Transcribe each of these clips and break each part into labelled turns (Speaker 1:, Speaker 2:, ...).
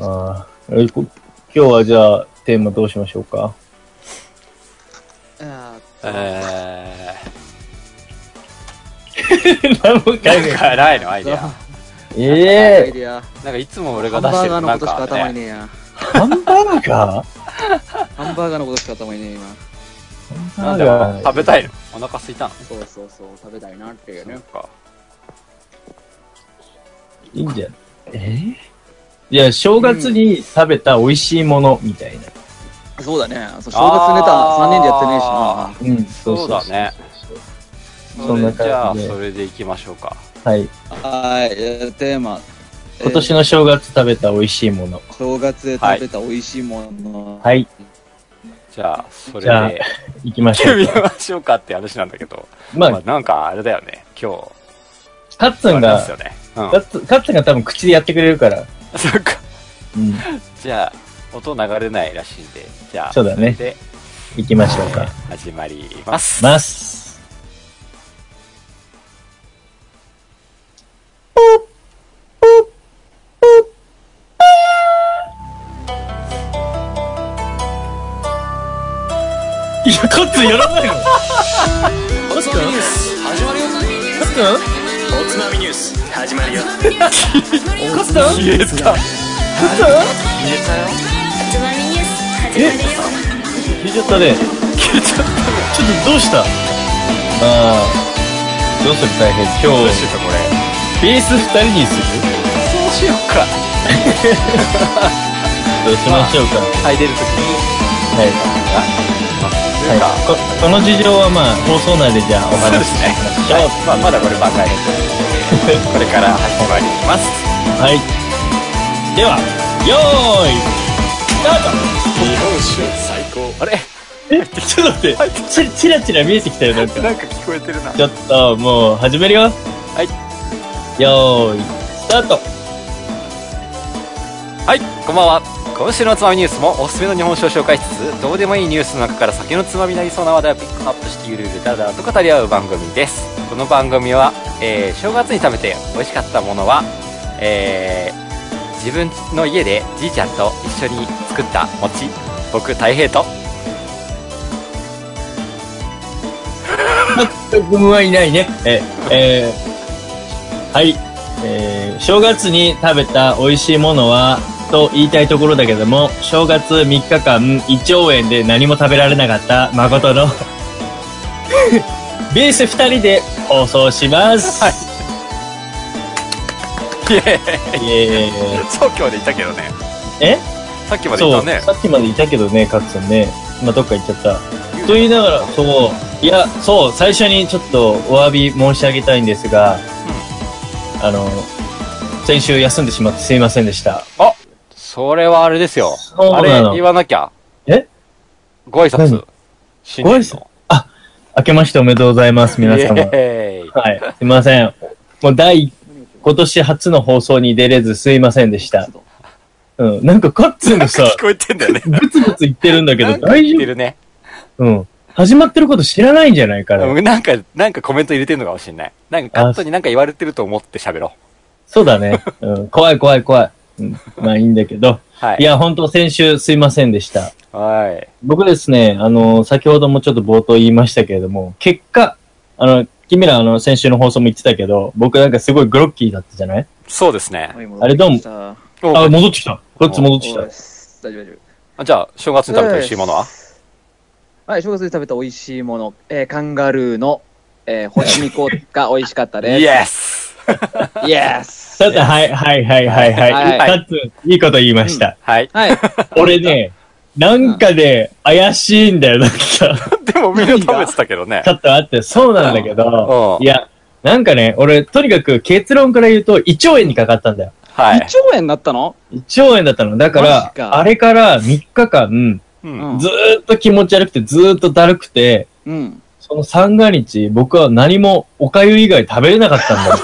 Speaker 1: ああえこ今日はじゃあ、テーマどうしましょうか。
Speaker 2: あ
Speaker 3: え
Speaker 1: 何も考
Speaker 3: ー、
Speaker 1: え
Speaker 3: なん
Speaker 1: ない
Speaker 3: かないのアイデ
Speaker 2: ー
Speaker 3: ィア。
Speaker 2: アイ
Speaker 1: ええ
Speaker 2: ディア。
Speaker 3: なんかいつも俺
Speaker 2: ハ
Speaker 3: が
Speaker 2: ン
Speaker 3: 出
Speaker 2: バ
Speaker 3: して
Speaker 2: ー
Speaker 3: る
Speaker 2: ガーのこ
Speaker 3: なん
Speaker 2: としか
Speaker 3: か、
Speaker 2: 頭に
Speaker 3: ね、
Speaker 2: ねえや。
Speaker 1: ハンバーガ
Speaker 2: ハンバーガーのことしか頭にねえ今。
Speaker 1: ー
Speaker 3: な
Speaker 1: ハ
Speaker 3: ん
Speaker 1: ン
Speaker 3: だ
Speaker 1: バー
Speaker 3: ろう
Speaker 1: ガー
Speaker 3: 食べたいのお腹空いたの
Speaker 2: そうそうそう、食べたいなっていう
Speaker 3: な
Speaker 2: ね
Speaker 3: ん。か、
Speaker 1: いいんじゃん。えーいや、正月に食べた美味しいものみたいな。
Speaker 2: そうだね。そう正月ネタ3人でやってねえし
Speaker 3: あ
Speaker 2: な。
Speaker 1: うん、
Speaker 3: そうだね。
Speaker 1: そんな
Speaker 3: じゃあ
Speaker 1: 感じで
Speaker 3: そ。れでいきましょうか。
Speaker 1: はい。
Speaker 2: はい、えーテーマ。
Speaker 1: 今年の正月食べた美味しいもの。
Speaker 2: えー正月で食べた美味しいもの。
Speaker 1: はい、
Speaker 3: じゃあそれ
Speaker 1: じゃあ
Speaker 3: で
Speaker 1: 行きましょう
Speaker 3: 行っ。てみましょうかって話なんだけど、
Speaker 1: ま
Speaker 3: まあ
Speaker 1: あ、
Speaker 3: なんかあれだよね、今日。
Speaker 1: カッツン
Speaker 3: あれ
Speaker 1: が
Speaker 3: です、よね。う
Speaker 1: カッツンカッツンが多分口でやってくれるから。
Speaker 3: ん。 そっか。
Speaker 1: うん。
Speaker 3: じゃあ、音流れないらしいんで、じゃあ、
Speaker 1: そうだね
Speaker 3: で、
Speaker 1: 行きましょうか。
Speaker 3: 始まります。
Speaker 1: ます。いや、カッツンやらないのマジか
Speaker 2: 始まるよ。
Speaker 1: カッツン
Speaker 4: おつまみニュース始まるよ
Speaker 1: カッツン
Speaker 3: 消えた。
Speaker 1: カッツン
Speaker 5: つまみニュース始ま
Speaker 1: 消
Speaker 5: るよ
Speaker 1: えちゃったね。消えちゃったね。ちょっとどうしたああ、どうする大変。
Speaker 3: どう
Speaker 1: 今
Speaker 3: し
Speaker 1: 日、
Speaker 3: ようか、これ。
Speaker 1: ベース二人にする
Speaker 3: そうしようか。
Speaker 1: どうしましょうか。
Speaker 3: 入れるときに、
Speaker 1: はい。
Speaker 3: と
Speaker 1: はいいう
Speaker 3: か、
Speaker 1: ここの事情はまあ放送内でじゃ あお
Speaker 3: そうで
Speaker 1: 話し
Speaker 3: す
Speaker 1: し
Speaker 3: ね
Speaker 1: ま。しょ
Speaker 3: はいまあ、まだこれ番外編ということでこれから始まります。
Speaker 1: うはい、ではよーいスター
Speaker 4: 日本酒最高
Speaker 3: あれ
Speaker 1: トえちょっと待ってちチラチラ見えてきたよなんか
Speaker 3: なんか聞こえてるな。
Speaker 1: ちょっともう始めるよはいよーいスタート
Speaker 3: はい、こんばんは。今週のつまみニュースもおすすめの日本酒を紹介しつつ、どうでもいいニュースの中から酒のつまみになりそうな話題をピックアップしてゆるゆるだらだらと語り合う番組です。この番組は、えー正月に食べて美味しかったものは、えー自分の家でじいちゃんと一緒に作った餅、僕、たい平と、
Speaker 1: 君はいないねええーはいえー正月に食べた美味しいものはと言いたいところだけども正月3日間胃腸炎で何も食べられなかった誠の ベース2人で放送します、
Speaker 3: はい いえ、
Speaker 1: え
Speaker 3: 東京でいたけどね。
Speaker 1: ー、え
Speaker 3: さっきまでい
Speaker 1: そ
Speaker 3: た
Speaker 1: う、
Speaker 3: ね。
Speaker 1: さっきまでいたけどねカッツンね今どっか行っちゃったと言いながら、そう、いや、そう、最初にちょっとお詫び申し上げたいんですが、あの、先週休んでしまってすいませんでした。
Speaker 3: それはあれですよ。
Speaker 1: そうな
Speaker 3: あれ
Speaker 1: の、
Speaker 3: 言わなきゃ。
Speaker 1: え
Speaker 3: ご挨拶
Speaker 1: 何。
Speaker 3: 新年の
Speaker 1: ご挨拶明けましておめでとうございます、皆様。
Speaker 3: イエーイ
Speaker 1: はい、すいません。もう第、今年初の放送に出れずすいませんでした。うん、なんかカッツン がさ、
Speaker 3: 聞こえてんだよね。
Speaker 1: ブツブツ言ってるんだけ
Speaker 3: な
Speaker 1: ど、
Speaker 3: んか言
Speaker 1: 大
Speaker 3: って
Speaker 1: 丈
Speaker 3: るね。
Speaker 1: 夫うん。始まってること知らないんじゃないから。
Speaker 3: うんなんか、なんかコメント入れてんのかもしれない。なんかカットになんか言われてると思って喋ろう。
Speaker 1: そうだ ね。うん、怖い怖い怖い。うん、まあいいんだけど。
Speaker 3: はい。
Speaker 1: いや、本当先週すいませんでした。
Speaker 3: はい。
Speaker 1: 僕ですね、あの、先ほどもちょっと冒頭言いましたけれども、結果、あの、君らあの、先週の放送も言ってたけど、僕なんかすごいグロッキーだったじゃない
Speaker 3: そうですね。
Speaker 1: あれどうも
Speaker 2: も。
Speaker 3: お
Speaker 1: あ、戻ってきた。こっち戻ってき
Speaker 2: おい
Speaker 1: た。
Speaker 2: す大丈夫大丈夫。
Speaker 3: じゃあ、正月に食べた美味しいものは
Speaker 2: はい、正月で食べた美味しいもの、えーカンガルーの、えー、干し肉が美味しかったです。
Speaker 3: イエス
Speaker 2: イエス
Speaker 1: さて、はい、はい、はい、はい、
Speaker 2: は
Speaker 1: はいい。かつ、いいこと言いました。
Speaker 3: はい。
Speaker 2: はい。
Speaker 1: 俺ね、なんかで、怪しいんだよ、なんか。ちょ
Speaker 3: でもみんな食べてたけどね。
Speaker 1: っと待って、そうなんだけど
Speaker 3: う、ん
Speaker 1: いや、なんかね、俺、とにかく結論から言うと、胃腸炎にかかったんだよ。
Speaker 3: は
Speaker 2: 胃
Speaker 3: い
Speaker 2: 腸。炎になったの
Speaker 1: 胃腸炎だったの。だか
Speaker 2: マジ
Speaker 1: ら、
Speaker 2: か
Speaker 1: あれから3日間、
Speaker 3: うん。
Speaker 1: ずーっと気持ち悪くて、ずーっとだるくて、
Speaker 2: うん。
Speaker 1: その三が日、僕は何もおかゆ以外食べれなかったんだよ。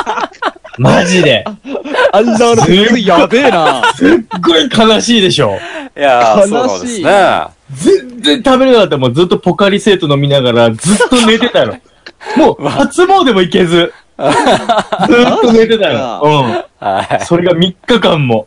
Speaker 1: マジで。
Speaker 2: あんな
Speaker 1: すっごい
Speaker 2: やべえな。
Speaker 1: すっごい悲しいでしょ。
Speaker 3: いや
Speaker 2: 悲
Speaker 3: ー、
Speaker 2: しい
Speaker 3: そうなんですね。
Speaker 1: 全然食べれなかった。もうずっとポカリセット飲みながら、ずっと寝てたの。も う、初詣も行けず。ずーっと寝てたの。うん。
Speaker 3: は
Speaker 1: それが3日間も。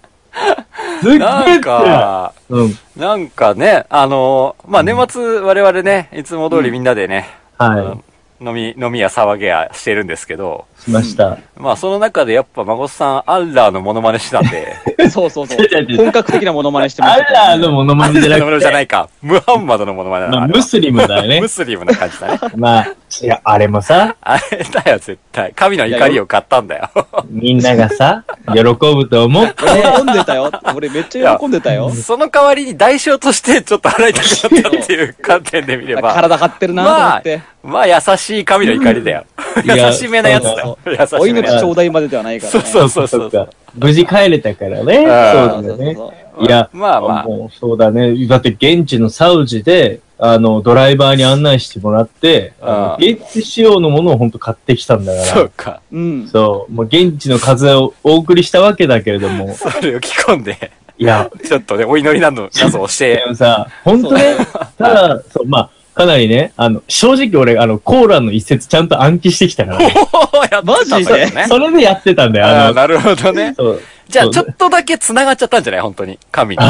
Speaker 1: すっげえ
Speaker 3: なんか、
Speaker 1: うん。
Speaker 3: なんかね、あのーまあ、年末我々ね、いつも通りみんなでね、
Speaker 1: は
Speaker 3: 飲み、飲みや騒げやしてるんですけど、
Speaker 1: い。しました。
Speaker 3: まあ、その中でやっぱ孫さん、アッラーのモノマネしてたんで、
Speaker 2: そうそうそ
Speaker 1: 違う違う違
Speaker 2: う。
Speaker 1: う
Speaker 2: 本格的なモノマネしてま
Speaker 1: ア
Speaker 2: した
Speaker 1: ッ
Speaker 2: から
Speaker 1: ラーのモノマネじゃな
Speaker 3: モノマ
Speaker 1: く
Speaker 3: ネじゃな
Speaker 1: て、
Speaker 3: いか、ムハンマドのモノマネだな
Speaker 1: まあ、
Speaker 3: あれ
Speaker 1: ム
Speaker 3: は
Speaker 1: スリムだ よね
Speaker 3: ム。スリムな感じだね。
Speaker 1: まあ、いや、あれも さ、
Speaker 3: あれだよ、絶対。神の怒りを買ったんだよ。
Speaker 1: みんながさ、喜ぶと思って、
Speaker 2: 喜んでたよ。俺めっちゃ喜んでたよ。
Speaker 3: その代わりに代償としてちょっと払いたくなったっていう観点で見れば。
Speaker 2: 体張ってるなと思って。
Speaker 3: まあ優しい神の怒りだよ。
Speaker 1: いや
Speaker 3: 優しめなやつだよ。優し
Speaker 2: お
Speaker 3: めな
Speaker 2: 命
Speaker 3: や
Speaker 2: ちょうだいまでではないか
Speaker 3: つ。
Speaker 2: ら
Speaker 3: そ
Speaker 2: ね。
Speaker 3: うそうそうそ
Speaker 1: そうっ。か。無事帰れたからね。
Speaker 3: あ
Speaker 2: ー
Speaker 1: そうだ
Speaker 2: そうそう
Speaker 1: ね。いや、
Speaker 3: まあまあ
Speaker 1: もうそうだね。だって現地のサウジで、あの、ドライバーに案内してもらって、
Speaker 3: あ
Speaker 1: あ
Speaker 3: ー
Speaker 1: の現地仕様のものを本当買ってきたんだか
Speaker 3: そ
Speaker 1: ら
Speaker 3: う。か。
Speaker 2: うん。
Speaker 1: そう。もう現地の風をお送りしたわけだけれども、
Speaker 3: それを着込んで、
Speaker 1: いや、
Speaker 3: ちょっとね、お祈り など、などをし
Speaker 1: で
Speaker 3: て、
Speaker 1: もさ、本当ね、ただ、そう、まあ、かなりね、あの、正直俺、あの、コーランの一節ちゃんと暗記してきたからね、
Speaker 3: おーや
Speaker 2: マジで
Speaker 3: ったんだね。
Speaker 1: それでやってたんだよ、
Speaker 3: あ
Speaker 1: あ
Speaker 3: あ、
Speaker 1: の、
Speaker 3: なるほどね。
Speaker 1: そう。
Speaker 3: じゃあ、ちょっとだけ繋がっちゃったんじゃない本当に。神に。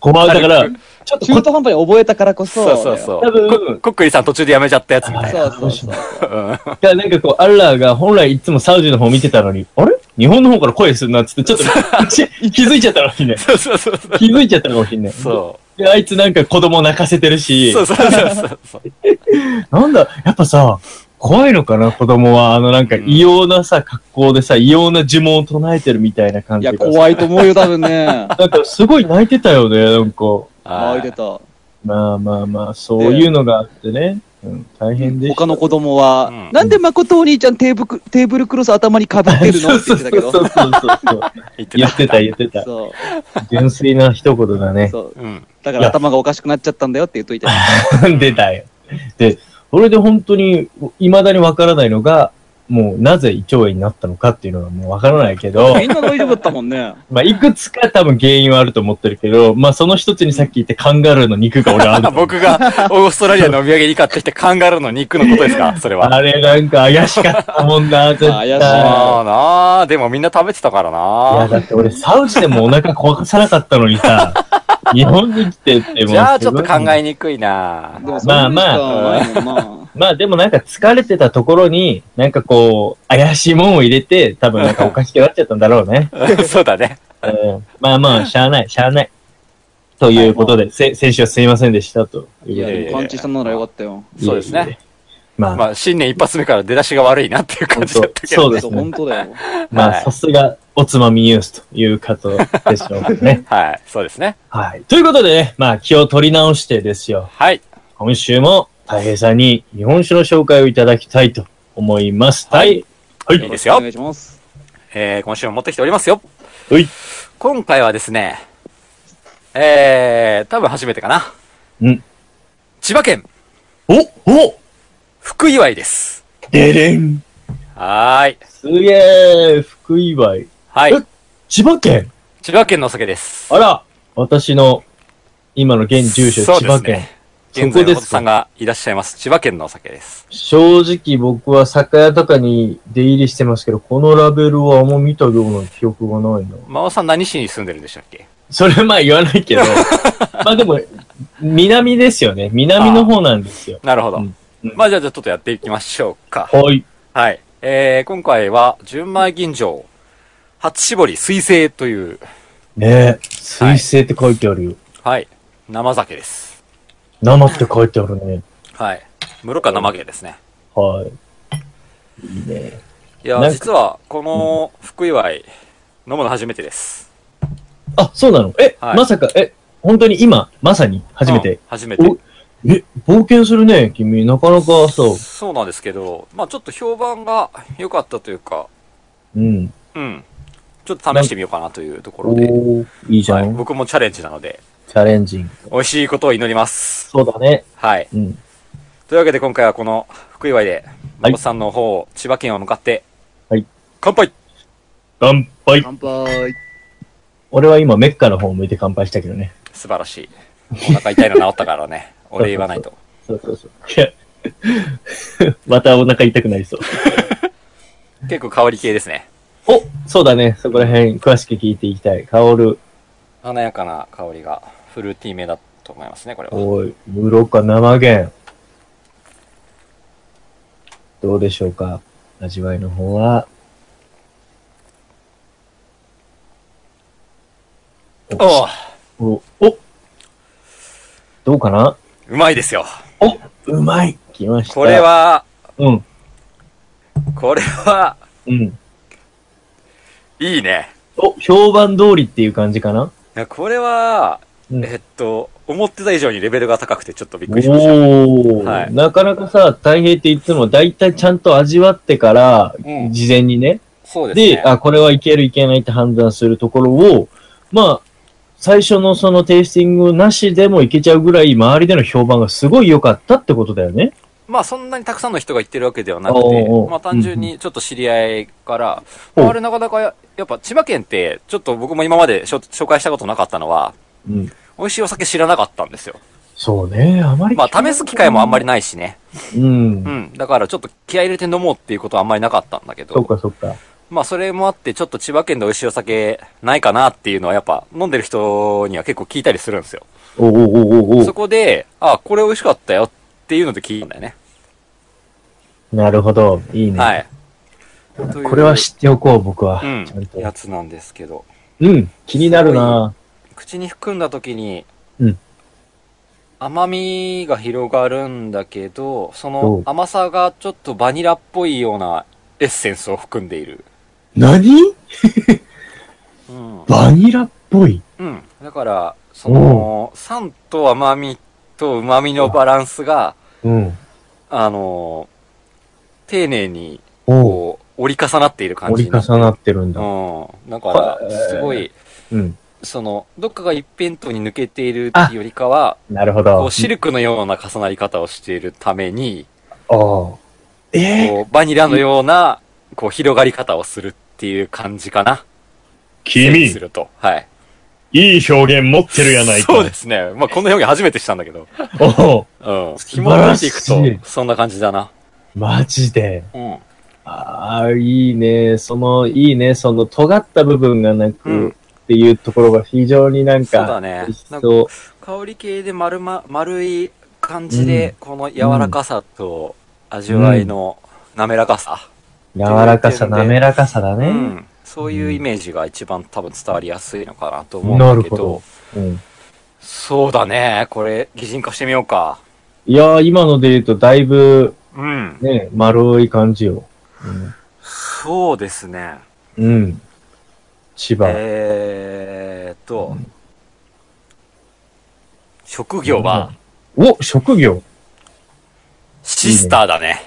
Speaker 1: ごまだから、ちょっと
Speaker 2: 中
Speaker 1: こ、
Speaker 2: 途半端に覚えたからこそ。
Speaker 3: そうそうそう
Speaker 1: 多分
Speaker 3: こ。こっくりさん途中でやめちゃったやつみたい
Speaker 2: そう
Speaker 3: な。
Speaker 2: そうそう。
Speaker 1: いや、なんかこう、アッラーが本来いつもサウジの方見てたのに、あれ日本の方から声するなっつって、ちょっと 気づいちゃったのにね。
Speaker 3: そうそうそうそう。
Speaker 1: 気づいちゃったのにね。。
Speaker 3: そう
Speaker 1: で、あいつなんか子供泣かせてる
Speaker 3: う。
Speaker 1: し
Speaker 3: そ、うそうそうそう。
Speaker 1: なんだ、やっぱさ、怖いのかな子供は、あのなんか
Speaker 3: うん
Speaker 1: 異様なさ、格好でさ、異様な呪文を唱えてるみたいな感
Speaker 2: い
Speaker 1: じ
Speaker 2: や、
Speaker 1: が。
Speaker 2: 怖いと思うよ、多分ね。
Speaker 1: なんかすごい泣いてたよね、なんか。
Speaker 2: ああ、入れた。
Speaker 1: まあまあまあ、そういうのがあってね。うん、大変でした。
Speaker 2: 他の子供は、
Speaker 3: うん
Speaker 2: なんで誠お兄ちゃんテーブルテーブルクロス頭にかぶってるのって言ってたけど。
Speaker 1: そうそうそうそう。
Speaker 3: 言って
Speaker 1: 言って
Speaker 3: た。
Speaker 1: た、言ってた。
Speaker 2: そう。
Speaker 1: 純粋な一言だね。
Speaker 2: そう。
Speaker 3: うん。
Speaker 2: だか
Speaker 1: い
Speaker 2: ら
Speaker 1: や
Speaker 2: 頭がおかしくなっちゃったんだよって言っといて。
Speaker 1: 出たよ。で、それで本当に、未だにわからないのが、もうなぜ胃腸炎になったのかっていうのはもうわからないけど、
Speaker 2: みんな大丈夫だったもんね。
Speaker 1: まあ、いくつか多分原因はあると思ってるけど、まあ、その一つにさっき言ってカンガルーの肉が俺はある
Speaker 3: あ
Speaker 1: と思う。
Speaker 3: 僕がオーストラリアのお土産に買ってきてカンガルーの肉のことですかそれは。
Speaker 1: あれなんか怪しかったもんな、絶対。
Speaker 2: 怪しい
Speaker 1: い
Speaker 2: な
Speaker 3: ああなあ、でもみんな食べてたから
Speaker 1: や、
Speaker 3: な
Speaker 1: だって俺サウジでもお腹壊さなかったのに さ、日本に来てってもう
Speaker 3: じゃあちょっと
Speaker 1: すごい
Speaker 3: 考えにくいな
Speaker 2: でもそ
Speaker 1: まあ
Speaker 2: んなしかないもんな。
Speaker 1: まあでもなんか疲れてたところに、なんかこう、怪しいもんを入れて、多分なんかおかしくなっちゃったんだろうね。
Speaker 3: そうだね。
Speaker 1: うんまあまあ、しゃあない、しゃあない。ということで、せ先週はすいませんでしたということで。
Speaker 3: いやいやいや
Speaker 2: パンチしたんならよかったよ。
Speaker 3: そうですね。
Speaker 1: まあ、
Speaker 3: まあ新年一発目から出だしが悪いなっていう感じだったけ
Speaker 1: そ
Speaker 3: ど
Speaker 1: う
Speaker 3: ね。
Speaker 1: ですね
Speaker 2: 本当だよ。
Speaker 1: ま
Speaker 3: は
Speaker 1: あ、
Speaker 3: い。
Speaker 1: さすが、おつまみニュースという方でしょうかね
Speaker 3: はい、そうですね。
Speaker 1: はい。ということでね、まあ、気を取り直してですよ。
Speaker 3: はい。
Speaker 1: 今週も、た平さんに日本酒の紹介をいただきたいと思います。はい。はい
Speaker 3: いいですよ
Speaker 2: お願いします。
Speaker 3: えー、今週も持ってきておりますよ。
Speaker 1: はい。
Speaker 3: 今回はですね、えー、多分初めてかな。
Speaker 1: うん。
Speaker 3: 千葉県、
Speaker 1: おお
Speaker 3: 福岩井です。
Speaker 1: でれん
Speaker 3: はーい。
Speaker 1: すげえ福祝い。
Speaker 3: はい
Speaker 1: え。千葉県
Speaker 3: 千葉県のお酒です。
Speaker 1: あら私の、今の現住所、
Speaker 3: そう
Speaker 1: 千
Speaker 3: で
Speaker 1: 葉
Speaker 3: す
Speaker 1: 県
Speaker 3: ね。。現
Speaker 1: そ
Speaker 3: 在、
Speaker 1: こで
Speaker 3: お
Speaker 1: すか
Speaker 3: さんがいらっしゃいます。千葉県のお酒です。
Speaker 1: 正直僕は酒屋とかに出入りしてますけど、このラベルはあんま見たような記憶がないな。
Speaker 3: 真央さん何市に住んでるんでしたっけ
Speaker 1: それはまあ言わない けど、まあでも、南ですよね。南の方なんですよ。
Speaker 3: なるほど。
Speaker 1: うんうん
Speaker 3: まあじゃあ、じゃあちょっとやっていきましょうか。
Speaker 1: はい。
Speaker 3: はい。えー、今回は、純米吟醸、初絞り水星という、
Speaker 1: ねえ、水星って書いてあるよ。
Speaker 3: はい、生酒です。
Speaker 1: 生って書いてあるね。
Speaker 3: はい。室か生毛ですね。
Speaker 1: はい。いいね。
Speaker 3: いや
Speaker 1: な、んか
Speaker 3: 実は、この福祝い、飲むの初めてです。
Speaker 1: あ、そうなのえ、
Speaker 3: はい
Speaker 1: まさか、え、本当に今、まさに、初め
Speaker 3: うん
Speaker 1: て。
Speaker 3: 初めて。
Speaker 1: おえ、冒険するね、君。なかなか、そ
Speaker 3: そうなんですけど、まあちょっと評判が良かったというか、
Speaker 1: う。うん。
Speaker 3: うん。ちょっと試してみようかなというところで。
Speaker 1: おー、いいじゃ
Speaker 3: はい、
Speaker 1: ん。
Speaker 3: 僕もチャレンジなので、
Speaker 1: チャレンジング。
Speaker 3: 美味しいことを祈ります。
Speaker 1: そうだね。
Speaker 3: はい。
Speaker 1: うん。
Speaker 3: というわけで今回はこの福祝いで、
Speaker 1: は
Speaker 3: ま
Speaker 1: い
Speaker 3: こさんの方、千葉県を向かって、
Speaker 1: はい。
Speaker 3: 乾杯
Speaker 1: 乾杯。
Speaker 2: 乾杯。
Speaker 1: 俺は今、メッカの方向いて乾杯したけどね。
Speaker 3: 素晴らしい。お腹痛いの治ったから ね、お礼言わないと。
Speaker 1: そうそうそう。いや またお腹痛くなりそう。
Speaker 3: 結構香り系ですね。
Speaker 1: お、そうだね。そこら辺、詳しく聞いていきたい。香る。
Speaker 3: 華やかな香りがフルーティーめだと思いますね、これは。
Speaker 1: おい、室岡生源。どうでしょうか味わいの方は。
Speaker 3: おう
Speaker 1: お、おどうかな
Speaker 3: うまいですよ。
Speaker 1: おうまい来ました。
Speaker 3: これ。は、
Speaker 1: うん、
Speaker 3: これは、
Speaker 1: うん。
Speaker 3: いいね。
Speaker 1: お、評判通りっていう感じかない
Speaker 3: やこれは、
Speaker 1: うん
Speaker 3: えっと、思ってた以上にレベルが高くてちょっとびっ
Speaker 1: お
Speaker 3: くりしました。
Speaker 1: ー、
Speaker 3: はい
Speaker 1: なかなかさ、大平っていつも大体ちゃんと味わってから、
Speaker 3: うん
Speaker 1: 事前にね。
Speaker 3: そうです
Speaker 1: で
Speaker 3: ね。
Speaker 1: あ、これはいけるいけないって判断するところを、まあ、最初のそのテイスティングなしでもいけちゃうぐらい、周りでの評判がすごい良かったってことだよね。
Speaker 3: まあそんなにたくさんの人が言ってるわけではなく
Speaker 1: お
Speaker 3: て
Speaker 1: うお、う
Speaker 3: まあ単純にちょっと知り合いから、
Speaker 1: うんうん
Speaker 3: あれなかなかややっぱ千葉県ってちょっと僕も今までしょ紹介したことなかったのは、
Speaker 1: うん。
Speaker 3: 美味しいお酒知らなかったんですよ。
Speaker 1: そうね、あまり。
Speaker 3: まあ試す機会もあんまりないしね。
Speaker 1: うん。
Speaker 3: うん。だからちょっと気合い入れて飲もうっていうことはあんまりなかったんだけ
Speaker 1: そっ
Speaker 3: ど、
Speaker 1: かそっか。
Speaker 3: まあそれもあってちょっと千葉県で美味しいお酒ないかなっていうのはやっぱ飲んでる人には結構聞いたりするんですよ。
Speaker 1: おうおうおうお
Speaker 3: そこで、あ、これ美味しかったよっていうので聞いたんだよね。
Speaker 1: うなるほど。いいね。
Speaker 3: はい。
Speaker 1: これは知っておこう、僕は。
Speaker 3: う
Speaker 1: ちゃん
Speaker 3: ん。
Speaker 1: と
Speaker 3: やつなんですけど。
Speaker 1: うん、気になるな
Speaker 3: 口に含んだ時に、
Speaker 1: うん
Speaker 3: 甘みが広がるんだけど、そ
Speaker 1: お
Speaker 3: の
Speaker 1: う
Speaker 3: 甘さがちょっとバニラっぽいようなエッセンスを含んでいる。
Speaker 1: 何
Speaker 3: うん。
Speaker 1: バニラっぽい。
Speaker 3: うん。だから、その、酸と甘みと旨みのバランスが、
Speaker 1: うん。
Speaker 3: あの、丁寧に、
Speaker 1: おう
Speaker 3: こう、折り重なっている感じ
Speaker 1: 折
Speaker 3: に
Speaker 1: り
Speaker 3: な
Speaker 1: 重
Speaker 3: って
Speaker 1: なってるんだ。
Speaker 3: うん。だから、すごい、
Speaker 1: うん。
Speaker 3: その、どっかが一辺倒に抜けているっていうよりかは、
Speaker 1: なるほ
Speaker 3: こ
Speaker 1: ど
Speaker 3: う。シルクのような重なり方をしているために、
Speaker 1: おうえー、
Speaker 3: こうバニラのような、こう、広がり方をするっていう感じかな。
Speaker 6: 君
Speaker 3: す、ると。はい。
Speaker 6: いい表現持ってるやないか。
Speaker 3: そうですね。まあ、この表現初めてしたんだけど。
Speaker 1: おう
Speaker 3: うん。
Speaker 1: 素
Speaker 3: 紐を
Speaker 1: 晴
Speaker 3: 解
Speaker 1: ら
Speaker 3: い
Speaker 1: してい
Speaker 3: いくと、そんな感じだな。
Speaker 1: マジで。
Speaker 3: うん。
Speaker 1: ああ、いいね。その、いいね。その、尖った部分がな
Speaker 3: うん
Speaker 1: くっていうところが非常になん
Speaker 3: そうだ
Speaker 1: か、
Speaker 3: ね
Speaker 1: 美味し
Speaker 3: なん
Speaker 1: そう。
Speaker 3: 香り系で丸ま、丸い感じで、この柔らかさと味わいの滑らかさ。
Speaker 1: 柔らかさ、
Speaker 3: っていう点で
Speaker 1: 滑らかさだ
Speaker 3: う
Speaker 1: ね。
Speaker 3: ん。そういうイメージが一番多分伝わりやすいのかなと思うんだ
Speaker 1: なる
Speaker 3: けど。
Speaker 1: ほどうん。
Speaker 3: そうだね。これ、擬人化してみようか。
Speaker 1: いやー、今ので言うと、だいぶ、
Speaker 3: うん。
Speaker 1: ね、丸い感じよ。うん
Speaker 3: そうですね。
Speaker 1: うん。千葉。
Speaker 3: えーっと、職業は、
Speaker 1: お、職業
Speaker 3: シスターだね。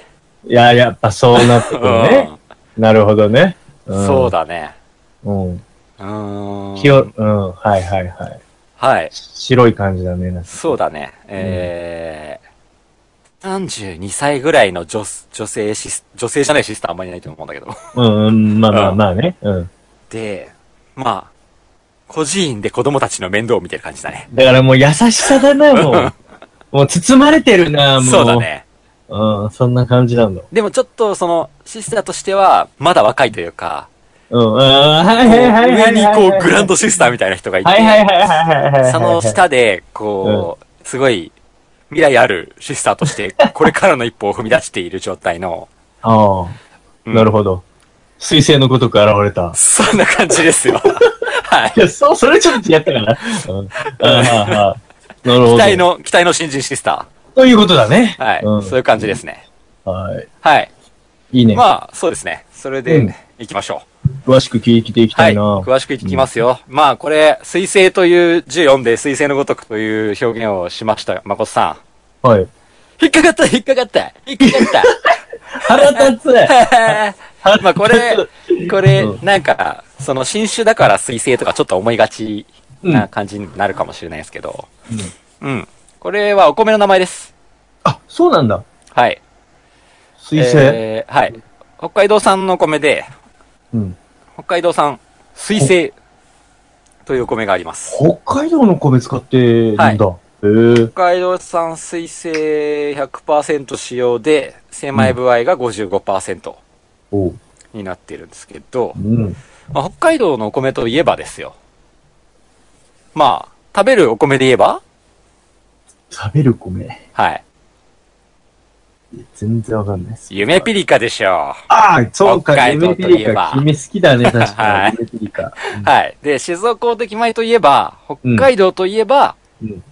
Speaker 1: いや、やっぱそうなってくる ね。なるほどね。
Speaker 3: うん。そう
Speaker 1: だ。
Speaker 3: だね。
Speaker 1: うん。
Speaker 3: うーん。
Speaker 1: 清、うん、はいはいはい。
Speaker 3: はい。
Speaker 1: 白い感じだね。なんか
Speaker 3: そうだね。えー、32歳ぐらいの女、女性シス、女性じゃないシスターあんまりいないと思うんだけど。
Speaker 1: うん、うん、まあまあ
Speaker 3: うん
Speaker 1: まあね。うん。
Speaker 3: で、まあ、孤児院で子供たちの面倒を見てる感じだね。
Speaker 1: だからもう優しさだな、もう。もう包まれてるな、もう。
Speaker 3: そうだ。ね。
Speaker 1: うん、そんな感じなんだ。
Speaker 3: でもちょっとその、シスターとしては、まだ若いというか、
Speaker 1: うん、ああ、はいはいはいは
Speaker 3: 上
Speaker 1: い。
Speaker 3: にこう、グランドシスターみたいな人がいて、
Speaker 1: はいはいはいはいはいはい。
Speaker 3: その下で、こう、すごい、未来あるシスターとして、これからの一歩を踏み出している状態の、
Speaker 1: ああ、なるほど。彗星のごとく現れた。
Speaker 3: そんな感 じですよ。はい。
Speaker 1: いや、そう、それちょっとやったかな。うん。ああ、なるほど。
Speaker 3: 期待の、期待の新人シスタ
Speaker 1: ということだね。
Speaker 3: ー。はい。
Speaker 1: うん
Speaker 3: そういう感じですね。
Speaker 1: はい。
Speaker 3: はい。
Speaker 1: いいね。
Speaker 3: まあ、そうですね。それ
Speaker 1: うん
Speaker 3: で、行きましょう。
Speaker 1: 詳しく聞いていきた
Speaker 3: はいい。
Speaker 1: な。
Speaker 3: 詳しく聞きますよ。まあ、これ、彗星という字を読んで、彗星のごとくという表現をしましたよ。誠さん。
Speaker 1: はい。
Speaker 3: 引っかかった引っかかった引っかかっ
Speaker 1: 腹立つ
Speaker 3: た
Speaker 1: 腹立つ
Speaker 3: まあ、これ、これ
Speaker 1: う、
Speaker 3: なんか、その新種だから彗星とかちょっと思いがちな感じになるかもしれないですけど。うん。これはお米の名前です。
Speaker 1: あ、そうなんだ。
Speaker 3: はい。
Speaker 1: 水星。
Speaker 3: えーはい。北海道産のお米で、
Speaker 1: うん。
Speaker 3: 北海道産水星というお米があります。
Speaker 1: 北海道の米使ってるんだ。
Speaker 3: は
Speaker 1: へ
Speaker 3: い
Speaker 1: え。
Speaker 3: 北海道産水星100%使用で、精米部合が55%。
Speaker 1: おう
Speaker 3: になっているんですけど、
Speaker 1: うん。
Speaker 3: まあ、北海道のお米といえばですよ。まあ、食べるお米で言えば
Speaker 1: 食べる米。
Speaker 3: はい。
Speaker 1: 全然わかんないです。
Speaker 3: 夢ピリカでしょ
Speaker 1: ああ、そうか、
Speaker 3: 北
Speaker 1: ゆ
Speaker 3: 海道
Speaker 1: め
Speaker 3: と
Speaker 1: ピ
Speaker 3: いえば
Speaker 1: リカ。君好きだね、確
Speaker 3: は
Speaker 1: か
Speaker 3: い
Speaker 1: に。ゆめピリカ。
Speaker 3: う。はい。で、静岡お的米といえば、北海道といえば、
Speaker 1: うん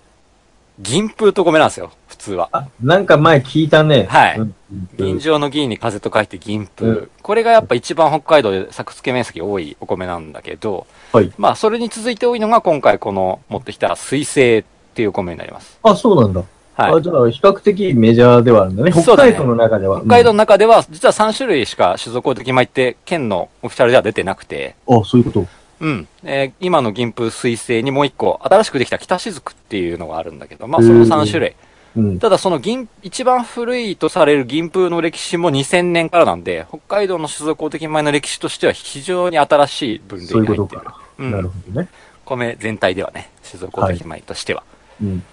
Speaker 3: 銀風と米なんですよ、普通は。
Speaker 1: あ、なんか前聞いたね。
Speaker 3: はい
Speaker 1: うん
Speaker 3: 銀上の銀に風と書いて銀風、
Speaker 1: うん
Speaker 3: これがやっぱ一番北海道で作付け面積多いお米なんだけど、
Speaker 1: はい
Speaker 3: まあそれに続いて多いのが今回この持ってきた水星っていうお米になります。
Speaker 1: あ、そうなんだ。
Speaker 3: は
Speaker 1: あ
Speaker 3: い。
Speaker 1: じゃあ、比較的メジャーではあるんだね。
Speaker 3: そう
Speaker 1: 北
Speaker 3: だね
Speaker 1: 海道の中では。
Speaker 3: 北海道の中では実は3種類しか酒造公的米って県のオフィシャルでは出てなくて、
Speaker 1: うんあ、そういうこと。
Speaker 3: うん。えー今の銀風水星にもう一個新しくできた北雫っていうのがあるんだけど、まあその3種類。
Speaker 1: うん。
Speaker 3: ただその銀、一番古いとされる銀風の歴史も2000年からなんで、北海道の酒造公的米の歴史としては非常に新しい分類に
Speaker 1: そう
Speaker 3: 入
Speaker 1: い
Speaker 3: っ
Speaker 1: う
Speaker 3: て
Speaker 1: こ
Speaker 3: る。
Speaker 1: とか。
Speaker 3: う
Speaker 1: なる
Speaker 3: ん。
Speaker 1: ほどね。
Speaker 3: 米全体ではね、酒造公的米としては。
Speaker 1: うん。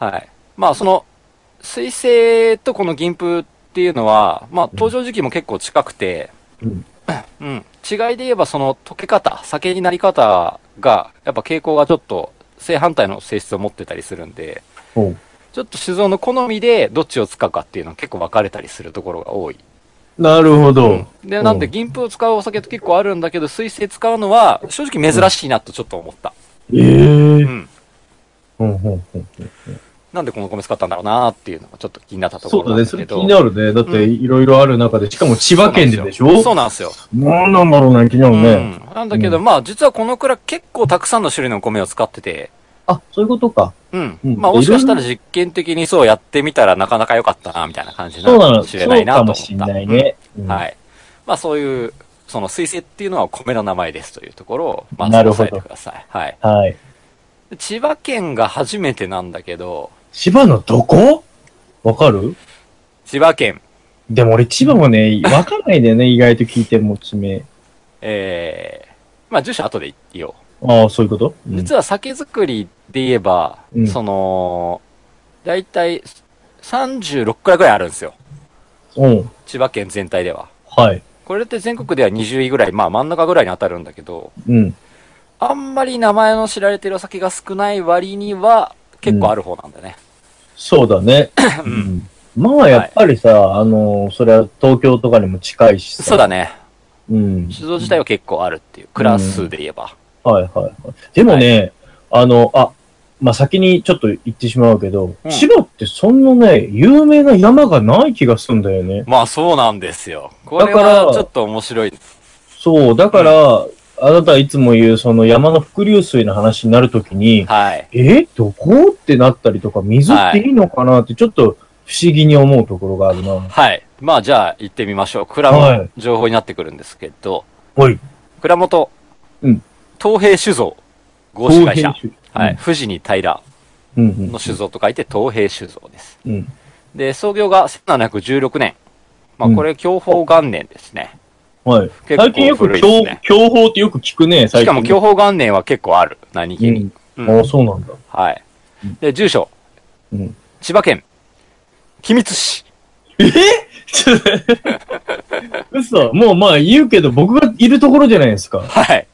Speaker 3: はい。まあその、水星とこの銀風っていうのは、まあ登場時期も結構近くて、
Speaker 1: うん。
Speaker 3: うん。違いで言えばその溶け方、酒になり方が、やっぱ傾向がちょっと正反対の性質を持ってたりするんで、
Speaker 1: おう
Speaker 3: ちょっと酒造の好みでどっちを使うかっていうのは結構分かれたりするところが多い。
Speaker 1: なるほど。
Speaker 3: で、なんで
Speaker 1: う
Speaker 3: 銀風を使うお酒って結構あるんだけど、水性使うのは正直珍しいなとちょっと思った。
Speaker 1: ええ
Speaker 3: う
Speaker 1: ー。
Speaker 3: ん。
Speaker 1: うんうんうんうん
Speaker 3: なんでこの米使ったんだろうなっていうのがちょっと気になったと
Speaker 1: そ
Speaker 3: こ
Speaker 1: うだ
Speaker 3: ろな
Speaker 1: ね。
Speaker 3: んだ
Speaker 1: そ
Speaker 3: け
Speaker 1: れ気
Speaker 3: ど。
Speaker 1: になるね。だって、いろいろある中で、しかも千葉県ででしょ
Speaker 3: そうなんですよ。
Speaker 1: なんなんだろうね、気にな
Speaker 3: う
Speaker 1: るね。
Speaker 3: ん。なんだけど、まあ実はこのくらい結構たくさんの種類のお米を使ってて、
Speaker 1: あ、そういうことか。
Speaker 3: うん。
Speaker 1: うん
Speaker 3: まあもしかしたら実験的にそうやってみたらなかなか良かったな、みたいな感じにな
Speaker 1: そう
Speaker 3: る
Speaker 1: な
Speaker 3: かも
Speaker 1: の。
Speaker 3: しれないなと
Speaker 1: そうかも
Speaker 3: 思った。
Speaker 1: しれないね。
Speaker 3: う
Speaker 1: うん
Speaker 3: ん。はい。まあそういう、その水星っていうのはお米の名前ですというところを、まあ、
Speaker 1: なるほど
Speaker 3: 押さえてください。はい。
Speaker 1: はい。
Speaker 3: で千葉県が初めてなんだけど、
Speaker 1: 千葉のどこわかる
Speaker 3: 千葉県、
Speaker 1: でも俺千葉もね、わかんないんだよね、意外と聞いても地名。
Speaker 3: ええまあ住所後で言おう。
Speaker 1: ああ、そういうこと、うん
Speaker 3: 実は酒造りで言えば、
Speaker 1: うん
Speaker 3: その、だいたい36くらいぐらいあるんですよ。
Speaker 1: うん。
Speaker 3: 千葉県全体では。
Speaker 1: はい。
Speaker 3: これって全国では20位ぐらい、まあ真ん中ぐらいに当たるんだけど、
Speaker 1: うん。
Speaker 3: あんまり名前の知られてるお酒が少ない割には、結構ある方なんだね。
Speaker 1: そうだね。う
Speaker 3: う。
Speaker 1: んん。まあやっぱりさ、あのーそれは東京とかにも近いしさ。
Speaker 3: そうだね。
Speaker 1: うん。
Speaker 3: 酒造自体は結構あるっていう。クラス数で言えば。
Speaker 1: はいはいはい。でもね、あの、あ、まあ、先にちょっと言ってしまうけど、
Speaker 3: うん
Speaker 1: 千葉ってそんなね、有名な山がない気がするんだよね。
Speaker 3: まあそうなんですよ。これ
Speaker 1: だか
Speaker 3: は
Speaker 1: ら
Speaker 3: ちょっと面白いです。
Speaker 1: そう、だから、あなたはいつも言うその山の伏流水の話になるときに、
Speaker 3: はい。
Speaker 1: えどこってなったりとか、水っていいのかなってちょっと不思議に思うところがあるな。
Speaker 3: はい。まあじゃあ行ってみましょう。蔵
Speaker 1: は
Speaker 3: の
Speaker 1: い
Speaker 3: 情報になってくるんですけど、
Speaker 1: はい。
Speaker 3: 蔵元、
Speaker 1: うん
Speaker 3: 東平酒造、合資会社
Speaker 1: こう、いう編集
Speaker 3: はい。富士に平
Speaker 1: うんうん
Speaker 3: の酒造と書いて東平酒造です。
Speaker 1: うん。うん。
Speaker 3: で、創業が1716年。まあ
Speaker 1: うん
Speaker 3: これ、享保元年ですね。
Speaker 1: はい。
Speaker 3: 結構
Speaker 1: 最近よく
Speaker 3: 古いです
Speaker 1: 強、
Speaker 3: ね
Speaker 1: 強法ってよく聞くね、
Speaker 3: し
Speaker 1: 最
Speaker 3: か
Speaker 1: 近。
Speaker 3: も享保元年は結構ある。何気に。
Speaker 1: うん。
Speaker 3: うん
Speaker 1: ああ、そうなんだ。
Speaker 3: はい。で、住所、
Speaker 1: うん。
Speaker 3: 千葉県、君津市。
Speaker 1: えちょっと嘘。もうまあ言うけど、僕がいるところじゃないですか。
Speaker 3: はい。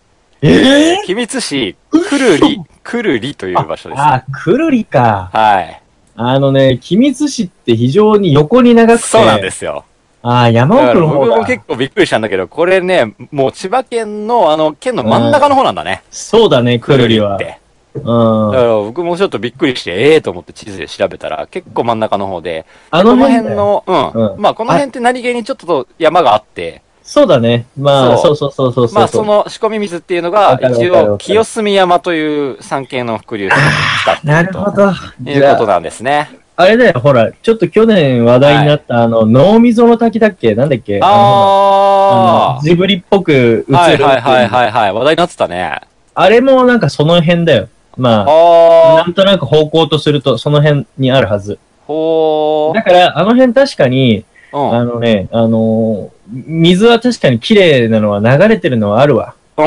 Speaker 1: ええ
Speaker 3: 君津市、くるり、くるりという場所です。
Speaker 1: ああ、くるりか。
Speaker 3: はい。
Speaker 1: あのね、君津市って非常に横に長くて。
Speaker 3: そうなんですよ。
Speaker 1: ああ、
Speaker 3: だか
Speaker 1: 山奥
Speaker 3: ら
Speaker 1: の方
Speaker 3: 僕も
Speaker 1: だ。
Speaker 3: 結構びっくりしたんだけど、これね、もう千葉県の、あの、県の真ん中の方なんだね。
Speaker 1: そうだね、くるり
Speaker 3: っ
Speaker 1: は。
Speaker 3: て。
Speaker 1: うん。
Speaker 3: だから僕もちょっとびっくりして、ええと思って地図で調べたら、結構真ん中の方で、
Speaker 1: あ
Speaker 3: こ
Speaker 1: の
Speaker 3: の
Speaker 1: 辺
Speaker 3: 辺の、うん。
Speaker 1: うん
Speaker 3: まあこの辺って何気にちょっと山があって、
Speaker 1: そうだね。まあ、
Speaker 3: そ
Speaker 1: そううそうそうそうそう。
Speaker 3: まあその仕込み水っていうのが
Speaker 1: わ、かるわか
Speaker 3: 一
Speaker 1: るわかる
Speaker 3: 応、清澄山という山系の伏流水を使ってい
Speaker 1: な
Speaker 3: る
Speaker 1: るほ
Speaker 3: と
Speaker 1: ど。
Speaker 3: いう
Speaker 1: じ
Speaker 3: こ
Speaker 1: ゃ
Speaker 3: と
Speaker 1: あ、
Speaker 3: なんですね。
Speaker 1: あれだよ、ほら、ちょっと去年話題になった、あの、脳みその滝だっけなんだっけ
Speaker 3: あ
Speaker 1: あの
Speaker 3: あ
Speaker 1: あのジブリっぽく映る。
Speaker 3: はいはいはいはいはい。話題になってたね。
Speaker 1: あれもなんかその辺だよ。まあ、
Speaker 3: あ
Speaker 1: なんとなく方向とするとその辺にあるはず。
Speaker 3: ー。ほー
Speaker 1: だ。から、あの辺確かに、
Speaker 3: うん。
Speaker 1: あのね、あのー水は確かに綺麗なのは流れてるのはあるわ。
Speaker 3: う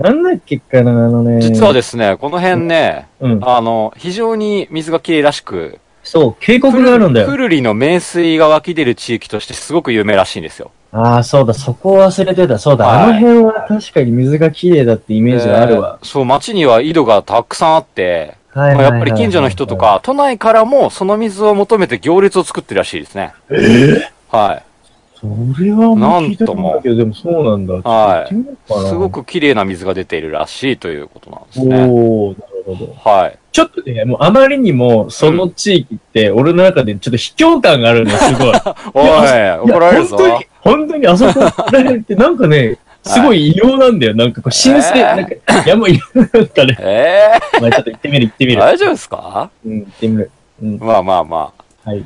Speaker 1: なんだっけかな、あのね。
Speaker 3: ん。実はですね、この辺ね、
Speaker 1: うん。
Speaker 3: あの、非常に水が綺麗らしく、
Speaker 1: そう、渓谷があるんだ
Speaker 3: く
Speaker 1: よ。
Speaker 3: るりの名水が湧き出る地域としてすごく有名らしいんですよ。
Speaker 1: ああ、そうだ、そこを忘れてた。そうだ、
Speaker 3: はい
Speaker 1: あの辺は確かに水が綺麗だってイメージがあるわ。
Speaker 3: えーそう、街には井戸がたくさんあって、
Speaker 1: はいはいはい
Speaker 3: やっぱり近所の人と。か、都内からもその水を求めて行列を作ってるらしいですね。
Speaker 7: ええ
Speaker 3: はい。
Speaker 1: それはもう聞いたことないけど、でもそうなんだ。
Speaker 3: はい
Speaker 1: ちょっと行ってみようかな
Speaker 3: すご。く綺麗な水が出ているらしいということなんですね。
Speaker 1: おおなるほど。
Speaker 3: はい。
Speaker 1: ちょっとね、もうあまりにも、その地域って、俺の中でちょっと卑怯感があるんだ、すごい。
Speaker 3: おい、 怒られるぞ。
Speaker 1: いや本当に、本当にあそこら辺ってなんかね、すごい異様なんだよ。なんかこう、神聖、
Speaker 3: えー
Speaker 1: なんか、山、なんかね、
Speaker 3: え
Speaker 1: まあちょっと行ってみる、行ってみ
Speaker 3: ー、
Speaker 1: る。
Speaker 3: 大丈夫ですか
Speaker 1: うん、行ってみる。うん、
Speaker 3: まあまあま
Speaker 1: はい。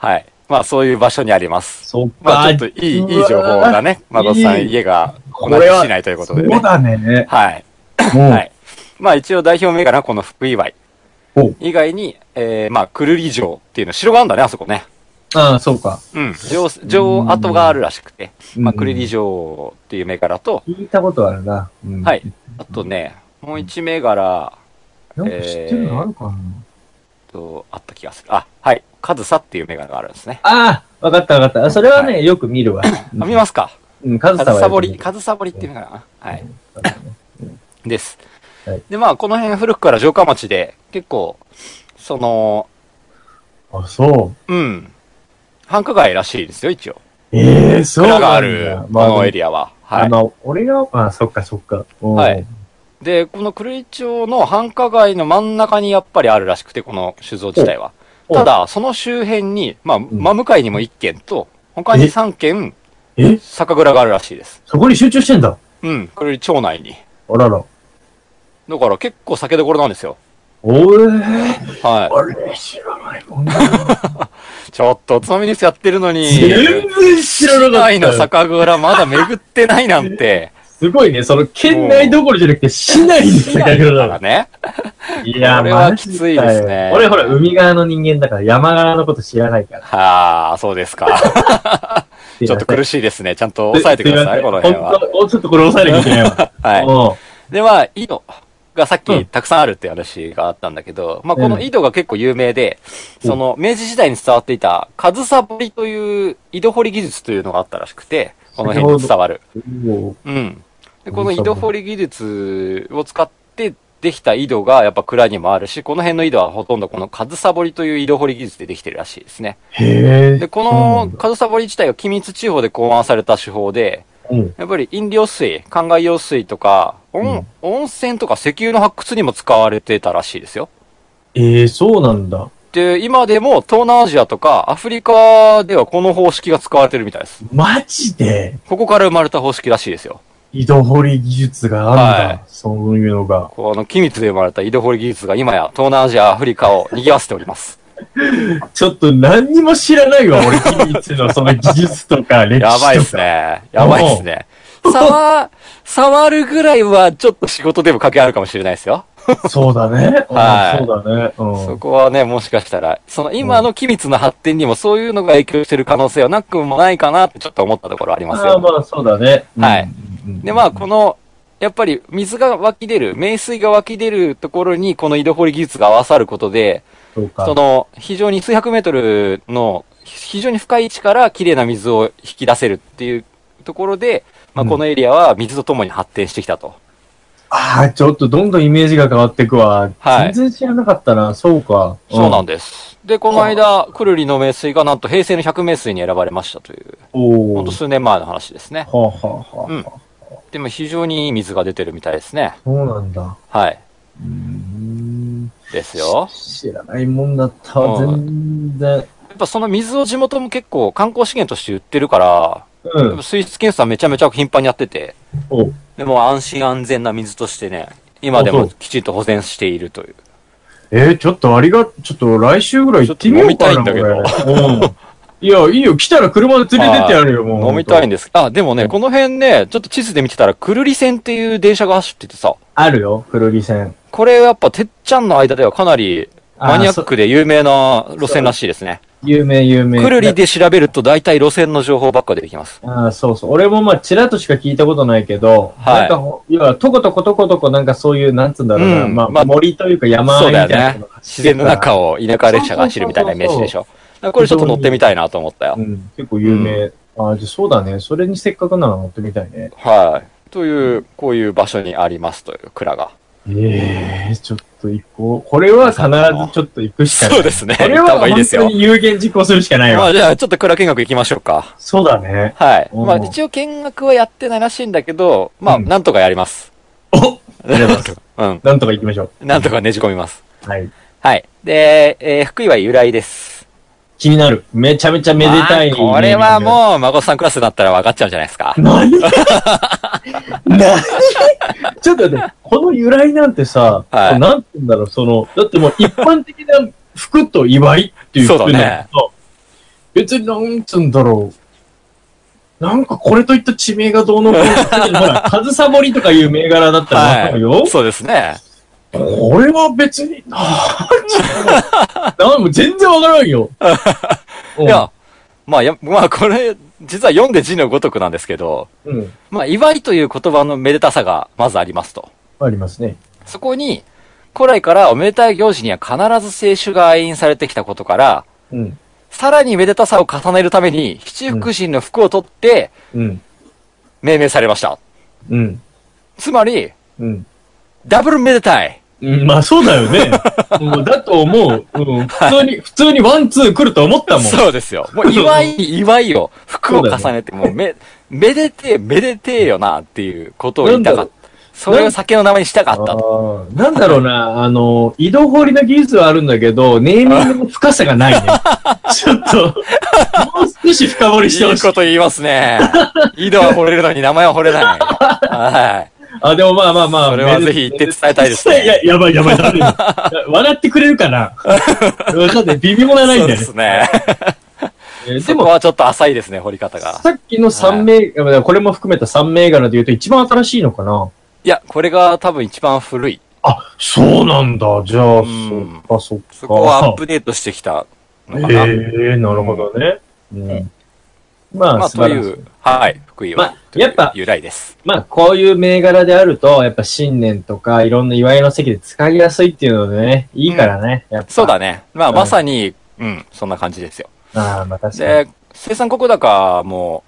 Speaker 3: あ。はい。まあそういう場所にあります。
Speaker 1: そっか。
Speaker 3: まあちょっといい、いい情報がね、まどさん家が同じ市内ということで
Speaker 1: そ
Speaker 3: ね
Speaker 1: う。だね。
Speaker 3: はい。
Speaker 1: もう、
Speaker 3: はい。まあ一応代表名かな、この福祝い
Speaker 1: お。
Speaker 3: 以外に、えー、まあ、くるり城っていうの、城があるんだね、あそこね。
Speaker 1: ああ、そうか。
Speaker 3: うん。城、城跡があるらしくて。まあ、くるり
Speaker 1: ジ
Speaker 3: 城っていう銘柄と、
Speaker 1: 聞いたことあるな。うん
Speaker 3: はい。あとね、もう一銘柄、
Speaker 1: なんか知ってるのあるかな、
Speaker 3: と、あった気がする。あ、はい。かずさっていう銘柄があるんですね。
Speaker 1: ああ、わかったわかった。あそれはね、
Speaker 3: は
Speaker 1: よく見るわ。
Speaker 3: あ、見ますか。
Speaker 1: うん、カズ
Speaker 3: か
Speaker 1: さんは
Speaker 3: ずさ
Speaker 1: よく
Speaker 3: ぼ
Speaker 1: 見
Speaker 3: り、
Speaker 1: る。
Speaker 3: かずさぼりっていう銘柄かな。はい。です
Speaker 1: はい。
Speaker 3: で、まあ、この辺古くから城下町で、結構、その、
Speaker 1: あ、そう。
Speaker 3: うん。繁華街らしいですよ、一応。
Speaker 1: ええそうなん
Speaker 3: 蔵
Speaker 1: だ。
Speaker 3: がある、こ
Speaker 1: まあ
Speaker 3: のエリアは。
Speaker 1: あ
Speaker 3: は
Speaker 1: の、俺が、あ、そっかそっか。うん
Speaker 3: はい。い。で、この呉井町の繁華街の真ん中にやっぱりあるらしくて、この酒造自体は。
Speaker 1: お
Speaker 3: ただ、その周辺に、まあ、真向かいにも1軒と、他
Speaker 1: え
Speaker 3: に3軒、
Speaker 1: え
Speaker 3: 酒蔵があるらしいです。
Speaker 1: そこに集中してんだ。
Speaker 3: うん、呉井町内に。
Speaker 1: あらら。
Speaker 3: だから結構酒どころなんですよ。
Speaker 1: おえ
Speaker 3: は
Speaker 1: あれ、知らないもんな。
Speaker 3: い。ちょっと、おつまみニュースやってるのに。
Speaker 1: 全然知らなか
Speaker 3: 市内の
Speaker 1: ったよ。
Speaker 3: 酒蔵まだ巡ってないなんて。
Speaker 1: すごいね、その、県内どころじゃなくて、 市内の酒
Speaker 3: 市内だ
Speaker 1: 蔵
Speaker 3: か
Speaker 1: だ
Speaker 3: らね。
Speaker 1: いや、
Speaker 3: これは
Speaker 1: マジ
Speaker 3: きついですね
Speaker 1: 俺ほら、海側の人間だから山側のこと知らないから。
Speaker 3: はあ、そうですか。ちょっと苦
Speaker 1: しい
Speaker 3: しいですね。ちゃんと抑えてください、この辺は。
Speaker 1: は。ちょっとこれ抑えなきゃいけないわ。
Speaker 3: はい。
Speaker 1: も
Speaker 3: で、まあ、井戸がさっ
Speaker 1: う
Speaker 3: き
Speaker 1: ん
Speaker 3: たくさんあるって話があったんだけど、まあ、
Speaker 1: うん
Speaker 3: この井戸が結構有名で、
Speaker 1: うん
Speaker 3: その、明治時代に伝わっていた、上総掘りという井戸掘り技術というのがあったらしくて、この辺に伝わる。
Speaker 1: うも
Speaker 3: うん。で、この井戸掘り技術を使ってできた井戸がやっぱ蔵にもあるし、この辺の井戸はほとんどこの上総掘りという井戸掘り技術でできてるらしいですね。
Speaker 1: う、へ
Speaker 3: で、
Speaker 1: え。
Speaker 3: こ
Speaker 1: そうな
Speaker 3: の
Speaker 1: んだ
Speaker 3: 上総掘り自体は機密地方で考案された手法で、
Speaker 1: うん。
Speaker 3: やっぱり飲料水、灌漑用水とか、温
Speaker 1: うん
Speaker 3: 温泉とか石油の発掘にも使われてたらしいですよ。
Speaker 1: ええ、そうなんだ。
Speaker 3: で、今でも東南アジアとかアフリカではこの方式が使われてるみたいです。
Speaker 1: マジで、
Speaker 3: ここから生まれた方式らしいですよ。
Speaker 1: 井戸掘り技術があるん
Speaker 3: は
Speaker 1: だ。そういうのが。
Speaker 3: この機密で生まれた井戸掘り技術が今や東南アジア、アフリカを賑わせております。
Speaker 1: ちょっと何にも知らないわ、俺、君一のその技術とか歴史とか。
Speaker 3: やばいっす。ね。やばいっすね。 触、触るぐらいはちょっと仕事でも関係あるかもしれないですよ。
Speaker 1: そうだね。うん
Speaker 3: は
Speaker 1: そ
Speaker 3: い
Speaker 1: うだね。うん
Speaker 3: そこはね、もしかしたら、その今の機密の発展にもそういうのが影響してる可能性はなくもないかなってちょっと思ったところあります
Speaker 1: ああ、
Speaker 3: よ。
Speaker 1: まあ、そうだね。うん
Speaker 3: はい。
Speaker 1: うん
Speaker 3: で、まあ、この、やっぱり水が湧き出る、名水が湧き出るところにこの井戸掘り技術が合わさることで、
Speaker 1: そうか
Speaker 3: その非常に数百メートルの非常に深い位置から綺麗な水を引き出せるっていうところで、まあ、
Speaker 1: うん
Speaker 3: このエリアは水とともに発展してきたと。
Speaker 1: ああ、ちょっとどんどんイメージが変わってくわ。
Speaker 3: はい
Speaker 1: 全然知らなかったな。そうか。
Speaker 3: そうなん
Speaker 1: だ。
Speaker 3: です。で、この間、くるりの名水がなんと平成の100名水に選ばれましたという、
Speaker 1: お
Speaker 3: ほ
Speaker 1: お。
Speaker 3: ん
Speaker 1: は
Speaker 3: と数年前の話ですね。
Speaker 1: あ、はあはあ、
Speaker 3: うんでも非常にいい水が出てるみたいですね。
Speaker 1: そうなんだ。
Speaker 3: はい。
Speaker 1: うーん。
Speaker 3: ですよ。
Speaker 1: 知らないもんだったわ。
Speaker 3: うん
Speaker 1: 全然。
Speaker 3: やっぱその水を地元も結構観光資源として売ってるから、
Speaker 1: う
Speaker 3: やっ
Speaker 1: ん
Speaker 3: ぱ。水質検査めちゃめちゃ頻繁にやってて、
Speaker 1: おう
Speaker 3: でも安心安全な水としてね、今で
Speaker 1: あ
Speaker 3: も
Speaker 1: そう
Speaker 3: きちんと保全しているという。
Speaker 1: えー、ちょっとありが、ちょっと来週ぐらい行ってみようかな。
Speaker 3: ちょっと飲みたいんだ
Speaker 1: けど。うん。いや、いいよ。来たら車で連れてってやるよ、もう。
Speaker 3: 飲みたいん
Speaker 1: で。
Speaker 3: です。あ、でもね、この辺ね、ちょっと地図で見てたら、くるり線っていう電車が走っててさ、
Speaker 1: あるよ、黒木線。
Speaker 3: これやっぱてっちゃんの間ではかなり
Speaker 1: あー
Speaker 3: マニアックで有名な路線らしいですね。
Speaker 1: 有名、有名。
Speaker 3: くるりで調べると大体路線の情報ばっか出てきます。
Speaker 1: ああ、そうそう。俺もまあ、ちらっとしか聞いたことないけど、
Speaker 3: はい
Speaker 1: なんかほ、要は、とことことことこ、なんかそういう、なんつうんだろうな、
Speaker 3: うん
Speaker 1: まあ、
Speaker 3: まあ
Speaker 1: 森というか山
Speaker 3: そう
Speaker 1: み
Speaker 3: だ
Speaker 1: た
Speaker 3: よ
Speaker 1: いな
Speaker 3: ね。自然の中を田舎列車が走るみたいなイメージでしょ。だからこれちょっと乗ってみたいなと思ったよ。
Speaker 1: うん、結構有名ああ、じゃあそうだね。それにせっかくなら乗ってみたいね。
Speaker 3: はい。という、こういう場所にありますという蔵が。
Speaker 1: ええちょっと行こう。これは必ずちょっと行くしかない。
Speaker 3: そうですね。
Speaker 1: これ
Speaker 3: 行った
Speaker 1: は
Speaker 3: 方がいい
Speaker 1: 本
Speaker 3: です
Speaker 1: 当
Speaker 3: よ。
Speaker 1: に有言実行するしかない
Speaker 3: ま
Speaker 1: わ。
Speaker 3: あじゃあ、ちょっと蔵見学行きましょうか。
Speaker 1: そうだ ね。
Speaker 3: はい。
Speaker 1: おう
Speaker 3: まあ一応見学はやってないらしいんだけど、まあ
Speaker 1: うん
Speaker 3: なんとかやります。
Speaker 1: おありがとうございます。
Speaker 3: うん。
Speaker 1: なんとか行きましょ
Speaker 3: なんとかねじ込みます。
Speaker 1: う。はい。
Speaker 3: はい。で、えー福井は由来です。
Speaker 1: 気になる。めちゃめちゃめでたい、
Speaker 3: まあこれはもう、孫さんクラスだったら分かっちゃうんじゃないですか
Speaker 1: う。。 何何ちょっと待って、この由来なんてさ、
Speaker 3: はい
Speaker 1: なんて言うんだろう、その、だってもう一般的な服と祝いっていう服なんだけど、別になんつうんだろう。なんかこれといった地名がどうのこうのってほら、カズサボリとかいう銘柄だったらわかるよ。
Speaker 3: はい。そうですね。
Speaker 1: これは別に、あーなんも全然わからんよ。
Speaker 3: いや、まあ、やまあ、これ、実は読んで字のごとくなんですけど、
Speaker 1: うん、うん。
Speaker 3: まあ、祝いという言葉のめでたさがまずありますと。
Speaker 1: ありますね。
Speaker 3: そこに、古来からおめでたい行事には必ず聖酒が愛飲されてきたことから、
Speaker 1: うん。
Speaker 3: さらにめでたさを重ねるために、七福神の服を取って
Speaker 1: うん。
Speaker 3: 命名されました。
Speaker 1: うん。
Speaker 3: つまり、
Speaker 1: うん。
Speaker 3: ダブルめでたい。
Speaker 1: うんまあそうだよね。 うんだと思う。うん普通に、普通にワンツー来ると思ったもん。
Speaker 3: そうですよ。もう祝いに祝いを、服を重ねて、もうめ、めでてえ、めでてえよなっていうことを言いたかった。それを酒の名前にしたかったと。
Speaker 1: あーなんだろうな、あの、移動掘りの技術はあるんだけど、ネーミングの深さが ないね。ちょっと、もう少し深掘りして
Speaker 3: い
Speaker 1: ほ
Speaker 3: い
Speaker 1: しい
Speaker 3: こ。と言います ね。井戸は掘れるのに名前は掘れない。は
Speaker 1: あ、でもまあまあまあ。
Speaker 3: それはぜひ言って伝えたいです ね。
Speaker 1: いや、やばいやばい、ダメだ。いや笑ってくれるかなわかんない。微妙ないラインだ
Speaker 3: そうで
Speaker 1: よね
Speaker 3: すね。
Speaker 1: えー。で
Speaker 3: そこ
Speaker 1: も、
Speaker 3: はちょっと浅いですね、掘り方が。
Speaker 1: さっきの3銘柄、これも含めた3銘柄で言うと一番新しいのかない
Speaker 3: や、これが多分一番古い。
Speaker 1: あ、そうなんだ。じゃあ、
Speaker 3: ん
Speaker 1: そっか、そっか。
Speaker 3: そこはアップデートしてきたのか
Speaker 1: え
Speaker 3: な。
Speaker 1: えなるほどね。うん。まあ、
Speaker 3: まあ、
Speaker 1: 素
Speaker 3: と
Speaker 1: 晴
Speaker 3: い
Speaker 1: らしい。
Speaker 3: う、はい、福井
Speaker 1: ま
Speaker 3: は
Speaker 1: あ。やっぱ
Speaker 3: という由来です。
Speaker 1: まあ、こういう銘柄であると、やっぱ新年とか、いろんな祝いの席で使いやすいっていうのでね、いいからね。やっぱ
Speaker 3: そうだね。まあ、
Speaker 1: うん
Speaker 3: まさに、うん、そんな感じですよ。
Speaker 1: ああ、まあ確かに。
Speaker 3: で、生産国高も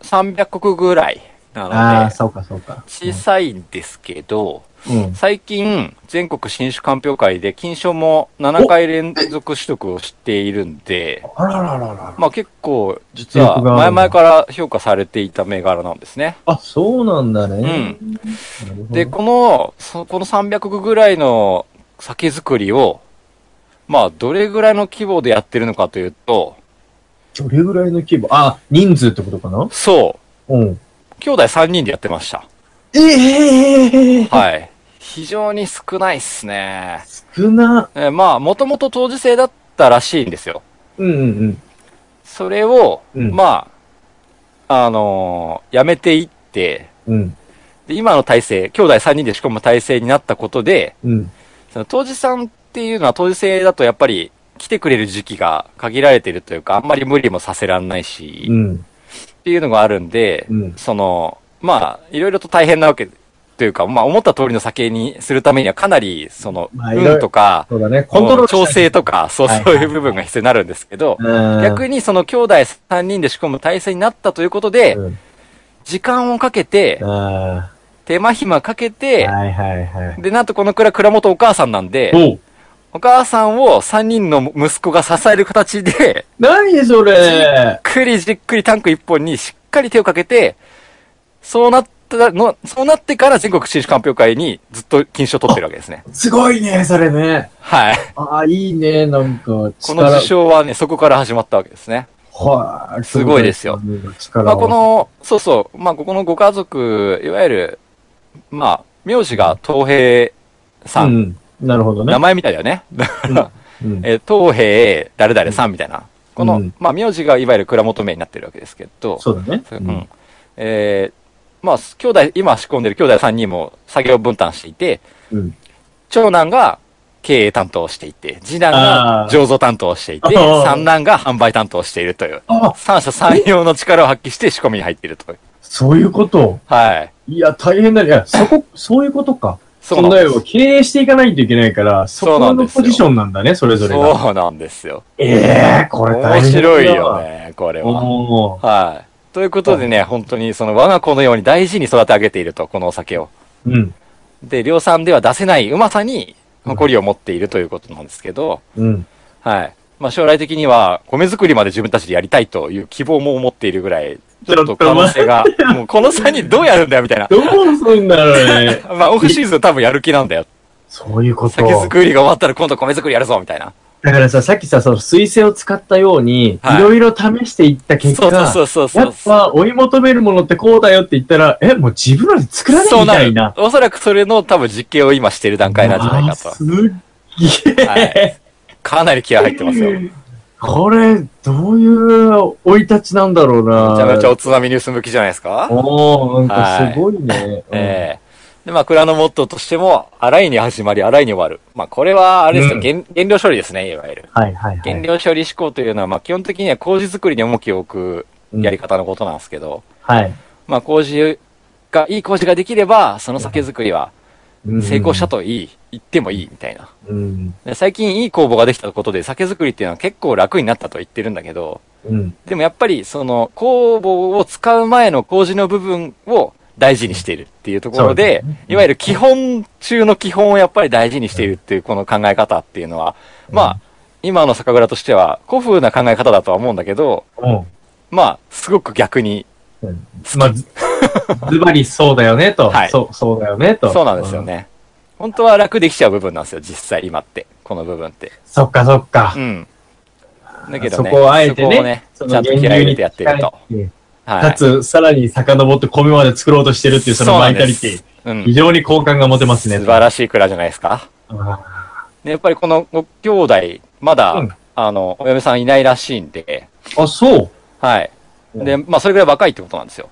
Speaker 3: 300国ぐらいな
Speaker 1: あ
Speaker 3: の
Speaker 1: あ、
Speaker 3: で、
Speaker 1: そうか、そうか。
Speaker 3: 小さいんですけど、
Speaker 1: うん。
Speaker 3: 最近、全国新酒鑑評会で金賞も7回連続取得をしているんで、
Speaker 1: あらららら。
Speaker 3: まあ結構、
Speaker 1: 実
Speaker 3: 実は
Speaker 1: 力がある
Speaker 3: 前々から評価されていた銘柄なんですね。
Speaker 1: あ、そうなんだ
Speaker 3: う
Speaker 1: ね。
Speaker 3: ん。
Speaker 1: うん
Speaker 3: で、この、そこの300ぐらいの酒造りを、まあ、どれぐらいの規模でやってるのかというと、
Speaker 1: どれぐらいの規模あ、人数ってことかな
Speaker 3: そ
Speaker 1: うん。
Speaker 3: う、兄弟3人でやって ました。
Speaker 1: ええ
Speaker 3: はい。非常に少ないっすね。
Speaker 1: 少な。
Speaker 3: えーまあ、もともと当時制だったらしいんですよ。
Speaker 1: うんうんうん。
Speaker 3: それを、
Speaker 1: うん
Speaker 3: まあ、あのーやめていって、
Speaker 1: うん。
Speaker 3: で、今の体制、兄弟3人で仕込む体制になったことで、
Speaker 1: うん。
Speaker 3: その当時さんっていうのは当時制だとやっぱり来てくれる時期が限られてるというか、あんまり無理もさせらんないし、
Speaker 1: うん。
Speaker 3: っていうのがあるんで、
Speaker 1: うん
Speaker 3: その、まあ、いろいろと大変なわけというか、まあ、思った通りの酒にするためにはかなり、その、
Speaker 1: まあいろいろ
Speaker 3: 運とか、
Speaker 1: そうだね。コントロールしたい
Speaker 3: 調整とか、そう、
Speaker 1: はい
Speaker 3: そういう部分が必要になるんですけど、
Speaker 1: うん
Speaker 3: 逆にその兄弟3人で仕込む体制になったということで、
Speaker 1: うん
Speaker 3: 時間をかけて、
Speaker 1: あ
Speaker 3: 手間暇かけ
Speaker 1: あ。
Speaker 3: て、
Speaker 1: はいはいはい。
Speaker 3: で、なんとこの蔵、蔵元お母さんなんで、
Speaker 1: お
Speaker 3: お母さんを3人の息子が支える形で、
Speaker 1: 何それ
Speaker 3: じっくりじっくりタンク1本にしっかり手をかけて、そうなったの、そうなってから全国新酒鑑評会にずっと金賞を取ってるわけですね。
Speaker 1: すごいね、それね。
Speaker 3: はい。
Speaker 1: ああ、いいね、なんか、
Speaker 3: この受賞はね、そこから始まったわけですね。
Speaker 1: はあ、
Speaker 3: すごいですよ。
Speaker 1: 力
Speaker 3: まあ、
Speaker 1: を
Speaker 3: こ、の、そうそう、まあ、ここのご家族、いわゆる、まあ、名字が東平さ。
Speaker 1: うんん。なるほどね。
Speaker 3: 名前みたいだよね。だから、
Speaker 1: うん
Speaker 3: えー東平、誰々さんみたいな。この、
Speaker 1: うん
Speaker 3: まあ、名字がいわゆる蔵元名になってるわけですけど、
Speaker 1: そうだね。
Speaker 3: う。ん。えーまあ、兄弟、今仕込んでる兄弟3人も作業分担していて、
Speaker 1: うん。
Speaker 3: 長男が経営担当していて、次男
Speaker 1: あ
Speaker 3: が
Speaker 1: ー
Speaker 3: 醸造担当してい
Speaker 1: あ
Speaker 3: て、
Speaker 1: ー
Speaker 3: 三男が販売担当しているという、
Speaker 1: あ、
Speaker 3: 三者三様の力を発揮して仕込みに入っているという。
Speaker 1: そういうこと。
Speaker 3: はい。
Speaker 1: いや、大変だね。いや、そ こ、そういうことか。
Speaker 3: そう
Speaker 1: そ
Speaker 3: なんん
Speaker 1: な
Speaker 3: で
Speaker 1: よ、経営していかないといけないから、そ
Speaker 3: そうな
Speaker 1: こ
Speaker 3: んで
Speaker 1: の
Speaker 3: すよ
Speaker 1: ポジションなんだね、それぞ
Speaker 3: す。
Speaker 1: れが。
Speaker 3: そうなんですよ。
Speaker 1: ええ、これ大
Speaker 3: 面
Speaker 1: 変だ
Speaker 3: 白いよ。ね、これは。
Speaker 1: おー
Speaker 3: はということでね、本当にその我が子のように大事に育て上げていると、このお酒を。
Speaker 1: うん。
Speaker 3: で、量産では出せないうまさに誇りを持っているということなんですけど、
Speaker 1: うん。
Speaker 3: はい。まあ将来的には米作りまで自分たちでやりたいという希望も持っているぐらい、ちょっと可能 性が、もうこの3人どうやるんだよみたいな。
Speaker 1: どうすんだろうね。
Speaker 3: まあオフシーズン多分やる気なんだよ。
Speaker 1: そういうこと。
Speaker 3: 酒作りが終わったら今度米作りやるぞみたいな。
Speaker 1: だからさ、さっきさ、その水星を使ったように、
Speaker 3: はい
Speaker 1: いろいろ試していった結
Speaker 3: そう
Speaker 1: 果、
Speaker 3: そうそう
Speaker 1: や
Speaker 3: そう
Speaker 1: っ
Speaker 3: そう。
Speaker 1: ぱ追い求めるものってこうだよって言ったら、え、もう自分らで作らない
Speaker 3: そう
Speaker 1: み
Speaker 3: な
Speaker 1: た
Speaker 3: る
Speaker 1: いな。
Speaker 3: おそらくそれの多分実験を今してる段階なんじゃないかと
Speaker 1: あ。ーすっげえ、
Speaker 3: はいかなり気合入ってますよ。め
Speaker 1: これ、どういう生い立ちなんだろうな。
Speaker 3: ちゃめちゃおつまみニュース向きじゃないですか
Speaker 1: おー、なんかすごいね。うん
Speaker 3: ええで、まあ、蔵のモットーとしても、洗いに始まり、洗いに終わる。まあ、これは、あれですよ、
Speaker 1: うん
Speaker 3: 原、原料処理ですね、いわゆる。
Speaker 1: はいはいは
Speaker 3: 原
Speaker 1: い。
Speaker 3: 料処理思考というのは、まあ、基本的には麹作りに重きを置くやり方のことなんですけど、
Speaker 1: はい。
Speaker 3: まあ、麹が、いい麹ができれば、その酒作りは
Speaker 1: うん
Speaker 3: 成功した。といい、言ってもいい、みたいな。
Speaker 1: うん。
Speaker 3: で最近いい工房ができたことで、酒作りっていうのは結構楽になったと言ってるんだけど、
Speaker 1: うん。
Speaker 3: でもやっぱり、その、工房を使う前の麹の部分を大事にしているっていうところで、
Speaker 1: そうですね
Speaker 3: いわゆる基本中の基本をやっぱり大事にしているっていうこの考え方っていうのは、まあ、今の酒蔵としては古風な考え方だとは思うんだけど、
Speaker 1: うん。
Speaker 3: まあ、すごく逆に、
Speaker 1: まあ、ずズバリそうだよねと。
Speaker 3: はい
Speaker 1: そう、そうだよねと。
Speaker 3: そうなんですよね。本当は楽できちゃう部分なんですよ、実際今って。この部分って
Speaker 1: うん。。そっかそっか
Speaker 3: う。ん。だけど
Speaker 1: そ
Speaker 3: ね。
Speaker 1: こをあえて
Speaker 3: そこを
Speaker 1: ね、そ
Speaker 3: ちゃんと気合い入れてやってると。。は
Speaker 1: か
Speaker 3: い。
Speaker 1: つ、さらに遡って米まで作ろうとしてるっていうその
Speaker 3: う
Speaker 1: バ
Speaker 3: なん
Speaker 1: イ
Speaker 3: で
Speaker 1: タリ
Speaker 3: す
Speaker 1: ティ。
Speaker 3: うん
Speaker 1: 非。常に好感が持てますね。
Speaker 3: 素晴らしい蔵じゃないですか。
Speaker 1: あ
Speaker 3: で、やっぱりこのご兄弟、まだ、
Speaker 1: うん
Speaker 3: あの、お嫁さんいないらしいんで、
Speaker 1: ーあ、そう
Speaker 3: はい。で、まあ、それぐらい若いってことなんですよ。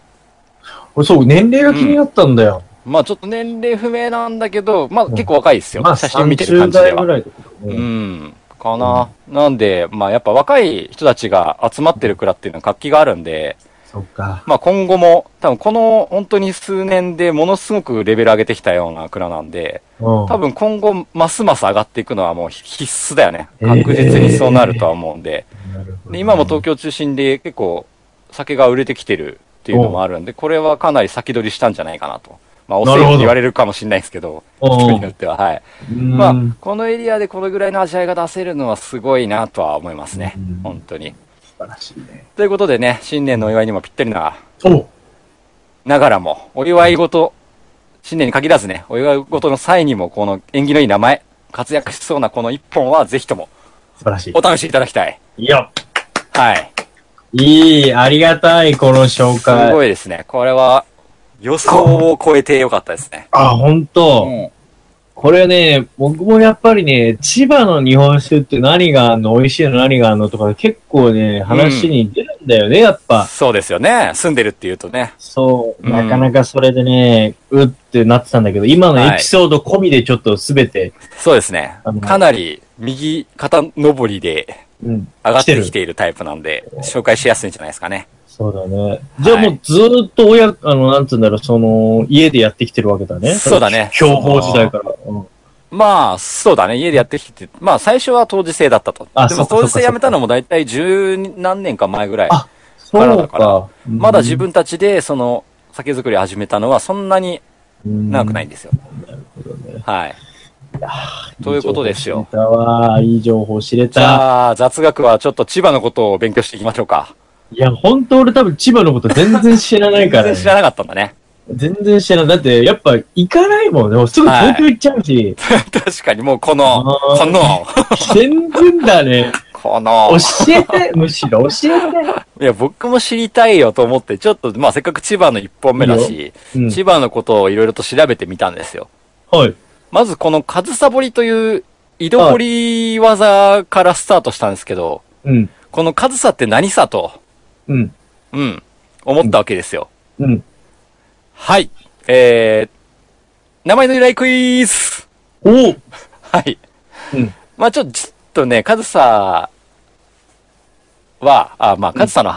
Speaker 1: 俺そう、年齢が気になったんだよ。
Speaker 3: まあ、ちょっと年齢不明なんだけど、まあ、
Speaker 1: うん
Speaker 3: 結構若いですよ。
Speaker 1: まあ、
Speaker 3: 写真見てる感じ
Speaker 1: 30
Speaker 3: で
Speaker 1: 代ぐ
Speaker 3: は。
Speaker 1: らいだけど
Speaker 3: う
Speaker 1: ね
Speaker 3: ん。かな。なんで、まあ、やっぱ若い人たちが集まってる蔵っていうのは活気があるんで、
Speaker 1: そっか。
Speaker 3: まあ、今後も、多分この本当に数年でものすごくレベル上げてきたような蔵なんで、
Speaker 1: 多
Speaker 3: 多分今後、ますます上がっていくのはもう必須だよね。確実にそうなるとは思うんで。で今も東京中心で結構酒が売れてきてるっていうのもあるんで、これはかなり先取りしたんじゃないかなと。まあ、お世
Speaker 1: なる
Speaker 3: 話
Speaker 1: ほ
Speaker 3: って
Speaker 1: ど
Speaker 3: 言われるかもしれないですけど、
Speaker 1: うん
Speaker 3: 人によっては、はい。
Speaker 1: うん
Speaker 3: まあ、このエリアでこのぐらいの味わいが出せるのはすごいなとは思いますね
Speaker 1: うん。
Speaker 3: 本当に。
Speaker 1: 素晴らしいね。
Speaker 3: ということでね、新年のお祝いにもぴったりな、
Speaker 1: お
Speaker 3: ながらも、お祝いごと、新年に限らずね、お祝いごとの際にも、この縁起のいい名前、活躍しそうなこの一本はぜひとも
Speaker 1: 素晴らしい
Speaker 3: お。試しいただきたい。
Speaker 1: いや、
Speaker 3: はい。
Speaker 1: いい、ありがたい、この紹
Speaker 3: す
Speaker 1: 介。
Speaker 3: ごいですね。これは、予想を超えてよかったですね。
Speaker 1: あ、ほんと。これね、僕もやっぱりね、千葉の日本酒って何があんの、美味しいの何があんのとか結構ね、話に出るんだよね、やっぱ。
Speaker 3: そうですよね。住んでるっていうとね。
Speaker 1: そう、
Speaker 3: うん
Speaker 1: なかなかそれでね、うってなってたんだけど、今のエピソード込みでちょっとすべて、
Speaker 3: そうですね
Speaker 1: あの。
Speaker 3: かなり右肩上りで
Speaker 1: うん、
Speaker 3: 上がってきているタイプなんで、紹介しやすいんじゃないですかね。
Speaker 1: そうだね。じゃあもうずーっと親、あの、なんつうんだろう、その、家でやってきてるわけだね。
Speaker 3: そうだね
Speaker 1: 標榜時代から。うん
Speaker 3: まあ、そうだね。家でやってきてて、まあ、最初は当時制だったと。
Speaker 1: あ
Speaker 3: で
Speaker 1: そ
Speaker 3: も
Speaker 1: っか
Speaker 3: 当
Speaker 1: そっか
Speaker 3: 時制辞めたのも大体十何年か前ぐらい。
Speaker 1: あ
Speaker 3: から
Speaker 1: そ
Speaker 3: だ
Speaker 1: う
Speaker 3: から
Speaker 1: か。うん。
Speaker 3: まだ自、分たちで、その、酒造り始めたのはそんなに長くないいんですよ。はい。ということですよ
Speaker 1: いい情報知れ。たわいい情報知れ
Speaker 3: じ
Speaker 1: た。
Speaker 3: ゃあ、雑学はちょっと千葉のことを勉強していきましょうか。
Speaker 1: いや、ほんと俺多分千葉のこと全然知らないから、
Speaker 3: 全然知らなかったんだね。
Speaker 1: 全然知らない。だって、やっぱ行かないもんね。もうすぐ東京行っちゃうし。
Speaker 3: 確かにもうこの、
Speaker 1: あー
Speaker 3: こ の、
Speaker 1: 全然だね。
Speaker 3: この、
Speaker 1: 教え て、むしろ教えて。
Speaker 3: いや、僕も知りたいよと思って、ちょっと、まあ、せっかく千葉の一本目だ
Speaker 1: い
Speaker 3: し、
Speaker 1: うん、
Speaker 3: 千葉のことをいろいろと調べてみたんですよ。
Speaker 1: はい。
Speaker 3: まずこの、上総掘りという、井戸掘り技からスタートしたんですけど、
Speaker 1: うん、
Speaker 3: この上総って何さと、
Speaker 1: うん、
Speaker 3: うん、思ったわけですよ。
Speaker 1: うん。
Speaker 3: はい。えー、名前の由来クイズ
Speaker 1: おう
Speaker 3: はい。
Speaker 1: うん
Speaker 3: まあちょっと、ちょっとね、カズサは、あ、まあカズサの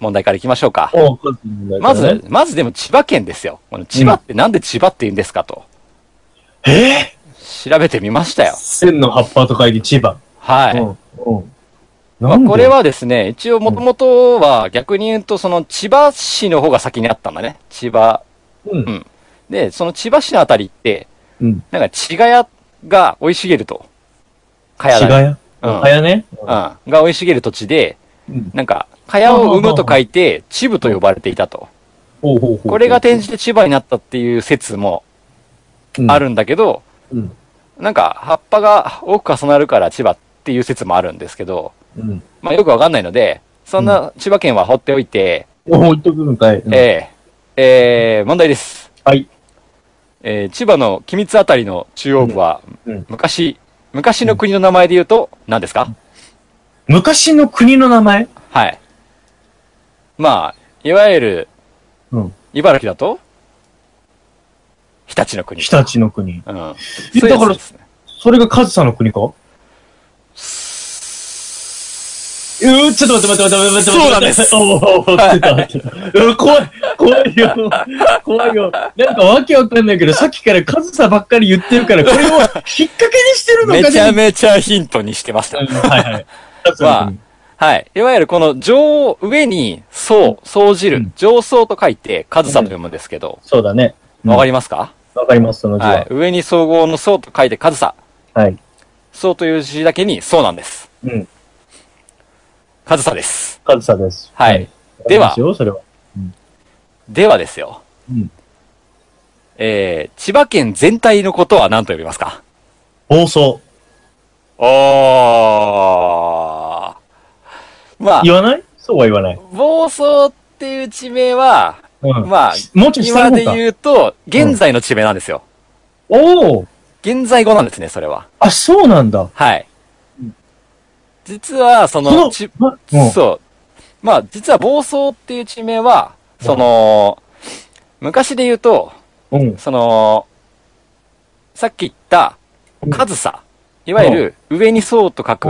Speaker 3: 問題からいきましょうか。
Speaker 1: おうこっちの問題
Speaker 3: ま
Speaker 1: からね、
Speaker 3: ずまずでも千葉県ですよ。この千葉ってなんで千葉って言うんですかと。
Speaker 1: え
Speaker 3: 調べてみましたよ
Speaker 1: ー、。千の葉っぱと書いて千葉。
Speaker 3: はい。
Speaker 1: うん、うん。
Speaker 3: ま
Speaker 1: な
Speaker 3: あ
Speaker 1: んで
Speaker 3: これはですね、一応もともとは逆に言うと、その千葉市の方が先にあったんだね。千葉。
Speaker 8: うん
Speaker 3: んで、その千葉市のあたりって、
Speaker 8: うん
Speaker 3: なんか、ちがやが生い茂ると。かや
Speaker 8: 違
Speaker 3: だ
Speaker 8: う
Speaker 3: ね。
Speaker 8: や。
Speaker 3: うん
Speaker 8: かやね。
Speaker 3: うん。が生い茂る土地で、
Speaker 8: うん
Speaker 3: なんか、かやを産むと書いて、千部と呼ばれていたと。
Speaker 8: ほうほうほう
Speaker 3: これが転じて千葉になったっていう説も
Speaker 8: うん
Speaker 3: あるんだけど、
Speaker 8: うん
Speaker 3: なんか、葉っぱが多く重なるから千葉っていう説もあるんですけど、
Speaker 8: うん。
Speaker 3: まあよくわかんないので、そんな千葉県は放っておいて、
Speaker 8: お置いとくんかい。うん
Speaker 3: えー、えー、問題です。
Speaker 8: はい。
Speaker 3: えー、千葉の君津あたりの中央部は、
Speaker 8: うんうん
Speaker 3: 昔、昔の国の名前で言うと、何ですか、
Speaker 8: 昔の国の名前
Speaker 3: はい。まあ、いわゆる、
Speaker 8: うん
Speaker 3: 茨城だと、日立の国。
Speaker 1: 日立の国。
Speaker 3: うん。
Speaker 8: え
Speaker 3: そういうや
Speaker 8: だか
Speaker 3: つ
Speaker 8: ら
Speaker 3: ですね。
Speaker 8: それがカズさんの国かうー、ちょっと待って待って待って待って待って。
Speaker 3: そうなんです
Speaker 8: おー、来てた来てた。うー 怖い、怖いよ。怖いよ。なんかわけわかんないけど、さっきからカズさんばっかり言ってるから、これを引っ掛けにしてるのか
Speaker 3: めちゃ
Speaker 8: め
Speaker 3: めちゃヒントにしてました。
Speaker 8: はいはい。カズさんの国
Speaker 3: はい。いわゆるこの上、上に、層、総じる、上層と書いて、上総と読むんですけど、
Speaker 8: そうだね。うん
Speaker 3: わかりますか、
Speaker 8: わかります、その字
Speaker 3: はい
Speaker 8: は。。
Speaker 3: 上に総合の層と書いて、上総。
Speaker 8: はい。
Speaker 3: 層という字だけに、そうなんです。
Speaker 8: うん。
Speaker 3: 上総です。
Speaker 8: カズさんです。
Speaker 3: はい
Speaker 8: わかりますよ、それは。
Speaker 3: ではですよ。
Speaker 8: うん
Speaker 3: えー、千葉県全体のことは何と呼びますか
Speaker 1: 暴走。
Speaker 3: おー。まあ、
Speaker 8: 言わないそうは言わない。
Speaker 3: 暴走っていう地名は、
Speaker 8: うん。
Speaker 3: まあ、
Speaker 8: もうちょい下
Speaker 3: 今
Speaker 8: の
Speaker 3: で
Speaker 8: 方か。
Speaker 3: 言うと、現在の地名なんですよ。
Speaker 8: おー。
Speaker 3: 現在語なんですね、それは。
Speaker 8: あ、そうなんだ。
Speaker 3: はい
Speaker 8: うん。
Speaker 3: 実は、そ
Speaker 8: そ
Speaker 3: の、
Speaker 8: の
Speaker 3: ち
Speaker 8: ま、
Speaker 3: そう。まあ、実は暴走っていう地名は、その、昔で言うと、
Speaker 8: うん。うん。
Speaker 3: その、さっき言った、上総。いわゆる、上に層と書く、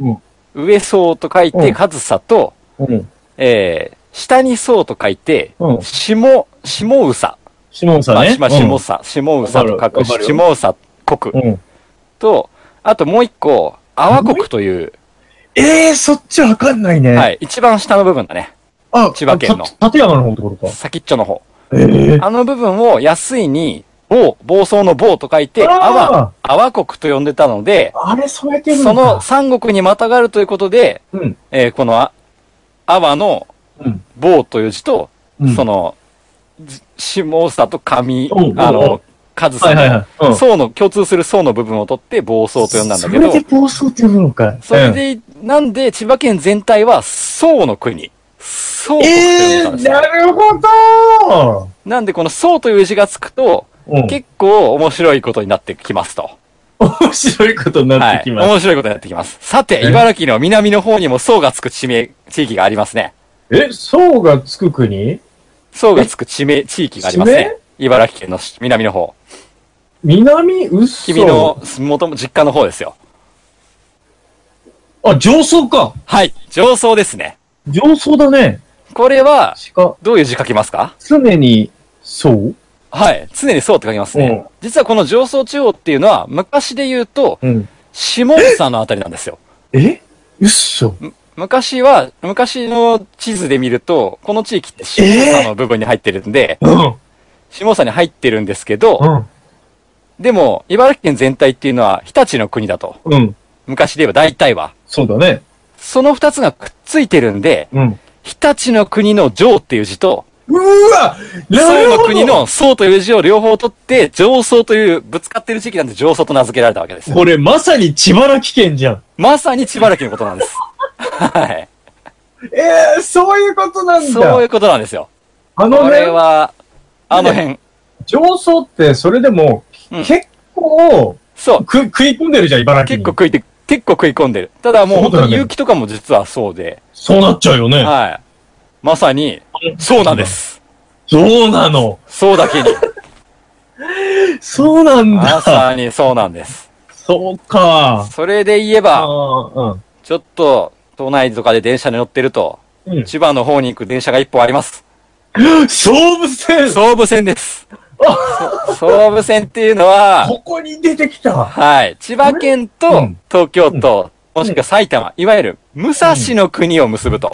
Speaker 8: うん。
Speaker 3: 上層と書いて
Speaker 8: うん
Speaker 3: 上総と、
Speaker 8: うん。
Speaker 3: えー、下に層と書いて、
Speaker 8: うん。
Speaker 3: 下、下うさ。
Speaker 8: シモンさん
Speaker 3: まあ、
Speaker 8: ね。
Speaker 3: しまあ下うさ、下うさと
Speaker 8: わか
Speaker 3: 書
Speaker 8: る
Speaker 3: く、
Speaker 8: わかるよ
Speaker 3: 下うさ国
Speaker 8: うん。うん。
Speaker 3: と、あともう一個、阿波国という、
Speaker 1: ええそっちわかんないね。
Speaker 3: はい、一番下の部分だね。
Speaker 1: あ、
Speaker 3: 千葉県の
Speaker 8: た立山の方のところか。
Speaker 3: 先っちょの方。
Speaker 1: ええ
Speaker 3: あの部分を安いに、棒、暴走の棒と書いて、阿波、
Speaker 1: あ
Speaker 3: 阿波国と呼んでたので、
Speaker 1: あれ、そうやってる
Speaker 3: その
Speaker 1: のか。
Speaker 3: 三国にまたがるということで、
Speaker 8: うん。
Speaker 3: えーこのあ、阿波の
Speaker 8: うん。
Speaker 3: 棒という字と、
Speaker 8: うん
Speaker 3: その、じ下総と上
Speaker 8: う、ん
Speaker 3: あ
Speaker 8: うんう
Speaker 3: の
Speaker 8: ん、
Speaker 3: 上
Speaker 8: は
Speaker 3: 総
Speaker 8: いはいは
Speaker 3: の、
Speaker 8: い。うん。
Speaker 3: 層の、共通する層の部分を取って暴走と呼んだんだけ
Speaker 1: それ
Speaker 3: ど
Speaker 1: で、暴走って呼ぶのか。
Speaker 3: それで、なんで千葉県全体は層の国。層と
Speaker 1: え
Speaker 3: 呼
Speaker 1: え
Speaker 3: んだんですよ
Speaker 1: なるほど
Speaker 3: なんでこの層という字がつくと、
Speaker 8: うん。
Speaker 3: 結構面白いことになってきますと。
Speaker 8: 面白いことに
Speaker 3: は
Speaker 8: なって
Speaker 3: い。
Speaker 8: きます。
Speaker 3: 面白いことになってきます。さて、
Speaker 8: え
Speaker 3: 茨城の南の方にも層がつく地名、地域がありますね。
Speaker 8: え、層がつく国
Speaker 3: 層がつく地名、地域がありますね。茨城県の南の方。
Speaker 8: 南うっそ
Speaker 3: 君の、元も実家の方ですよ。
Speaker 8: あ、上層か。
Speaker 3: はい。上層ですね。
Speaker 8: 上層だね。
Speaker 3: これは、
Speaker 8: しか、
Speaker 3: どういう字書きますか
Speaker 8: 常に、そう
Speaker 3: はい。常に層って書きますね。実はこの上層地方っていうのは、昔で言うと、
Speaker 8: うん。
Speaker 3: 下総のあたりなんですよ。
Speaker 1: えうっそ。
Speaker 3: 昔は、昔の地図で見ると、この地域って下総の部分に入ってるんで、
Speaker 1: うん。
Speaker 3: 下総に入ってるんですけど、
Speaker 1: うん。
Speaker 3: でも、茨城県全体っていうのは日立の国だと。
Speaker 1: うん。
Speaker 3: 昔で言えば大体は。
Speaker 1: そうだね。
Speaker 3: その二つがくっついてるんで、
Speaker 1: うん。
Speaker 3: 日立の国の上っていう字と、
Speaker 1: うーわなるほ
Speaker 3: 宋
Speaker 1: ど
Speaker 3: の国の宋という字を両方取って、上層という、ぶつかってる地域なんで上層と名付けられたわけですよ。
Speaker 1: これまさに千葉らき県じゃん。
Speaker 3: まさに千葉県のことなんです。はい。
Speaker 1: ええそういうことなん
Speaker 3: そういうことなんですよ。
Speaker 1: あ
Speaker 3: こ
Speaker 1: の
Speaker 3: れ
Speaker 1: ね、
Speaker 3: は、あの辺。
Speaker 1: 上層ってそれでも、
Speaker 3: うん
Speaker 1: 結構
Speaker 3: そう。
Speaker 1: く食い込んでるじゃん、茨城
Speaker 3: 結
Speaker 1: に
Speaker 3: 構。食いて、結構食い込んでる。ただもう
Speaker 1: そ
Speaker 3: 本
Speaker 1: うだよ
Speaker 3: 当
Speaker 1: ね
Speaker 3: に勇気とかも実はそうで。
Speaker 1: そうなっちゃうよね。
Speaker 3: はい。まさに、そうなんです。
Speaker 1: そうなの。
Speaker 3: そうだけに。
Speaker 1: そうなん
Speaker 3: ま
Speaker 1: だ。
Speaker 3: さにそうなんです。
Speaker 1: そうか。
Speaker 3: それで言え
Speaker 1: あ
Speaker 3: ば、
Speaker 1: ー
Speaker 3: ちょっと、都内とかで電車に乗ってると、
Speaker 1: うん
Speaker 3: 千葉の方に行く電車が一本あります。
Speaker 1: うん。勝負戦
Speaker 3: 総武線です。そ総武線っていうのは、
Speaker 1: ここに出てきた。
Speaker 3: はい、千葉県
Speaker 1: う
Speaker 3: と
Speaker 1: ん
Speaker 3: 東京都、もしくは埼玉、いわゆる武蔵の国を結ぶと。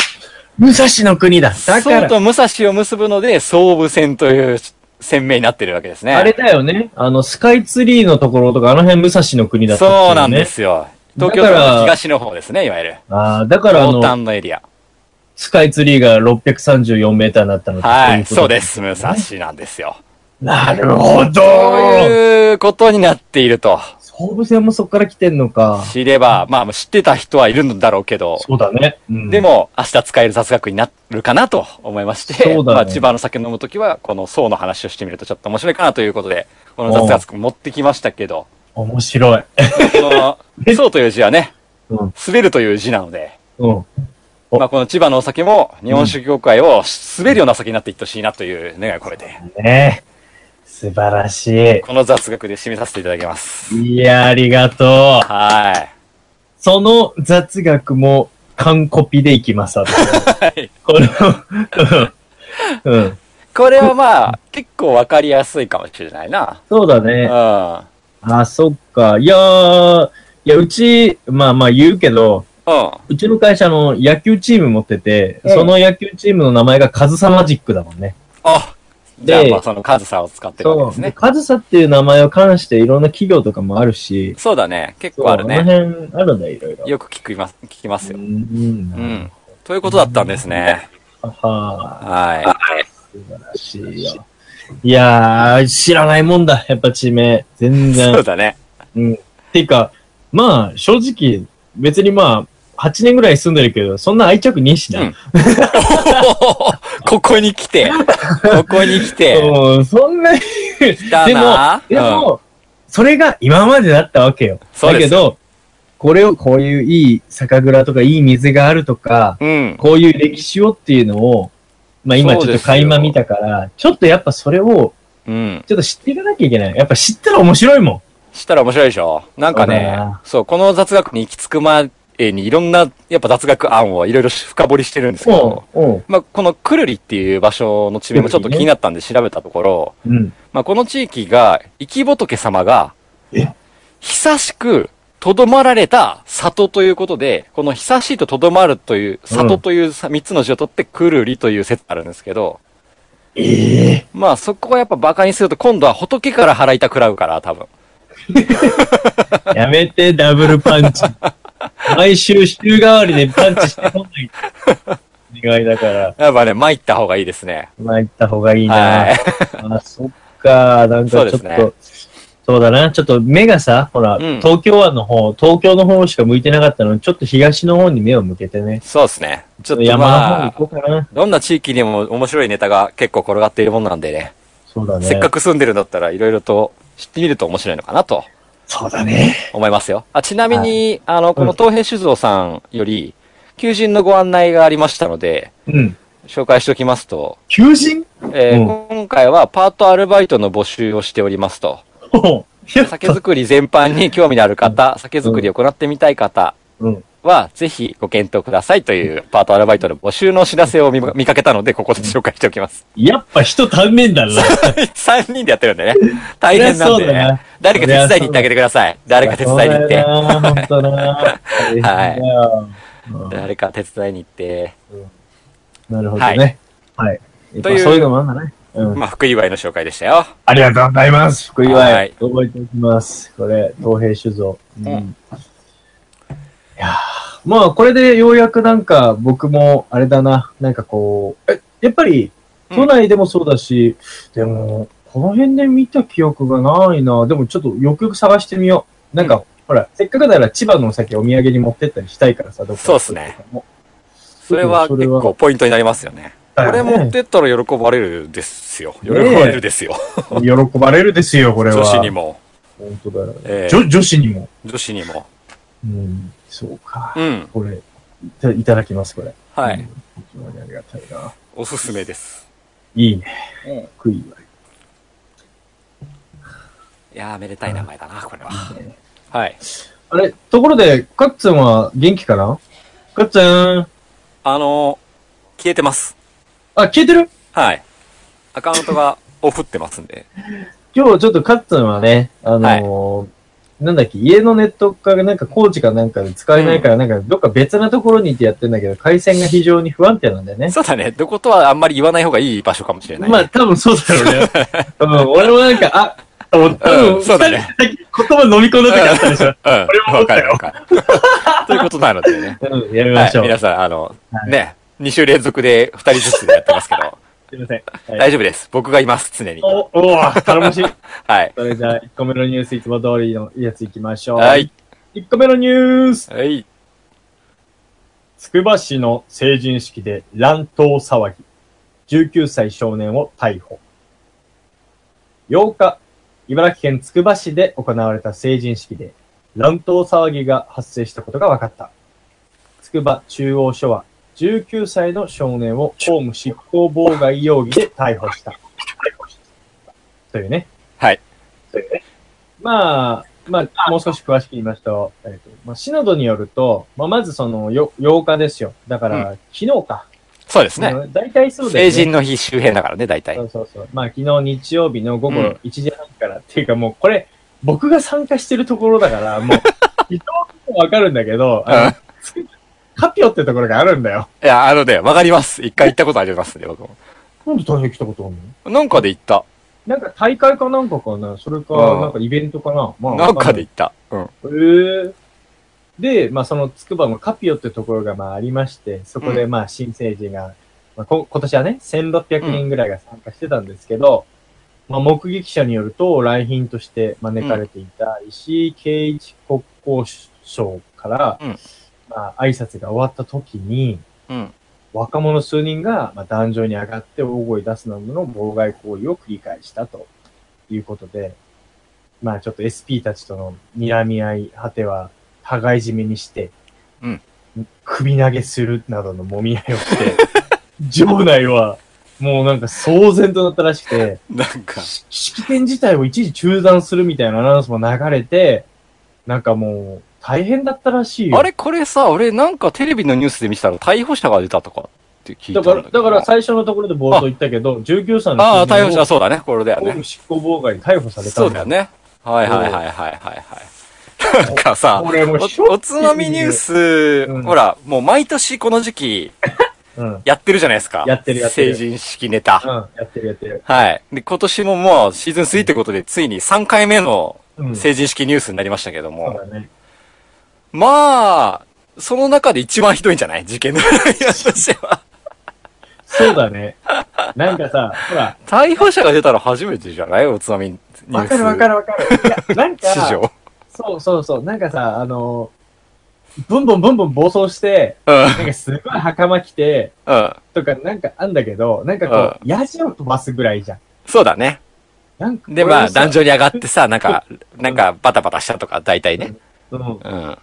Speaker 1: 武蔵の国だ。だか
Speaker 3: 宋
Speaker 1: ら、
Speaker 3: と武蔵を結ぶので、総武線という船名になってるわけですね。
Speaker 1: あれだよね。あの、スカイツリーのところとか、あの辺武蔵の国だったっていね
Speaker 3: そうなんで。すよ。東京都
Speaker 1: だから
Speaker 3: の東の方ですね、いわゆる。
Speaker 1: ああ、だからあ
Speaker 3: 東
Speaker 1: の、
Speaker 3: 端のエリア。
Speaker 1: スカイツリーが634メーターになったのと
Speaker 3: はい、
Speaker 1: こいこと
Speaker 3: そうで。す。武蔵なんですよ。
Speaker 1: なるほど
Speaker 3: そういうことになっていると。
Speaker 1: 総武線もそこから来てんのか。
Speaker 3: 知れば、まあ、知ってた人はいるんだろうけど、
Speaker 1: そうだね。うん
Speaker 3: で、も、明日使える雑学になるかなと思いまして、
Speaker 1: そうだね
Speaker 3: まあ、千葉の酒飲むときは、この層の話をしてみるとちょっと面白いかなということで、この雑学持ってきました けど、
Speaker 1: 面白い。
Speaker 3: この、層という字はね、
Speaker 1: うん
Speaker 3: 滑るという字なので、
Speaker 1: うん。お
Speaker 3: まあ、この千葉のお酒も、日本酒業界を滑るような酒になっていってほしいなという願いを込めて、
Speaker 1: ねえ。素晴らし
Speaker 3: この雑学で締めさせていただきます。
Speaker 1: い。いや、ありがとう。
Speaker 3: は
Speaker 1: その雑学も、完コピでいきます、私は。
Speaker 3: ーい。
Speaker 1: この、 うんうん。
Speaker 3: これはまあ、結構わかりやすいかもしれないな。
Speaker 1: そうだ
Speaker 3: う
Speaker 1: ね。
Speaker 3: ん。
Speaker 1: あ、そっか。いやー、いや、うち、まあまあ言うけど、
Speaker 3: うん。
Speaker 1: うちの会社の野球チーム持ってて、その野球チームの名前がカズサマジックだもんね。
Speaker 3: あじゃあ、
Speaker 1: で
Speaker 3: まあ、そのカズサを使ってるわけ
Speaker 1: そ
Speaker 3: です
Speaker 1: う。で
Speaker 3: ね。
Speaker 1: カズサっていう名前を関していろんな企業とかもあるし、
Speaker 3: そうだね。結
Speaker 1: そう
Speaker 3: 構ある
Speaker 1: あ
Speaker 3: ね。
Speaker 1: の辺あるね、いろいろ。
Speaker 3: よく聞きます、聞きますよ
Speaker 1: う。ん
Speaker 3: う。ん。ということだったんですね。
Speaker 1: はは
Speaker 3: はい。
Speaker 1: 素晴らしいよ。いやー、知らないもんだ、やっぱ地名。全
Speaker 3: そう
Speaker 1: 然。
Speaker 3: だね。
Speaker 1: うん。ていうか、まあ、正直、別にまあ、8年ぐらい住んでるけど、そんな愛着ねえしな。
Speaker 3: うんここに来て、ここに来て、
Speaker 1: うん、そんなに。
Speaker 3: 来たな
Speaker 1: でも、でも、それが今までだったわけよ。
Speaker 3: そう
Speaker 1: だ
Speaker 3: で
Speaker 1: け
Speaker 3: す
Speaker 1: ど、これを、こういういい酒蔵とか、いい水があるとか、
Speaker 3: うん。
Speaker 1: こういう歴史をっていうのを、まあ今ち
Speaker 3: そう
Speaker 1: ょっ
Speaker 3: で
Speaker 1: と
Speaker 3: すよ
Speaker 1: 垣間見たから、ちょっとやっぱそれを、
Speaker 3: うん。
Speaker 1: ちょっと知っていかなきゃいけない。やっぱ知ったら面白いも
Speaker 3: したら面白いでしょなんか
Speaker 1: そうだ
Speaker 3: ね
Speaker 1: な、
Speaker 3: そう、この雑学に行き着くまでにいろんな、やっぱ雑学案をいろいろ深掘りしてるんです
Speaker 1: ん。
Speaker 3: けど、
Speaker 1: うん。うん。
Speaker 3: まあ、このくるりっていう場所の地名もちょっと気になったんで調べたところ、
Speaker 1: うん。
Speaker 3: まあ、この地域が、生き仏様が
Speaker 1: え、
Speaker 3: 久しく、とどまられた里ということで、この久しいととどまるという、里というさ三つの字を取って、くるりという説があるんですけど、
Speaker 1: ええ
Speaker 3: まあそこはやっぱ馬鹿にすると今度は仏から払いたくらうから、多分。
Speaker 1: やめて、ダブルパンチ。毎週週替わりでパンチしてこない。願いだから、
Speaker 3: やっぱね、参った方がいいですね。
Speaker 1: 参った方がいい
Speaker 3: は
Speaker 1: な。
Speaker 3: い。
Speaker 1: あ、そっか。なん
Speaker 3: そ
Speaker 1: か
Speaker 3: うで
Speaker 1: ちょっ
Speaker 3: す
Speaker 1: と、
Speaker 3: ね
Speaker 1: そう,、だな。ちょっと目がさ、ほら、
Speaker 3: うん
Speaker 1: 東京湾の方、東京の方しか向いてなかったのに、ちょっと東の方に目を向けてね。
Speaker 3: そうですね。ちょっと
Speaker 1: 山
Speaker 3: ま
Speaker 1: の
Speaker 3: あ、
Speaker 1: 方行こうかな。
Speaker 3: どんな地域にも面白いネタが結構転がっているもんなんでね。
Speaker 1: そうだね。
Speaker 3: せっかく住んでるんだったらいろいろと知ってみると面白いのかなと
Speaker 1: そうだね。
Speaker 3: 思いますよ。あ、ちなみに、あの、この東平酒造さんより、求人のご案内がありましたので、
Speaker 1: うん。
Speaker 3: 紹介しておきますと、
Speaker 1: 求人
Speaker 3: えー
Speaker 1: う
Speaker 3: 今回はパートアルバイトの募集をしておりますと、
Speaker 1: ほう。やっ
Speaker 3: 酒
Speaker 1: た。
Speaker 3: 造り全般に興味のある方、酒造りを行ってみたい方
Speaker 1: うん。
Speaker 3: は、ぜひご検討くださいというパートアルバイトの募集の知らせを見見かけたので、ここで紹介しておきます。
Speaker 1: やっぱ人足んねえんだな。
Speaker 3: 3人でやってるんでね。大変なん
Speaker 1: そりゃそう
Speaker 3: で
Speaker 1: だ
Speaker 3: ね
Speaker 1: な。
Speaker 3: 誰か手伝いに行ってあげてください。誰か手伝いに行って。
Speaker 1: 本当な。は
Speaker 3: 誰か手伝いに行って。
Speaker 1: い。なるほどね。はい。やっぱ
Speaker 3: という
Speaker 1: そういうのもあんだね。うん。
Speaker 3: まあ、福祝いの紹介でしたよ。
Speaker 9: ありがとうございます。
Speaker 1: 福
Speaker 3: は
Speaker 1: 祝
Speaker 3: い
Speaker 1: い、覚えておきます。これ、東平酒造。うん
Speaker 3: うん
Speaker 1: いやーまあ、これでようやくなんか、僕も、あれだな、なんかこう、え、やっぱり、
Speaker 3: うん
Speaker 1: 都内でもそうだし、でも、この辺で見た記憶がないな。でも、ちょっとよくよく探してみよう。なんか、ほら、せっかくなら千葉のお酒お土産に持ってったりしたいからさ、どこか
Speaker 3: そうっすね。それは
Speaker 1: そ
Speaker 3: 結
Speaker 1: れは
Speaker 3: 構ポイントになりますよね。こ
Speaker 1: だよ
Speaker 3: れ
Speaker 1: ね
Speaker 3: 持ってったら喜ばれるですよ。喜ばれるですよ。
Speaker 9: 喜ばれるですよ、これは。
Speaker 3: 女子に。も、
Speaker 1: 本当だよね。
Speaker 3: えー
Speaker 9: 女女子にも。
Speaker 3: 女子にも。
Speaker 1: うん、そうか。
Speaker 3: うん。
Speaker 1: これ、いたいただきます、これ。
Speaker 3: はい。
Speaker 1: 非常にありがたいな。
Speaker 3: おすすめです。
Speaker 1: いいね。
Speaker 2: え
Speaker 1: 福井はい
Speaker 3: やー、めでたい名前だな、これは。はい。
Speaker 1: あれ、ところで、カッツンは元気かなカッツン。
Speaker 3: あのー、消えてます。
Speaker 1: あ、消えてる
Speaker 3: はい。アカウントがオフってますんで。
Speaker 1: 今日ちょっとカッツンはね、あのーなんだっけ、家のネットか、なんか工事かなんかで使えないから、なんかどっか別なところにいてやってんだけど、回線が非常に不安定なんだよね。
Speaker 3: そうだね。どことはあんまり言わない方がいい場所かもしれないね。
Speaker 1: まあ多分そうだろうね。うん、 俺もなんか、あ、と思った
Speaker 3: うんそうだね。
Speaker 1: 言葉飲み込んだ時あったでしょ。
Speaker 3: うん。わかるわかる。 ということなのでね。
Speaker 1: うん、やめ
Speaker 3: は
Speaker 1: ま
Speaker 3: い
Speaker 1: しょ。う。
Speaker 3: 皆さん、あの、ね、2週連続で2人ずつでやってますけど、
Speaker 1: すいません。はい
Speaker 3: 大丈夫です。僕がいます、常に。
Speaker 1: お、おー、頼もしい。
Speaker 3: はい。
Speaker 1: それじゃあ、1個目のニュースいつも通りのやついきましょう。
Speaker 3: はい。。
Speaker 1: 1個目のニュース。
Speaker 3: はい。
Speaker 1: つくば市の成人式で乱闘騒ぎ。19歳少年を逮捕。8日、茨城県つくば市で行われた成人式で乱闘騒ぎが発生したことが分かった。つくば中央署は19歳の少年を公務執行妨害容疑で逮捕した。というね。
Speaker 3: はい。
Speaker 1: というね。まあ、まあ、もう少し詳しく言いますと、えっ、と、まあ、市などによると、まあ、まずその、よ、8日ですよ。だから、昨日か。
Speaker 3: そうですね。
Speaker 1: うん大体そうだよ
Speaker 3: 成
Speaker 1: ね。
Speaker 3: 人の日周辺だからね、大体
Speaker 1: そ。うそうそう。まあ、昨日日曜日の午後
Speaker 3: うん
Speaker 1: 1時半から、っていうかもうこれ、僕が参加してるところだから、 もう、非常にわかるんだけど、あの
Speaker 3: うん
Speaker 1: カピオってところがあるんだよ。
Speaker 3: いや、あのね、わかります。一回行ったことありますね、僕も。
Speaker 10: なんで大変来たことあるの
Speaker 3: なんかで行った。
Speaker 1: なんか大会かなんかかなそれか
Speaker 3: うん、
Speaker 1: なんかイベントかなまあ、
Speaker 3: なんかで行った。うん。
Speaker 1: へーで、まあ、そのつくばのカピオってところがまあありまして、そこでまあ新成人が、まあ、こ今年はね、1600人ぐらいが参加してたんですけど、まあ、目撃者によると、来賓として招かれていた石井慶一国交省から、
Speaker 3: うん
Speaker 1: まあ、挨拶が終わった時に、
Speaker 3: うん。
Speaker 1: 若者数人が、まあ、壇上に上がって大声出すなどの妨害行為を繰り返したということで、まあちょっと SP たちとの睨み合い、果ては互い締めにして、
Speaker 3: うん
Speaker 1: 首投げするなどの揉み合いをして、 場内はもうなんか騒然となったらしくて、
Speaker 3: なんか、
Speaker 1: し式典自体を一時中断するみたいなアナウンスも流れて、なんかもう大変だったらしいよ。
Speaker 3: あれこれさ、俺なんかテレビのニュースで見てたら逮捕者が出たとかって聞い
Speaker 1: だ
Speaker 3: たんだ
Speaker 1: か
Speaker 3: け
Speaker 1: ら、
Speaker 3: ど。
Speaker 1: だから最初のところで冒頭言ったけど、19歳の
Speaker 3: ああ、
Speaker 1: 少年
Speaker 3: 逮
Speaker 1: を
Speaker 3: 捕者、そうだね、これだよ
Speaker 1: 公
Speaker 3: ね
Speaker 1: 務。執行妨害で逮捕されたん
Speaker 3: そうだよね。はいはいはいはいはいはい。なんかさ、
Speaker 1: これもうショッ
Speaker 3: おおつまみニュース、
Speaker 1: うん
Speaker 3: ほら、もう毎年この時期
Speaker 1: うん。うん。
Speaker 3: やってるじゃないですか。
Speaker 1: やってるやってる
Speaker 3: 成人式ネタ。
Speaker 1: やってるやってる。
Speaker 3: はい。で、今年ももうシーズン3ってことで、ついに3回目の
Speaker 1: うん。そう
Speaker 3: 成人式ニュースになりましたけども。
Speaker 1: だね。
Speaker 3: まあ、その中で一番ひどいんじゃない事件の 内容としては。
Speaker 1: そうだね。なんかさ、ほら、
Speaker 3: 逮捕者が出たら初めてじゃないおつまみニュース。
Speaker 1: わかるわかるわかる。い や、なんか、
Speaker 3: 史上。
Speaker 1: そうそうそう、なんかさ、あの、ブンブンブンブン暴走して、
Speaker 3: うん。
Speaker 1: なんかすごい袴着て、
Speaker 3: うん。
Speaker 1: とかなんかあんだけど、なんかこう、ヤジを飛ばすぐらいじゃん。
Speaker 3: そうだね。
Speaker 1: なんか
Speaker 3: で、まあ、壇
Speaker 1: 男女
Speaker 3: 上に上がってさ、なんか、なんか、バタバタしたとか、大体ね。
Speaker 1: うん。
Speaker 3: うん。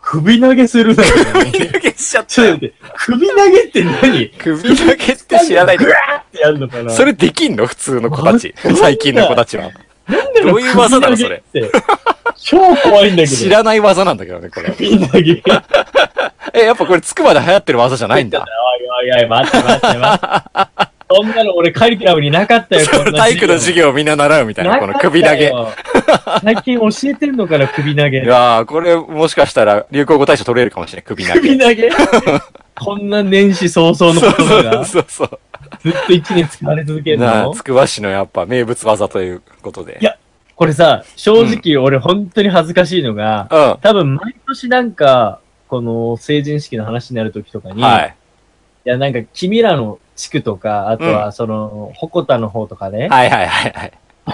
Speaker 1: 首投げするのよ、ね。
Speaker 3: 投げしちゃっ
Speaker 1: ちょっと待って、首投げって何
Speaker 3: 首投げって知らない
Speaker 1: グワーってやるのかな
Speaker 3: それできんの普通の子たち。
Speaker 1: わかんない
Speaker 3: 最近の子たちは。どういう技なのそれ。
Speaker 1: 首投げって超怖いんだけど。
Speaker 3: 知らない技なんだけどね、これ。
Speaker 1: 首投げ。
Speaker 3: え、やっぱこれ、つくばで流行ってる技じゃない んだ。
Speaker 1: おいおいおい、待って待って待って。そんなの俺カリキュラムになか ったよ、こんな
Speaker 3: 体育の授業をみんな習うみたいな、この首投げ。い。
Speaker 1: 最近教えてんのかな、首投げ。
Speaker 3: やー、これ、もしかしたら、流行語大賞取れるかもしれない、首投 げ
Speaker 1: 首。投げこんな年始早々の
Speaker 3: そ
Speaker 1: 言
Speaker 3: う
Speaker 1: 葉がず
Speaker 3: そうそう
Speaker 1: っと一年使われ続け
Speaker 3: そう。
Speaker 1: る
Speaker 3: なあ
Speaker 1: の
Speaker 3: つくば市のやっぱ名物技ということで。
Speaker 1: いやこれさ、正直俺本当に恥ずかしいのが、
Speaker 3: う
Speaker 1: 多分毎年なんか、この成人式の話になる時とか
Speaker 3: ん。
Speaker 1: に、
Speaker 3: はい。
Speaker 1: いやなんか君らの地区とか、あとはその、鉾田の方とかね、
Speaker 3: はいはいはいはい。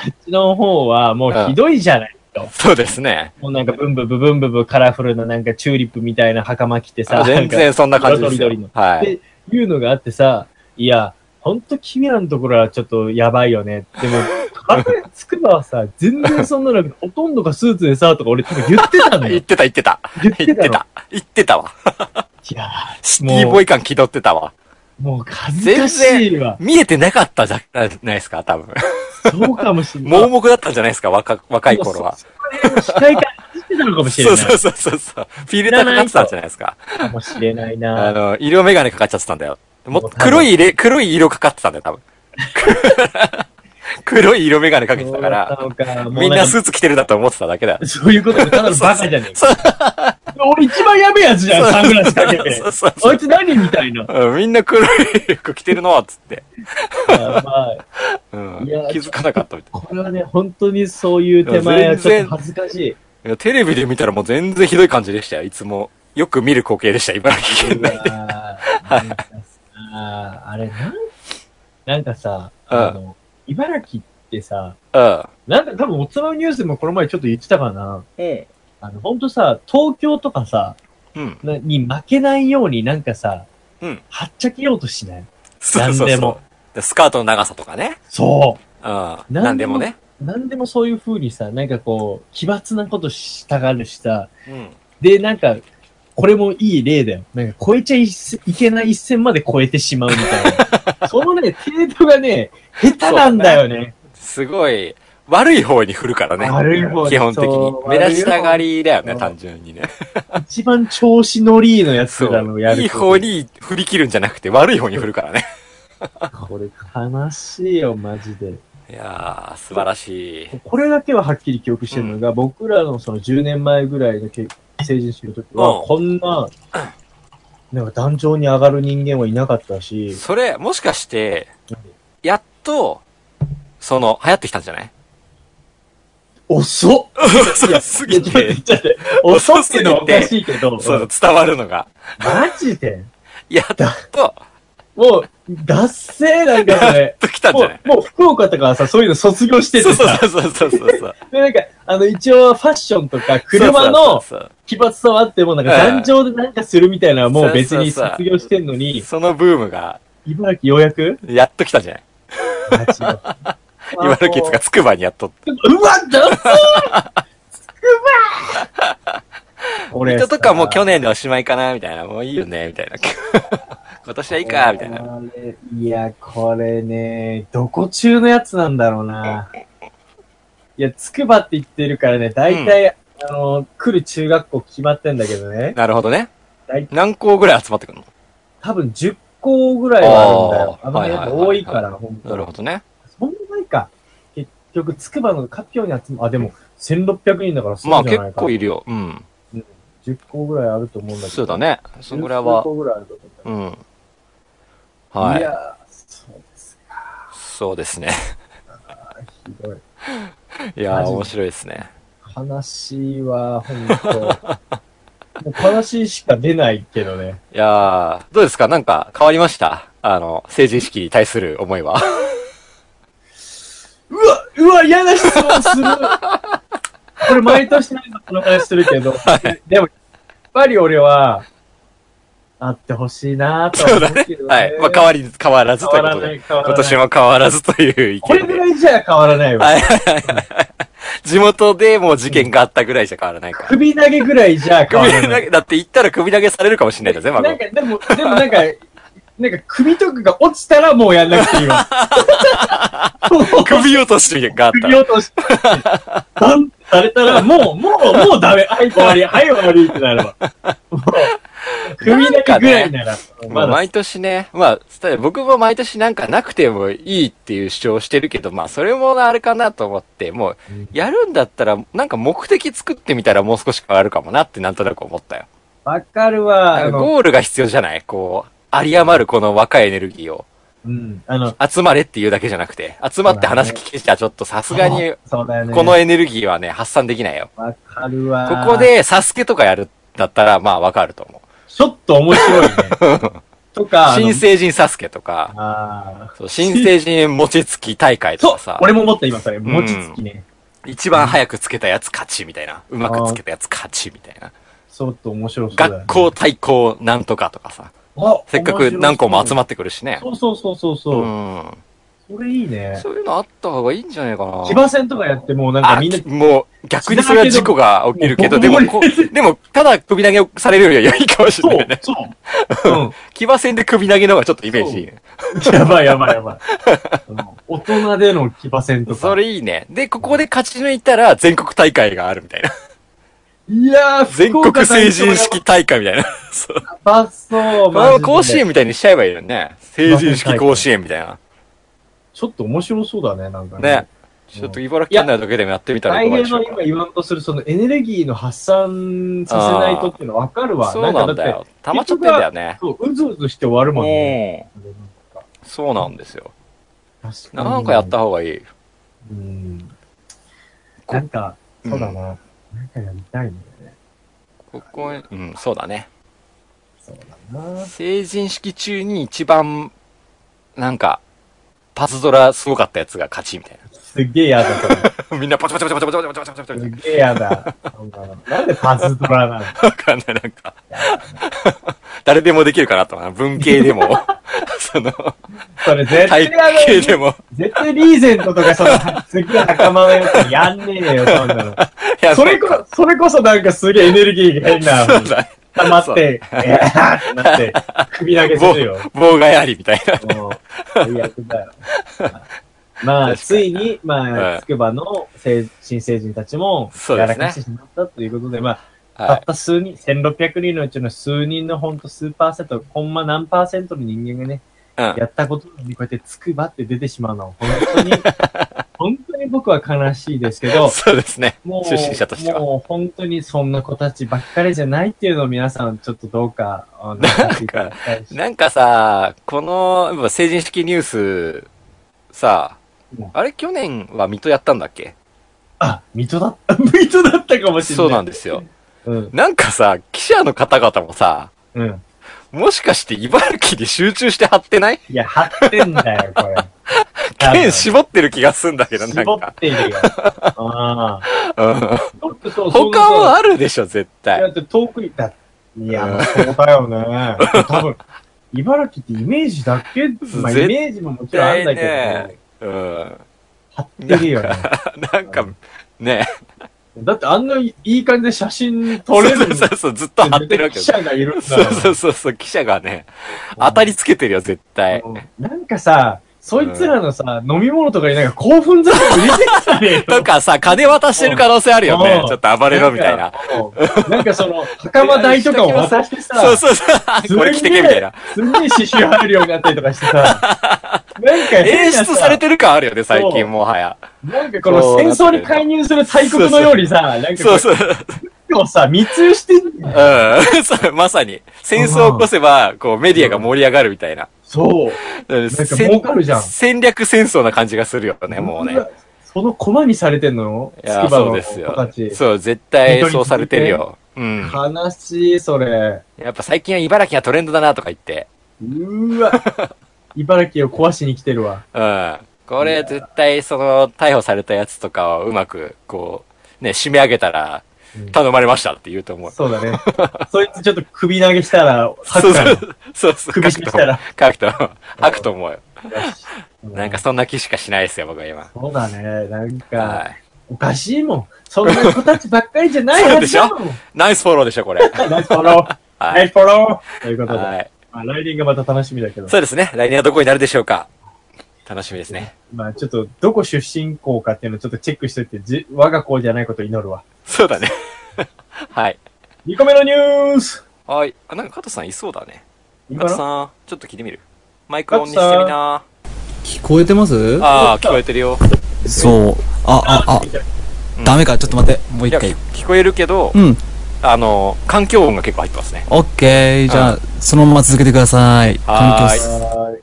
Speaker 1: うちの方はもうひどいじゃない。
Speaker 3: そうですね。
Speaker 1: もうなんかブンブブブンブブカラフルななんかチューリップみたいな袴着てさ、
Speaker 3: あ全
Speaker 1: なんか
Speaker 3: 然そんな感じです
Speaker 1: 色と
Speaker 3: よ
Speaker 1: りどり。
Speaker 3: は
Speaker 1: で
Speaker 3: い。
Speaker 1: いうのがあってさ、いや、ほんと君らのところはちょっとやばいよね。でも、 あれ、つくばはさ、全然そんなの、ほとんどがスーツでさ、とか俺多分言ってたの
Speaker 3: 言
Speaker 1: よ
Speaker 3: っ。てた言ってた。
Speaker 1: 言っ
Speaker 3: 言
Speaker 1: て
Speaker 3: ったて
Speaker 1: の。
Speaker 3: た。言ってたわ。
Speaker 1: いや
Speaker 3: シティボーイ感気取ってたわ。
Speaker 1: ー、もう恥ずかしいわ。
Speaker 3: 見えてなかったじゃないですか、多分。
Speaker 1: そうかもしれない。
Speaker 3: 盲目だったんじゃないですか、若、若い頃は。
Speaker 1: 機械化してたのかもしれ
Speaker 3: そう
Speaker 1: ない
Speaker 3: そう。そうそうそう。フィルターかかってたんじゃないですか。
Speaker 1: かもしれないな
Speaker 3: あの、色 眼鏡かかっちゃってたんだよ。もっと黒い色、黒い色かかってたんだよ、多分。黒い色眼鏡かけてたから、
Speaker 1: そうだったのか、も
Speaker 3: み
Speaker 1: うん
Speaker 3: な
Speaker 1: なん
Speaker 3: ス
Speaker 1: か
Speaker 3: ーツ着てるんだと思ってただけだ。
Speaker 1: そういうことかただのバカじゃねえか。俺一番やべえやつじゃん、サングラスかけて
Speaker 3: そうそう。そう
Speaker 1: あいつ何みたいな。
Speaker 3: うんみんな黒い服着てるのっつって。
Speaker 1: やばい。
Speaker 3: うん
Speaker 1: いや
Speaker 3: 気づかなかったみたい
Speaker 1: これはね、本当にそういう手前はちょっと恥ずかしい。
Speaker 3: いや。テレビで見たらもう全然ひどい感じでしたよ。いつも。よく見る光景でした、茨城県
Speaker 1: うわ
Speaker 3: 内
Speaker 1: ー
Speaker 3: で。
Speaker 1: なんかさあれなん、なんかさ、あの、茨城ってさ、
Speaker 3: うん。
Speaker 1: なんか多分おつまみニュースでもこの前ちょっと言ってたかな。あの、ほんとさ、東京とかさ、
Speaker 3: うん。
Speaker 1: なに負けないようになんかさ、
Speaker 3: うん
Speaker 1: はっちゃけようとしない
Speaker 3: そう
Speaker 1: な
Speaker 3: そ
Speaker 1: ん
Speaker 3: う
Speaker 1: で
Speaker 3: そ
Speaker 1: も
Speaker 3: うで。スカートの長さとかね。
Speaker 1: そ
Speaker 3: うん。
Speaker 1: な
Speaker 3: なんん
Speaker 1: で
Speaker 3: で
Speaker 1: も
Speaker 3: もね。
Speaker 1: う。なんでもそういう風にさ、なんかこう、奇抜なことしたがるしさ、
Speaker 3: うん。
Speaker 1: で、なんか、これもいい例だよ。なんか超えちゃいせいけない一線まで超えてしまうみたい な。そのね、程度がね、下手なんだよね。
Speaker 3: すごい、悪い方に振るからね。
Speaker 1: 悪い方に
Speaker 3: 基本的
Speaker 1: そ
Speaker 3: に。
Speaker 1: う
Speaker 3: 目立ちたがりだよ
Speaker 1: う
Speaker 3: ね、
Speaker 1: ん
Speaker 3: 単 純にね。
Speaker 1: 一番調子乗りのやつ
Speaker 3: そ
Speaker 1: らの
Speaker 3: う。
Speaker 1: やること。
Speaker 3: いい方に振り切るんじゃなくて、悪い方に振るからね。
Speaker 1: これ悲しいよ、マジで。
Speaker 3: いやー、素晴らしい。
Speaker 1: これだけははっきり記憶してるのが、僕らのその10年前ぐらいのけ成人式の時は、
Speaker 3: うん
Speaker 1: こんな、なんか壇上に上がる人間はいなかったし、
Speaker 3: それ、もしかして、やっと、その、流行ってきたんじゃない
Speaker 1: 遅っ
Speaker 3: 遅 すぎ
Speaker 1: いや
Speaker 3: て、
Speaker 1: ちょっと待って遅っってのはおかしいけど、
Speaker 3: そう、伝わるのが。
Speaker 1: マジで
Speaker 3: やっと、
Speaker 1: もう、脱せーなんかそ れ。
Speaker 3: と来たんじ
Speaker 1: も、
Speaker 3: ゃないう
Speaker 1: もう福岡とかはさ、そういうの卒業して
Speaker 3: そ
Speaker 1: て
Speaker 3: う
Speaker 1: さ、
Speaker 3: そうそうそうそうそう。
Speaker 1: で、なんか、あの、一応ファッションとか、 車の
Speaker 3: そうそう
Speaker 1: 奇抜さはあっても、なんか
Speaker 3: うん
Speaker 1: 壇上でなんかするみたいなのはもう別に
Speaker 3: そうそうそう
Speaker 1: 卒業してんの
Speaker 3: そう
Speaker 1: に、
Speaker 3: そのブームが、
Speaker 1: 茨城ようやく
Speaker 3: やっと来たんじゃない
Speaker 1: マジで
Speaker 3: 茨城つかつくばにやっと。
Speaker 1: うわ、ダサーつくばー俺
Speaker 3: 人とかもう去
Speaker 1: 年
Speaker 3: 年でおしまいかな、みたいな。もういいよね、みたいな。 今年はいいか、みたいな。。
Speaker 1: いや、これね、どこ中のやつなんだろうな。いや、つくばって言ってるからね、大体、あの、来る中学校決まってんだけどね、
Speaker 3: なるほどね
Speaker 1: 大。
Speaker 3: 何校ぐらい集まってくるの
Speaker 1: 多分10校ぐらいはあるんだよ。
Speaker 3: あー
Speaker 1: あの辺やっぱ多いから、ほんと
Speaker 3: なるほどね。
Speaker 1: そんなにか。結局、つくばの各教に集ま、あ、でも、1600人だからそうじ
Speaker 3: ま
Speaker 1: ゃ
Speaker 3: あ
Speaker 1: ない
Speaker 3: 結
Speaker 1: か。
Speaker 3: 構いるよ。うん。
Speaker 1: 10校ぐらいあると思うんだけど。
Speaker 3: そうだ。ね。そんぐらい
Speaker 1: 10
Speaker 3: は。
Speaker 1: 校ぐらいあると思うんだ
Speaker 3: うん。
Speaker 1: い
Speaker 3: は
Speaker 1: やー、そうですか。
Speaker 3: い。そうで すね。
Speaker 1: ひどい。
Speaker 3: いや
Speaker 1: マ
Speaker 3: ー、
Speaker 1: ジで
Speaker 3: 面白いですね。
Speaker 1: 悲しいわ、ほんと。 もう悲しいしか出ないけどね。
Speaker 3: いやー、どうですかなんか変わりましたあの、成人式に対する思 いは。
Speaker 1: うわ、うわ、嫌な質問するこれ毎年なんかこの話する けど、でも、やっぱり俺は、あってほしいなとは
Speaker 3: そうだ
Speaker 1: 思う
Speaker 3: ね
Speaker 1: けど、。ね。
Speaker 3: はい。まあ変わり、変わらずとい
Speaker 1: 変
Speaker 3: う
Speaker 1: わ
Speaker 3: こ
Speaker 1: ら
Speaker 3: と
Speaker 1: な
Speaker 3: で。
Speaker 1: い、変わら
Speaker 3: 今
Speaker 1: ない。
Speaker 3: 年も変わらずという意
Speaker 1: これ
Speaker 3: 見
Speaker 1: ぐ
Speaker 3: で。
Speaker 1: らいじゃ変わらないわ。
Speaker 3: はいはいはいはい。地元でもう事件があったぐらいじゃ変わらないから。
Speaker 1: 首投げぐらいじゃ変わ
Speaker 3: 首
Speaker 1: ら
Speaker 3: 投
Speaker 1: ない。
Speaker 3: げ、だって行ったら首投げされるかもしれないんだぜ、
Speaker 1: な
Speaker 3: 孫
Speaker 1: んか、でも、でもなんか、 なんか首とかが落ちたらもうやんなくていいわ。
Speaker 3: 首落としがあった
Speaker 1: 首
Speaker 3: ら。
Speaker 1: 落として、バンってされたら、もう、もう、もう ダメ。はい、終わり。はい、終わりってなるわ。もう、首投げぐらいなら、
Speaker 3: まあ、
Speaker 1: まだ、
Speaker 3: 毎年ね、まあ、ただ僕も毎年なんかなくてもいいっていう主張をしてるけど、まあ、それもあれかなと思って、もう、やるんだったら、なんか目的作ってみたらもう少し変わるかもなってなんとなく思ったよ。
Speaker 1: わかるわ。
Speaker 3: な
Speaker 1: あ
Speaker 3: んか
Speaker 1: の、
Speaker 3: ゴールが必要じゃないこう、有り余るこの若いエネルギーを、
Speaker 1: うん、あの、
Speaker 3: 集まれっていうだけじゃなくて、集まって話聞けちゃちょっとさすがに、
Speaker 1: そうだよね。
Speaker 3: このエネルギーはね、発散できないよ。
Speaker 1: わかるわ。
Speaker 3: ここ、で、サスケとかやるんだったら、まあ、わかると思う。
Speaker 1: ちょっと面白い ね。とか、あの
Speaker 3: 新成人サスケとか、
Speaker 1: ああ。
Speaker 3: そう新成人餅つき大会と
Speaker 1: そう
Speaker 3: かさ、
Speaker 1: 俺も思った今それ。餅つきね。
Speaker 3: 一番早くつけたやつ勝ちみたいな、うまくつけたやつ勝ちみたいな。
Speaker 1: ちょっと面白そうだよね
Speaker 3: 学校対抗なんとかとかさ、
Speaker 1: あ
Speaker 3: せっかく何個も集まってくるしね。
Speaker 1: そうそうそうそう
Speaker 3: う
Speaker 1: そう、
Speaker 3: ん。
Speaker 1: それいいね
Speaker 3: そういうのあった方がいいんじゃないかな
Speaker 1: 騎。馬戦とかやってもうなんか
Speaker 3: あ
Speaker 1: みんな
Speaker 3: もう、逆にそれは事故が起きるけど、で
Speaker 1: もう、
Speaker 3: もこうでも、ただ首投げをされるよりはいいかもしれ
Speaker 1: そ
Speaker 3: な
Speaker 1: う
Speaker 3: いね。
Speaker 1: そう、うん、
Speaker 3: 騎馬戦で首投げの方がちょっとイメージいいね。
Speaker 1: やばいやばいやばいうん大人での騎馬戦とか
Speaker 3: それいいね。で、ここで勝ち抜いたら全国大会があるみ たいな。
Speaker 1: いやー
Speaker 3: 全
Speaker 1: 福岡
Speaker 3: 国
Speaker 1: 代
Speaker 3: 成
Speaker 1: 表
Speaker 3: 人式大会みたいな。そう。
Speaker 1: やばそう
Speaker 3: これ
Speaker 1: マ
Speaker 3: を
Speaker 1: ジで
Speaker 3: 甲子園みたいにしちゃえばいいよね。成人式甲子園みたいな。
Speaker 1: ちょっと面白そうだね、なんかね。
Speaker 3: ね。ちょっと茨城県内だけでもやってみたらい
Speaker 1: 大変
Speaker 3: かがでしょ
Speaker 1: の
Speaker 3: う
Speaker 1: 今言わんとする、そのエネルギーの発散させないとっていうのわかる
Speaker 3: か。
Speaker 1: わ。
Speaker 3: そうなん
Speaker 1: か
Speaker 3: だ
Speaker 1: って。
Speaker 3: よ。溜まっちゃってんだよね。
Speaker 1: そう、うずうずして終わるもんね。
Speaker 3: う。
Speaker 1: なん
Speaker 3: そうなんですよ。
Speaker 1: んか確かに
Speaker 3: なんかやった方がいい。
Speaker 1: うん。なんか、そうだな。なんかやりたいんだよね。
Speaker 3: ここへ、うん、そうだね。
Speaker 1: そうだな。
Speaker 3: 成人式中に一番、なんか、パズドラすごかったやつが勝ちみたい
Speaker 1: すっげえ嫌だ、それ。
Speaker 3: な。みんなパチパチパチパチパチパチパチパチパチ
Speaker 1: すげえ嫌だ。なんかなんでパズドラなの
Speaker 3: わかんない、なんか。誰でもできるかなと思うな。文系でも、 その、
Speaker 1: それ絶対
Speaker 3: 体育系
Speaker 1: あ
Speaker 3: で
Speaker 1: の、
Speaker 3: も。
Speaker 1: 絶対リーゼントとかその、すげえ袴のやつやんねえよ、そんなの。
Speaker 3: いや
Speaker 1: それこ、それこそなんかすげえエネルギーが変な、
Speaker 3: そうだね。
Speaker 1: 溜まって、えーってなって、首投げするよ。
Speaker 3: 妨害ありみたいな。
Speaker 1: もう、最悪だよ。まあ、
Speaker 3: 確か
Speaker 1: つ
Speaker 3: に
Speaker 1: いに、ま
Speaker 3: うん
Speaker 1: あ、つくばの成新成人たちも、
Speaker 3: そう
Speaker 1: やら
Speaker 3: ですね
Speaker 1: かしてしまったということで、まあ、た
Speaker 3: は
Speaker 1: った数人、1600人のうちの数人のほんと数パーセント、ほんま何パーセントの人間がね、
Speaker 3: い。うん。
Speaker 1: やったことにこうやってつくばって出てしまうのは、本当 に、本当に僕は悲しいですけど、
Speaker 3: そうですね。
Speaker 1: もう、
Speaker 3: 出身者としては
Speaker 1: もう本当にそんな子たちばっかりじゃないっていうのを皆さんちょっとどうか、あの、なんていただきたいし
Speaker 3: なんかさ、この、やっぱ成人式ニュース、さ
Speaker 1: うん、
Speaker 3: あれ去年は水戸やったんだっけ
Speaker 1: あ、水戸だった、水戸だったかもしれない。
Speaker 3: そうなんですよ。
Speaker 1: うん、
Speaker 3: なんかさ、記者の方々もさ、
Speaker 1: うん。
Speaker 3: もしかして茨城に集中して貼ってない
Speaker 1: いや、張ってんだよ、こ れ。
Speaker 3: 県絞ってる気がすんだけど、なん
Speaker 1: 絞
Speaker 3: か
Speaker 1: っ。てるよ。ああ。
Speaker 3: うん
Speaker 1: ちょっとそう、
Speaker 3: 他
Speaker 1: そん
Speaker 3: は
Speaker 1: な
Speaker 3: あるでしょ、絶
Speaker 1: さいや
Speaker 3: 対。
Speaker 1: だって遠くに、だいや、
Speaker 3: うん
Speaker 1: まあそうだよね。多分、茨城ってイメージだ けまあ、
Speaker 3: 絶対ね
Speaker 1: イメージももちろんあるんだけど、ね、
Speaker 3: うん。
Speaker 1: 張ってるよね。
Speaker 3: なんか、ね
Speaker 1: だってあんないい感じで写真撮
Speaker 3: そう
Speaker 1: れるんだ
Speaker 3: そうそう、ずっと貼ってるわけ
Speaker 1: 記者がいるんだ
Speaker 3: そう
Speaker 1: よ。
Speaker 3: そうそうそう、記者がね、当たりつけてるよ、絶対。
Speaker 1: うんなんかさ、そいつらのさ、飲み物とかになんか興奮剤入れてきた ね。
Speaker 3: とかさ、金渡してる可能性あるよね
Speaker 1: う。ん
Speaker 3: ちょっと暴れろみたいな。。
Speaker 1: うんなんかその、袴台とかを渡してさ、
Speaker 3: そうそうそう。
Speaker 1: すんげえ
Speaker 3: これ着てけみたいな。。
Speaker 1: すんげえ刺繍入るようになったりとかしてさ、 なんか
Speaker 3: 演出され
Speaker 1: て
Speaker 3: てる感あるよね、最
Speaker 1: そ
Speaker 3: 近
Speaker 1: う
Speaker 3: もはや。
Speaker 1: なんかこの戦争に介入する大国のようにさ、なんかこ
Speaker 3: そうそう。
Speaker 1: うをさ、密輸してんだよ
Speaker 3: うん。 そうまさに。戦争を起こせば、こう、メディアが盛り上がるみたいな。
Speaker 1: そう。
Speaker 3: なん
Speaker 1: か儲かるじゃん
Speaker 3: 戦略戦争な感じがするよね、もうね。。
Speaker 1: その駒にされてんのよ
Speaker 3: い
Speaker 1: つ
Speaker 3: や、
Speaker 1: くば
Speaker 3: そう
Speaker 1: の
Speaker 3: です
Speaker 1: 子た
Speaker 3: よ。
Speaker 1: ち。
Speaker 3: そう、絶対そうされてるよ。うん。
Speaker 1: 悲しい、それ。
Speaker 3: やっぱ最近は茨城がトレンドだなとか言って。
Speaker 1: うー わ。茨城を壊しに来てるわ。
Speaker 3: うん。これ絶対その逮捕されたやつとかをうまくこう、ね、締め上げたら
Speaker 1: うん
Speaker 3: 頼まれましたって言うと思う。
Speaker 1: そうだね。そいつちょっと首投げしたら、
Speaker 3: そ
Speaker 1: 吐
Speaker 3: う
Speaker 1: くから。
Speaker 3: そうそう。
Speaker 1: 首絞めたら
Speaker 3: 書くと思う。書くと思うよ。
Speaker 1: う
Speaker 3: なんかそんな気しかしないですよ、僕は今。
Speaker 1: そうだね。なん
Speaker 3: は
Speaker 1: か、おかしいもん。そんな子たちばっかりじゃないはずだもん。
Speaker 3: い。ナイスフォローでしょ、これ。
Speaker 1: ナイスフォロー。
Speaker 3: は
Speaker 1: ナイ
Speaker 3: い。
Speaker 1: スフォロー。ということで、
Speaker 3: はい。
Speaker 1: まあ、来年がまた楽しみだけど、
Speaker 3: そうですね。来年はどこになるでしょうか。楽しみですね。
Speaker 1: まあちょっと、どこ出身校かっていうのをちょっとチェックしといて、じ我が校じゃないことを祈るわ。
Speaker 3: そうだね。 はい。
Speaker 1: 2個目のニュース
Speaker 3: はい。あ、なんか加藤さんいそうだね。加
Speaker 1: 今
Speaker 3: 藤
Speaker 1: の
Speaker 3: さん、ちょっと聞いてみる。マイクオンにしてみな
Speaker 11: 聞こえてます
Speaker 3: ああー、聞こえてるよ。
Speaker 11: そう。あ、あ、あ、ダメか。ちょっと待って。もう
Speaker 3: い
Speaker 11: 一
Speaker 3: や、
Speaker 11: 回
Speaker 3: 聞。聞こえるけど、
Speaker 11: うん。
Speaker 3: あの、環境音が結構入ってますね。
Speaker 11: オッケー。じゃあ、そのまま続けてください。
Speaker 3: はーい
Speaker 11: 環境室
Speaker 1: はーい。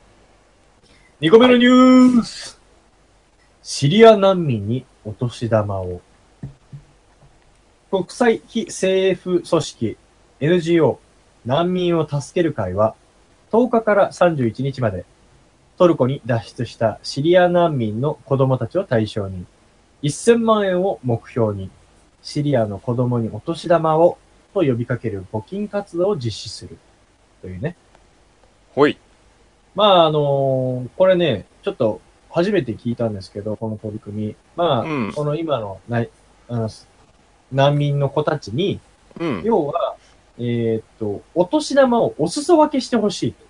Speaker 1: 2個目のニュース、シリア難民にお年玉を。国際非政府組織 NGO 難民を助ける会は10日から31日までトルコに脱出したシリア難民の子供たちを対象に1000万円を目標にシリアの子供にお年玉をと呼びかける募金活動を実施するというね。
Speaker 3: ほい。
Speaker 1: まあ、あのこれね、ちょっと初めて聞いたんですけど、この取り組み。まあ、
Speaker 3: うん
Speaker 1: この今のないあの難民の子たちに、
Speaker 3: うん。
Speaker 1: 要は、えーっと、お年玉をお裾分けしてほしいと。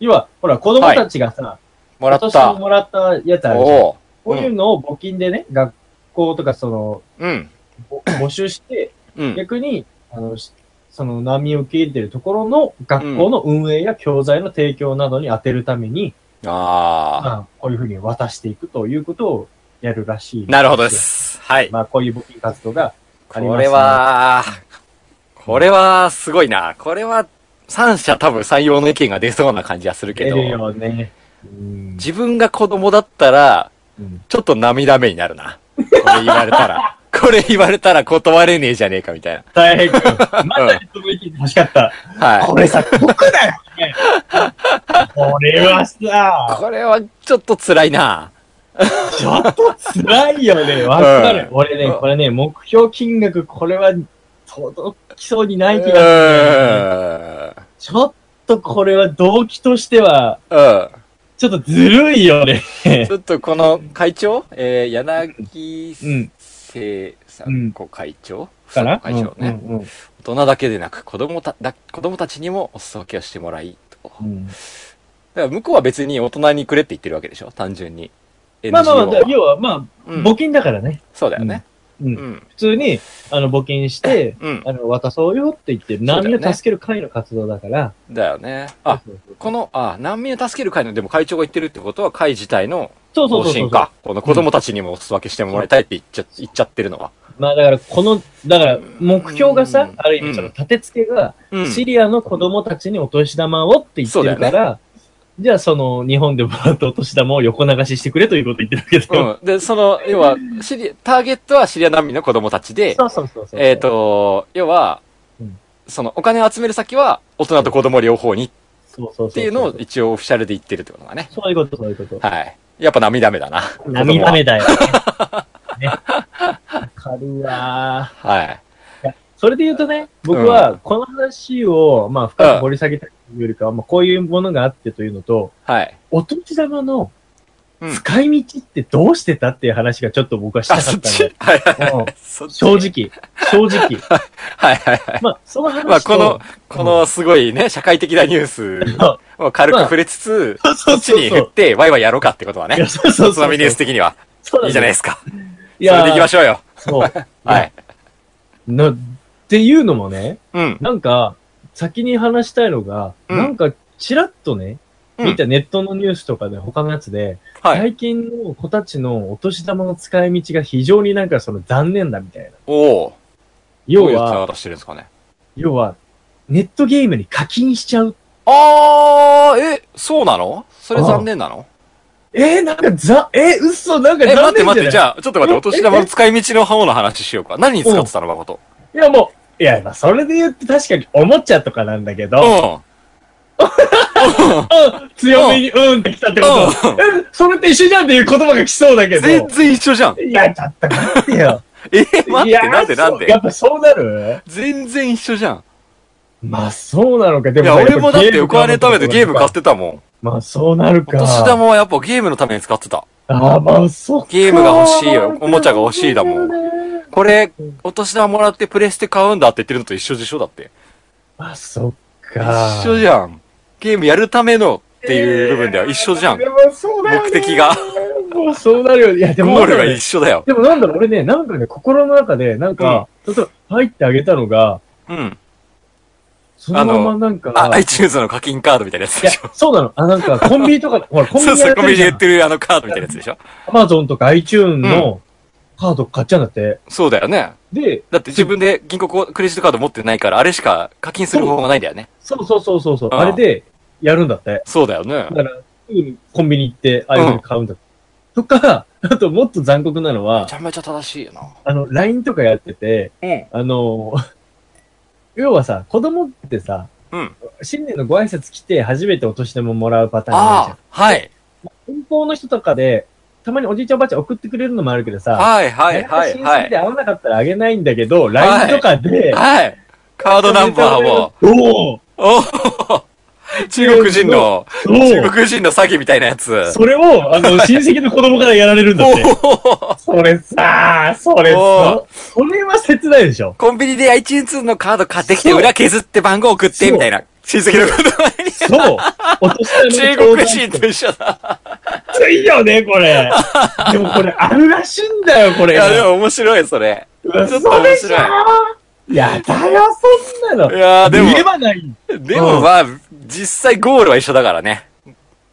Speaker 1: 要は、ほら、子供たちがさ、
Speaker 3: もらっ
Speaker 1: お年
Speaker 3: た
Speaker 1: 玉。もらったやつあるじゃん。
Speaker 3: おお。
Speaker 1: こういうのを募金でね、学校とかその、
Speaker 3: うん。
Speaker 1: ぼ 募集して、
Speaker 3: うん。
Speaker 1: 逆に、あの、しその難民を受け入れているところの学校の運営や教材の提供などに充てるために、
Speaker 3: ああ。
Speaker 1: まあ、こういうふうに渡していくということをやるらしい。
Speaker 3: なるほどで。す。はい。
Speaker 1: まあ、こういう募金活動がありますね
Speaker 3: これは、これはすごいな。これは、三者多分採用の意見が出そうな感じはするけ
Speaker 1: 出
Speaker 3: ど、
Speaker 1: るよね。うん
Speaker 3: 自分が子供だったら、
Speaker 1: うん
Speaker 3: ちょっと涙目になるな。これ言われたら。 これ言われたら断れねえじゃねえかみたい
Speaker 1: 大変。まさにその意見欲しか った。
Speaker 3: な。はい。
Speaker 1: これさ、僕だよねこれはさ、
Speaker 3: これはちょっと辛いな。
Speaker 1: ちょっと辛いよね。わかる。
Speaker 3: う
Speaker 1: 俺ね、これね、目標金額、これは届きそうにな
Speaker 3: う
Speaker 1: い気がする。
Speaker 3: ーん。
Speaker 1: ちょっとこれは動機としては、
Speaker 3: うん。
Speaker 1: ちょっとずるいよね。
Speaker 3: ちょっとこの会長、えー、柳瀬さん子会長、
Speaker 1: かな
Speaker 3: 会長ね、
Speaker 1: うんうん
Speaker 3: 大人だけでなく子供ただ子供たちにもお裾分けをしてもらいと。
Speaker 1: うんうん
Speaker 3: だから向こうは別に大人にくれって言ってるわけでしょ単純に。
Speaker 1: まあまあまあ
Speaker 3: NGO は、
Speaker 1: 要はまあ、
Speaker 3: うん
Speaker 1: 募金だからね。
Speaker 3: そうだよね。
Speaker 1: う。
Speaker 3: うんん。
Speaker 1: 普通に、あの、募金して、
Speaker 3: うん。
Speaker 1: あの、渡そうよって言って、
Speaker 3: だよ
Speaker 1: 難
Speaker 3: ね
Speaker 1: 民を助ける会の活動だから。
Speaker 3: だよね。あ、
Speaker 1: そうそう
Speaker 3: この、あ、難民を助ける会の、でも会長が言ってるってことは会自体の
Speaker 1: そうそ
Speaker 3: 方
Speaker 1: うそうそう
Speaker 3: 針か。この子供たちにもお裾分けしてもらいたいって言っちゃ言っちゃってるのは。
Speaker 1: まあだから、この、だから、目標が
Speaker 3: う
Speaker 1: さ
Speaker 3: ん、
Speaker 1: ある意味その立て付けが、
Speaker 3: うん。
Speaker 1: シリアの子供たちにお年玉をって言ってる
Speaker 3: そうだ
Speaker 1: から、じゃあその、日本でもらったお年玉を横流ししてくれということを言ってるわけど。
Speaker 3: うん。で、その、要は、シリ、ターゲットはシリア難民の子供たちで、
Speaker 1: そうそうそうそう。
Speaker 3: えっ、と、要は
Speaker 1: うん、
Speaker 3: その、お金を集める先は、大人と子供両方にっ
Speaker 1: そうそうそうそう、って
Speaker 3: いうのを一応オフィシャルで言ってるってことだね。
Speaker 1: そういうこと、そういうこと。
Speaker 3: はい。やっぱ涙目だな。
Speaker 1: 涙目 だよ。ね。わかるわー。
Speaker 3: はい。
Speaker 1: それで言うとね、僕
Speaker 3: うん
Speaker 1: はこの話を、まあ、深く掘り下げたいというよりかは、まあ、こういうものがあってというのと、
Speaker 3: はい。
Speaker 1: お年玉の
Speaker 3: うん
Speaker 1: 使い道ってどうしてたっていう話がちょっと僕はした
Speaker 3: あ、
Speaker 1: か
Speaker 3: そっ
Speaker 1: っ
Speaker 3: ち
Speaker 1: た
Speaker 3: はいはい
Speaker 1: んで。
Speaker 3: そっ
Speaker 1: うん
Speaker 3: ち
Speaker 1: 正。直、正直。
Speaker 3: はいはいはい。
Speaker 1: まあ、その
Speaker 3: まあ、
Speaker 1: 話、
Speaker 3: ことの、このすごいね、社会的なニュース
Speaker 1: そ
Speaker 3: を軽く触れつつ、
Speaker 1: うそ
Speaker 3: そうっち
Speaker 1: そう
Speaker 3: に振って、ワイワイやろうかってことはい
Speaker 1: や
Speaker 3: ね。
Speaker 1: そうそうそう。
Speaker 3: 津波ニュース的には。
Speaker 1: そう
Speaker 3: いいじゃないですすか。
Speaker 1: い
Speaker 3: それで行きま
Speaker 1: や、
Speaker 3: しょうよ。
Speaker 1: そう。
Speaker 3: はい。
Speaker 1: な、っていうのもね、
Speaker 3: うん。
Speaker 1: なんか、先に話したいのが、
Speaker 3: うん
Speaker 1: なんか、ちらっとね、
Speaker 3: うん
Speaker 1: 見たネットのニュースとかで、他のやつで、
Speaker 3: はい。
Speaker 1: 最近の子たちのお年玉の使い道が非常になんかその残念だみたいな。
Speaker 3: おお。
Speaker 1: 要
Speaker 3: どういう
Speaker 1: は、
Speaker 3: 使い方してるんですかね。
Speaker 1: 要は、ネットゲームに課金しちゃう。
Speaker 3: あー、え、そうなのそれ残念なの
Speaker 1: えー、なんかざ、えー、嘘、なんか
Speaker 3: え、待
Speaker 1: 残
Speaker 3: っ
Speaker 1: 念じゃ
Speaker 3: て待っ
Speaker 1: な
Speaker 3: て、
Speaker 1: い
Speaker 3: じゃあ、ちょっと待って、
Speaker 1: え
Speaker 3: お年玉の使い道の方の話しようか。何に使ってたの、誠。
Speaker 1: いや、もう、いや、まあ、それで言って確かにおもちゃとかなんだけ
Speaker 3: うん。
Speaker 1: ど、うん、強めにうんってきたってこと、
Speaker 3: う
Speaker 1: え、それって一緒じゃんっていう言葉が来そうだけど、
Speaker 3: 全然一緒じゃん。
Speaker 1: いや、ちょっと待ってよ。
Speaker 3: え、待
Speaker 1: い
Speaker 3: っ
Speaker 1: や
Speaker 3: て、なんでなん
Speaker 1: そうや
Speaker 3: で
Speaker 1: っぱそうなる
Speaker 3: 全然一緒じゃん。
Speaker 1: まあそうなのか。で
Speaker 3: い
Speaker 1: も
Speaker 3: や、
Speaker 1: さ
Speaker 3: 俺もだって
Speaker 1: や
Speaker 3: お
Speaker 1: ぱ
Speaker 3: 金貯めてゲーム買
Speaker 1: 買
Speaker 3: っ
Speaker 1: う
Speaker 3: てたもん。
Speaker 1: まあそうなる
Speaker 3: お
Speaker 1: か。
Speaker 3: 年玉はやっぱゲームのために使ってた。
Speaker 1: ああ、まあそうか。
Speaker 3: ゲームが欲しいよおもちゃが欲しいだもん
Speaker 1: ん。
Speaker 3: これ、お年玉もらってプレステ買うんだって言ってるのと一緒でしょだって。
Speaker 1: まあそっか。
Speaker 3: 一緒じゃん。ゲームやるためのっていう部分では一緒じゃん
Speaker 1: で。もそうだよね
Speaker 3: 目的が。
Speaker 1: もうそうなるよ。いや、でも
Speaker 3: ゴ
Speaker 1: な
Speaker 3: ー
Speaker 1: んだろ
Speaker 3: ルが
Speaker 1: うね、
Speaker 3: 一緒だよ。
Speaker 1: でもなんだろう、俺ね、なんかね、心の中で、なんか、例えば入ってあげたのが、
Speaker 3: うん。
Speaker 1: そのままなんか、
Speaker 3: あ、iTunes の課金カードみたいなやつ
Speaker 1: い
Speaker 3: で
Speaker 1: や
Speaker 3: しょ。、
Speaker 1: そうなの。あ、なんか、コンビニとか、ほら、コンビ
Speaker 3: そう
Speaker 1: ニが
Speaker 3: そ
Speaker 1: や
Speaker 3: う、
Speaker 1: って
Speaker 3: コン
Speaker 1: る
Speaker 3: ビニ
Speaker 1: じ
Speaker 3: で
Speaker 1: ゃ
Speaker 3: 売
Speaker 1: ん
Speaker 3: っ。てるあのカードみたいなやつでしょ。
Speaker 1: アマゾンとか iTune のカード買っちゃうんだって。
Speaker 3: そうだよね。
Speaker 1: で、
Speaker 3: だって自分で銀行こうクレジットカード持ってないから、あれしか課金する方法がないんだよね。
Speaker 1: そうそうそうそうそう、
Speaker 3: ああ
Speaker 1: あれでやるんだって。
Speaker 3: そうだよね
Speaker 1: だ。から、すぐにコンビニ行って、ああいうふうに買うんだって。とか、 あともっと残酷なの
Speaker 3: め
Speaker 1: は
Speaker 3: ち、ゃめちゃ正しいよな。
Speaker 1: あの、LINE とかやってて、
Speaker 3: うん。
Speaker 1: あの、 要はさ、子供ってさ、
Speaker 3: うん
Speaker 1: 新年のご挨拶来て初めてお年玉もらうパターンあるじゃ
Speaker 3: ああ、はい。
Speaker 1: ん。遠方の人とかで、たまにおじいちゃんおばあちゃん送ってくれるのもあるけどさ、
Speaker 3: はい、はい、はい、
Speaker 1: なんか親
Speaker 3: は
Speaker 1: 戚で
Speaker 3: い。
Speaker 1: 会わなかったらあげないんだけど、LINE とかで、
Speaker 3: はい。カードナンバーを。
Speaker 1: おお
Speaker 3: おお中国人の、
Speaker 1: お
Speaker 3: 中国人の詐欺みたいなやつ。
Speaker 1: それを、あの、親戚の子供からやられるんだって。
Speaker 3: おお
Speaker 1: それさそれ
Speaker 3: お
Speaker 1: さ、それは切ないでしょ。
Speaker 3: コンビニで iTunes のカード買ってきて、
Speaker 1: そう
Speaker 3: 裏削って番号送って、みたいな。親戚のことに。
Speaker 1: そう。お年
Speaker 3: 中
Speaker 1: 玉の
Speaker 3: 国人と一緒だ。
Speaker 1: きついよね、これ。 でもこれ、あるらしいんだよ、こ
Speaker 3: い
Speaker 1: れが。
Speaker 3: や、でも面白い、それ。
Speaker 1: うわ
Speaker 3: ちょっと面白い
Speaker 1: それさやだよ、そんないの。
Speaker 3: やーでも
Speaker 1: 言えばない。
Speaker 3: でもまあ、実際ゴールは一緒だからね。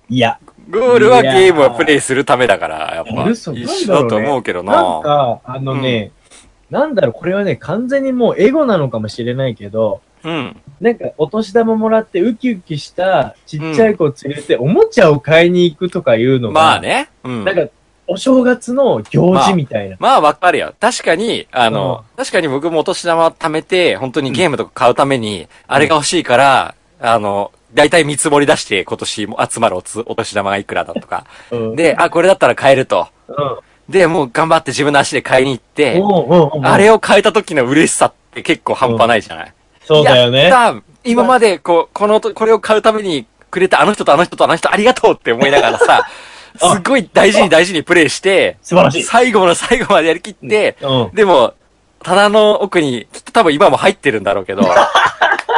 Speaker 1: いや、
Speaker 3: ゴールはゲームをプレイするためだから、やっぱ。
Speaker 1: 嘘
Speaker 3: 一緒だと思うけど
Speaker 1: なん
Speaker 3: な。
Speaker 1: か、あのね、なんだろう、これはね、完全にもうエゴなのかもしれないけど、
Speaker 3: うん。
Speaker 1: なんか、お年玉もらってウキウキしたちっちゃい子を連れて、おもちゃを買いに行くとかいうのが、
Speaker 3: まあね。うん。
Speaker 1: なんか、お正月の行事みたいな。
Speaker 3: まあわかるよ。確かに、あの、確かに僕もお年玉貯めて、本当にゲームとか買うために、あれが欲しいから、あの、大体見積もり出して、今年も集まるおつお年玉がいくらだとか。
Speaker 1: うん、
Speaker 3: で、あ、これだったら買えると。
Speaker 1: うん、
Speaker 3: で、もう頑張って自分の足で買いに行って、
Speaker 1: うんうんうん
Speaker 3: あれを買えた時の嬉しさって結構半端ないじゃない、
Speaker 1: そうだよね。
Speaker 3: やった今まで、こう、このと、これを買うためにくれたあの人とあの人とあの人ありがとうって思いながらさ、
Speaker 1: あ
Speaker 3: すっごい大事に大事にプレイして、
Speaker 1: 素晴らしい。
Speaker 3: 最後の最後までやりきって、
Speaker 1: うん。
Speaker 3: でも、棚の奥に、きっと多分今も入ってるんだろ うけど、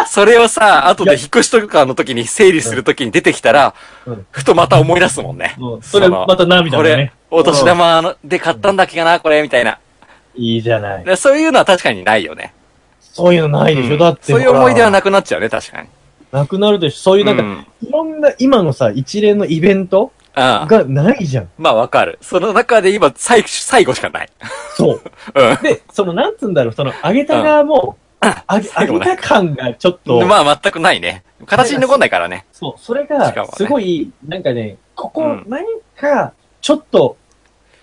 Speaker 3: それをさ、後で引っ越しとかの時に整理する時に出てきたら
Speaker 1: うん、
Speaker 3: ふとまた思い出すもんね。
Speaker 1: うんそれ、
Speaker 3: その
Speaker 1: また涙
Speaker 3: こ
Speaker 1: だね
Speaker 3: れ。、お年玉ので買ったんだっけかな、これ、みたいな。
Speaker 1: いいじゃない。
Speaker 3: でそういうのは確かにないよね。
Speaker 1: そういうのないでしょ、
Speaker 3: うん
Speaker 1: だって。
Speaker 3: そういう思い出は
Speaker 1: な。
Speaker 3: なくなっちゃうね、確かに。
Speaker 1: なくなるでしょ。そういう、なんか、
Speaker 3: うん
Speaker 1: いろんな、今のさ、一連のイベント
Speaker 3: ああ
Speaker 1: がないじゃん。
Speaker 3: まあわかる。その中で今、最、最後しかない。
Speaker 1: そう。
Speaker 3: うん。
Speaker 1: で、その、なんつうんだろう、その、あげた側も、あげ、あ
Speaker 3: 最後
Speaker 1: げ
Speaker 3: ね
Speaker 1: た感がちょっと、
Speaker 3: まあ全くないね。形に残んないからね。
Speaker 1: そう、それ
Speaker 3: しかも
Speaker 1: が
Speaker 3: ね、
Speaker 1: すごい、なんかね、こ
Speaker 3: う
Speaker 1: こ
Speaker 3: ん、
Speaker 1: 何か、ちょっと、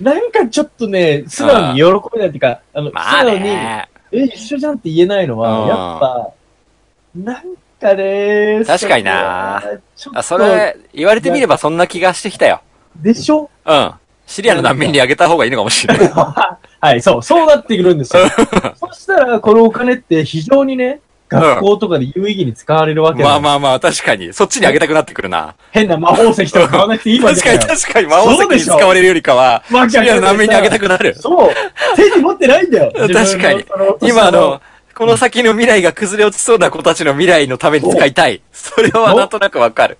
Speaker 1: なんかちょっとね、素直に喜べないっていうか、あの、素
Speaker 3: まあ
Speaker 1: 直に、
Speaker 3: ね。
Speaker 1: え、一緒じゃんって言えないの
Speaker 3: う
Speaker 1: は、
Speaker 3: ん
Speaker 1: やっぱ、なんかね、
Speaker 3: 確かにな
Speaker 1: ちょっと
Speaker 3: あ、それ、言われてみればそんな気がしてきたよ。
Speaker 1: でしょ
Speaker 3: うん。シリアの難民にあげた方がいいのかもしれない。
Speaker 1: はい、そう、そうなってくるんですよ。そしたら、このお金って非常にね、学校とかで有意義に使われるわけ
Speaker 3: まあ
Speaker 1: あ、
Speaker 3: まあまあ、確かに。そっちにあげたくなってくるな。
Speaker 1: 変な魔法石とか買わなくていいわけ
Speaker 3: 確
Speaker 1: だ
Speaker 3: か
Speaker 1: よ
Speaker 3: に確かに、魔法石に使われるよりかは、
Speaker 1: わけ
Speaker 3: シ
Speaker 1: わ
Speaker 3: リア
Speaker 1: か
Speaker 3: の
Speaker 1: んない
Speaker 3: 難民にあげたくなる。
Speaker 1: そう手に持ってないんだよ
Speaker 3: 確か
Speaker 1: 自分のそのお年
Speaker 3: に
Speaker 1: 玉
Speaker 3: 今の、この先の未来が崩れ落ちそうな子たちの未来のために使いたい。それはなんとなくわかる。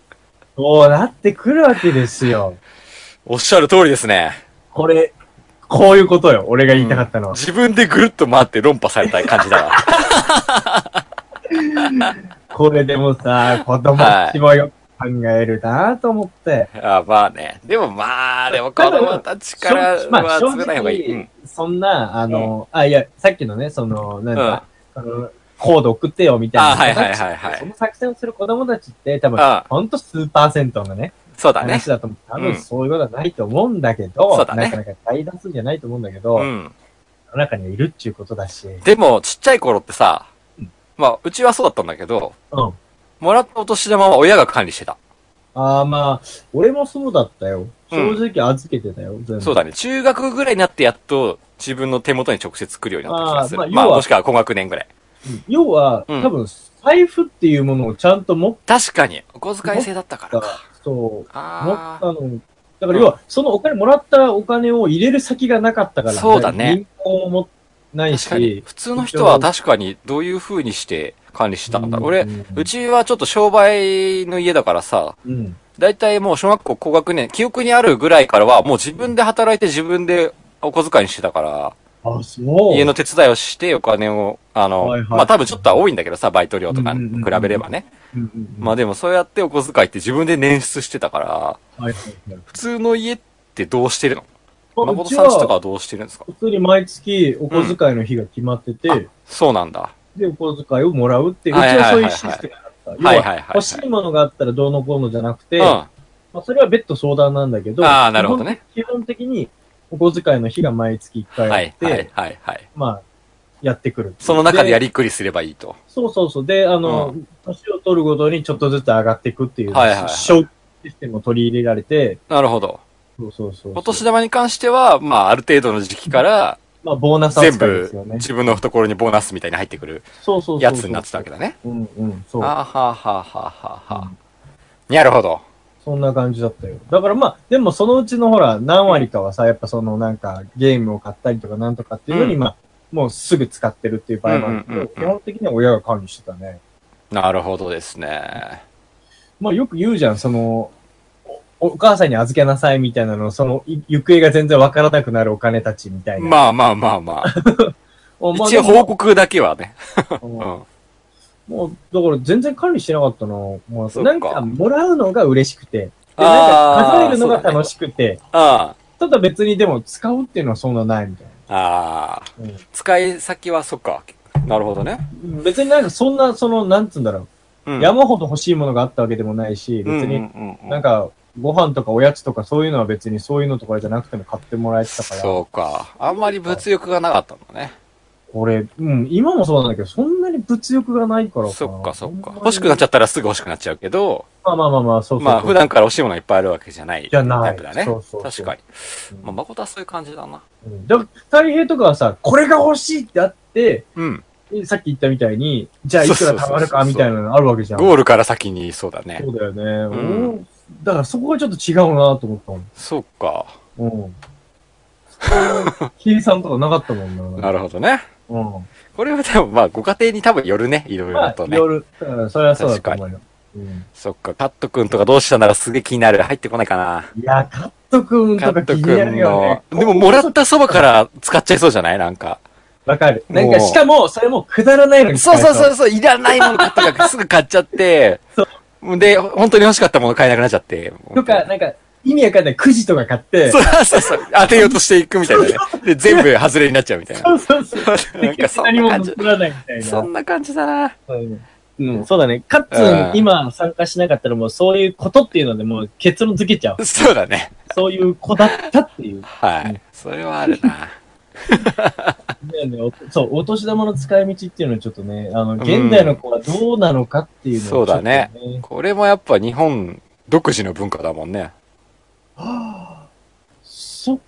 Speaker 1: そうなってくるわけですよ。
Speaker 3: おっしゃる通りですね。
Speaker 1: これ、こういうことよ、俺が言いたかったのは。
Speaker 3: 自分でぐるっと回って論破された感じだわ。
Speaker 1: これでもさ、子供たちもよく考えるなぁと思って。
Speaker 3: あまあね。でもまあ、でも子供たちから
Speaker 1: 正直まあ
Speaker 3: は
Speaker 1: 正
Speaker 3: 集めない方がいい。うん
Speaker 1: 直、そんな、あの、あ、いや、さっきのね、その、なんだ、あのコード送ってよみたいな。
Speaker 3: あはいはいはいはい
Speaker 1: その作戦をする子供たちって多分
Speaker 3: あ、
Speaker 1: ほんと数パーセントのね、
Speaker 3: そうだね
Speaker 1: 話。だと思う。多
Speaker 3: うん
Speaker 1: 分そういうことはないと思うんだけど、
Speaker 3: そうだね
Speaker 1: なかなか大多数じゃないと思うんだけど、
Speaker 3: う
Speaker 1: 世
Speaker 3: ん。
Speaker 1: の中にはいるっちゅうことだし。
Speaker 3: でも、ちっちゃい頃ってさ、まあ、うちはそうだったんだけど、
Speaker 1: うん。
Speaker 3: もらったお年玉は親が管理してた。
Speaker 1: ああ、まあ、俺もそうだったよ。
Speaker 3: うん
Speaker 1: 正直預けてたよ、全部。
Speaker 3: そうだね。中学ぐらいになってやっと自分の手元に直接来るようになった気がする。
Speaker 1: あ
Speaker 3: ま
Speaker 1: ーま
Speaker 3: あ
Speaker 1: あ、要は
Speaker 3: もしくは高学年ぐらい。
Speaker 1: うん要は、
Speaker 3: うん
Speaker 1: 多分、財布っていうものをちゃんと持っ
Speaker 3: 確かに、お小遣い制だったか
Speaker 1: た
Speaker 3: らか。、
Speaker 1: そう、持った
Speaker 3: あ
Speaker 1: の。だから要は、そのお金、もらったお金を入れる先がなかったから、
Speaker 3: そうだね
Speaker 1: 銀行ももな
Speaker 3: あ。
Speaker 1: い
Speaker 3: 確かに
Speaker 1: し。、
Speaker 3: 普通の人は確かにどういう風にして管理してたんだ。
Speaker 1: うん
Speaker 3: 俺、うちはちょっと商売の家だからさ、
Speaker 1: うん。
Speaker 3: 大体もう小学校高学年、記憶にあるぐらいからは、もう自分で働いて自分でお小遣いにしてたから、
Speaker 1: あ、そう。
Speaker 3: 家の手伝いをしてお金を、あの、
Speaker 1: はいはい
Speaker 3: まあ多分ちょっとは多いんだけどさ、バイト料とか
Speaker 1: うん
Speaker 3: 比
Speaker 1: うんうん
Speaker 3: べればね。
Speaker 1: うんうんうん。
Speaker 3: まあでもそうやってお小遣いって自分で捻出してたから、
Speaker 1: はいはいはい
Speaker 3: 普通の家ってどうしてるの
Speaker 1: まあう
Speaker 3: 誠
Speaker 1: ち
Speaker 3: さんちとか
Speaker 1: は、
Speaker 3: はどうしてるんですか
Speaker 1: 普通に毎月お小遣いの日が決まってて、
Speaker 3: そうなんだ。
Speaker 1: で、お小遣いをもらうって、うち
Speaker 3: はいは
Speaker 1: はいそ
Speaker 3: いははいう
Speaker 1: いうシステムだった。
Speaker 3: はい
Speaker 1: 要
Speaker 3: はい
Speaker 1: は、
Speaker 3: はい。
Speaker 1: 欲しいものがあったらどうのこうのじゃなくて、
Speaker 3: うん。あ
Speaker 1: まあ、それは別途相談なんだけど、
Speaker 3: あー、なるほどね。
Speaker 1: 基本的にお小遣いの日が毎月1回
Speaker 3: は
Speaker 1: あっ
Speaker 3: い
Speaker 1: て、
Speaker 3: はいはいはい。
Speaker 1: まあ、やってくる
Speaker 3: その中でや
Speaker 1: り
Speaker 3: りくりすればいいと。
Speaker 1: そうそうそう。で、あの、
Speaker 3: う
Speaker 1: 年を取るごとにちょっとずつ上がっていくっていう、
Speaker 3: はいはいはい
Speaker 1: 消費システムを取り入れられて、
Speaker 3: なるほど。
Speaker 1: そうそうそうそう。
Speaker 3: お年玉に関しては、まあある程度の時期から、
Speaker 1: まあ、ボーナス
Speaker 3: 全
Speaker 1: 扱いで
Speaker 3: 部
Speaker 1: すよね。
Speaker 3: 自分の懐にボーナスみたいに入ってくる
Speaker 1: そうそうそう。
Speaker 3: やつになってたわけ
Speaker 1: だ。
Speaker 3: だね。
Speaker 1: うんうん、そう。
Speaker 3: あはあはあはあはあはあ。なるほど。
Speaker 1: そんな感じだったよ。だからまあ、でもそのうちのほら、何割かはさ、やっぱそのなんか、ゲームを買ったりとかなんとかっていうのに、
Speaker 3: うん
Speaker 1: まあ、もうすぐ使ってるっていう場合もあるけ
Speaker 3: うんう
Speaker 1: ど、
Speaker 3: んうんうん
Speaker 1: 基本的には親が管理してたね。
Speaker 3: なるほどですね。
Speaker 1: まあよく言うじゃん、その、おお母さんに預けなさいみたいなの、その、い行方が全然わからなくなるお金たちみたいな。あ、
Speaker 3: まあまあまあまあ。
Speaker 1: まあ
Speaker 3: 一応報告だけはね。う
Speaker 1: も
Speaker 3: ん。
Speaker 1: う、もうだから全然管理してなかったの。もう
Speaker 3: そっか
Speaker 1: なんか、もらうのが嬉しくて。なんか
Speaker 3: あー
Speaker 1: 数えるのが楽しくて、
Speaker 3: あ
Speaker 1: ただ別にでも使うっていうのはそんなないみたい
Speaker 3: あ。ああ。
Speaker 1: な。
Speaker 3: 使い先はそっか。なるほどね。
Speaker 1: うん、別になんかそんな、その、なんつうんだろ
Speaker 3: う
Speaker 1: う、
Speaker 3: ん。
Speaker 1: 山ほど欲しいものがあったわけでもないし、
Speaker 3: うんう
Speaker 1: 別
Speaker 3: んう
Speaker 1: に
Speaker 3: んうん
Speaker 1: なんかご飯とかおやつとかそういうのは別にそういうのとかじゃなくても買ってもらえてたから、
Speaker 3: そうか。あんまり物欲がなかったんだね。
Speaker 1: 俺、うん、今もそうなんだけど、そんなに物欲がないから
Speaker 3: そっかそっか。欲
Speaker 1: 欲
Speaker 3: し
Speaker 1: し
Speaker 3: く
Speaker 1: く
Speaker 3: な
Speaker 1: なっ
Speaker 3: っち
Speaker 1: ち
Speaker 3: ゃ
Speaker 1: ゃ
Speaker 3: ったらすぐ欲しくなっちゃうけど、
Speaker 1: まあまあまあまあ、そうそうそう。
Speaker 3: まあ普段から欲しいものいっぱいあるわけじゃない
Speaker 1: じゃない
Speaker 3: タイプだね。
Speaker 1: そうそうそう
Speaker 3: 確かに。
Speaker 1: うん
Speaker 3: まあ誠はそういう感じだな。
Speaker 1: うんでも、太平とかはさ、これが欲しいってあって、
Speaker 3: うん。
Speaker 1: さっき言ったみたいに、じゃあいくら貯まるかみたいなのあるわけじゃん。
Speaker 3: ゴールから先にそうだね
Speaker 1: そ。うだよね。
Speaker 3: ん
Speaker 1: うんだからそこがちょっと違うなと思ったもん。
Speaker 3: そうか。
Speaker 1: うん。計算とかなかったもんな。
Speaker 3: なるほどね。
Speaker 1: う
Speaker 3: これはでもまあご家庭に多分よるね。いろい
Speaker 1: ん。
Speaker 3: ろ
Speaker 1: ま
Speaker 3: と
Speaker 1: あ、
Speaker 3: ね。
Speaker 1: 夜、うんそれはそうだと思うよ。うん
Speaker 3: そっか。カット君とかどうしたならすげえ気になる。入ってこないかな。
Speaker 1: いや、カットくん
Speaker 3: カ
Speaker 1: とか
Speaker 3: ッ
Speaker 1: 気
Speaker 3: ト
Speaker 1: になる
Speaker 3: 君
Speaker 1: よね
Speaker 3: の。。でももらったそばから使っちゃいそうじゃないなんか。
Speaker 1: わかる。なん
Speaker 3: もう
Speaker 1: か、しかも、それもくだらないのに使
Speaker 3: そう
Speaker 1: え
Speaker 3: そうそうそう、いらないもの買ったからすぐ買っちゃって、で、本当に欲しかったもの買えなくなっちゃって。
Speaker 1: とか、なんか、意味わかんないくじとか買って、
Speaker 3: そうそうそう、当てようとしていくみたいなね。で、全部外れになっちゃうみたいな。
Speaker 1: うそうそう。
Speaker 3: なんかそん
Speaker 1: 何
Speaker 3: な
Speaker 1: も
Speaker 3: 感じ。
Speaker 1: 作らないみたい
Speaker 3: そ
Speaker 1: な。
Speaker 3: んな感じだな。
Speaker 8: うん、そうだね。カッツ
Speaker 3: うん
Speaker 8: ン、今参加しなかったらもうそういうことっていうのでもう結論付けちゃう。
Speaker 3: そうだね。
Speaker 8: そういう子だったっていう。
Speaker 3: はい。それはあるな。
Speaker 1: だよねおそう、お年玉の使い道っていうのはちょっとね、あの、現代の子はどうなのかっていうの
Speaker 3: そう
Speaker 1: はちょっ
Speaker 3: だ
Speaker 1: と
Speaker 3: ね。これもやっぱ日本独自の文化だもんね。
Speaker 1: そっ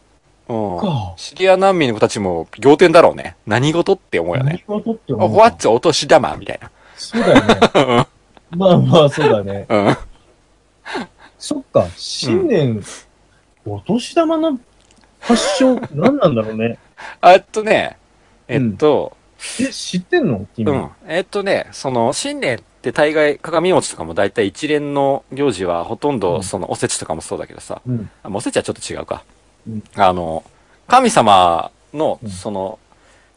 Speaker 3: うん。
Speaker 1: か。
Speaker 3: シリア難民の子たちも仰天だろうね。何事って思うよね。
Speaker 1: 何事って
Speaker 3: あ、
Speaker 1: 思う
Speaker 3: わっつお年玉みたいな。
Speaker 1: そうだよね。 まあまあ、そうだね。
Speaker 3: うん。
Speaker 1: そっか、新年、お年玉の発祥、何なんだろうね。
Speaker 3: あえっとね、えっと、
Speaker 1: え、知ってんの君。
Speaker 3: うん。えっとね、その、新年って大概、鏡餅とかも大体一連の行事はほとん
Speaker 1: う
Speaker 3: ど、
Speaker 1: ん
Speaker 3: その、おせちとかもそうだけどさ、
Speaker 1: うん
Speaker 3: あおせちはちょっと違うか。
Speaker 1: うん
Speaker 3: あの、神様の
Speaker 1: う、ん
Speaker 3: その、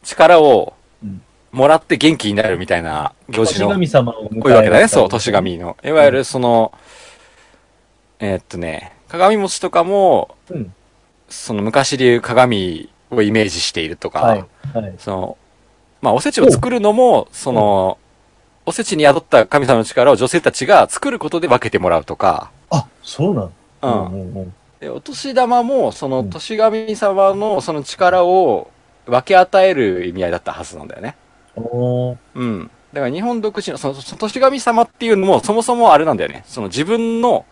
Speaker 3: 力を
Speaker 1: うん、
Speaker 3: もらって元気になるみたいな行事
Speaker 1: 年
Speaker 3: の、こ
Speaker 1: 神様を迎え
Speaker 3: ういうわけだね。そう、年。神の。いわゆる、その、えっとね、鏡餅とかも、
Speaker 1: うん
Speaker 3: その、昔でいう鏡をイメージしているとか、
Speaker 1: はい。はい。
Speaker 3: その、まあ、おせちを作るのも、その、おせちに宿った神様の力を女性たちが作ることで分けてもらうとか、
Speaker 1: あ、そうな
Speaker 3: う
Speaker 1: の
Speaker 3: ん。
Speaker 1: うんうん
Speaker 3: で、お年玉も、そうの、
Speaker 1: ん
Speaker 3: 年神様のその力を分け与える意味合いだったはずなんだよね。
Speaker 1: おー
Speaker 3: うん。だから日本独自の、その、その年神様っていうのも、そもそもあれなんだよね。その自分の、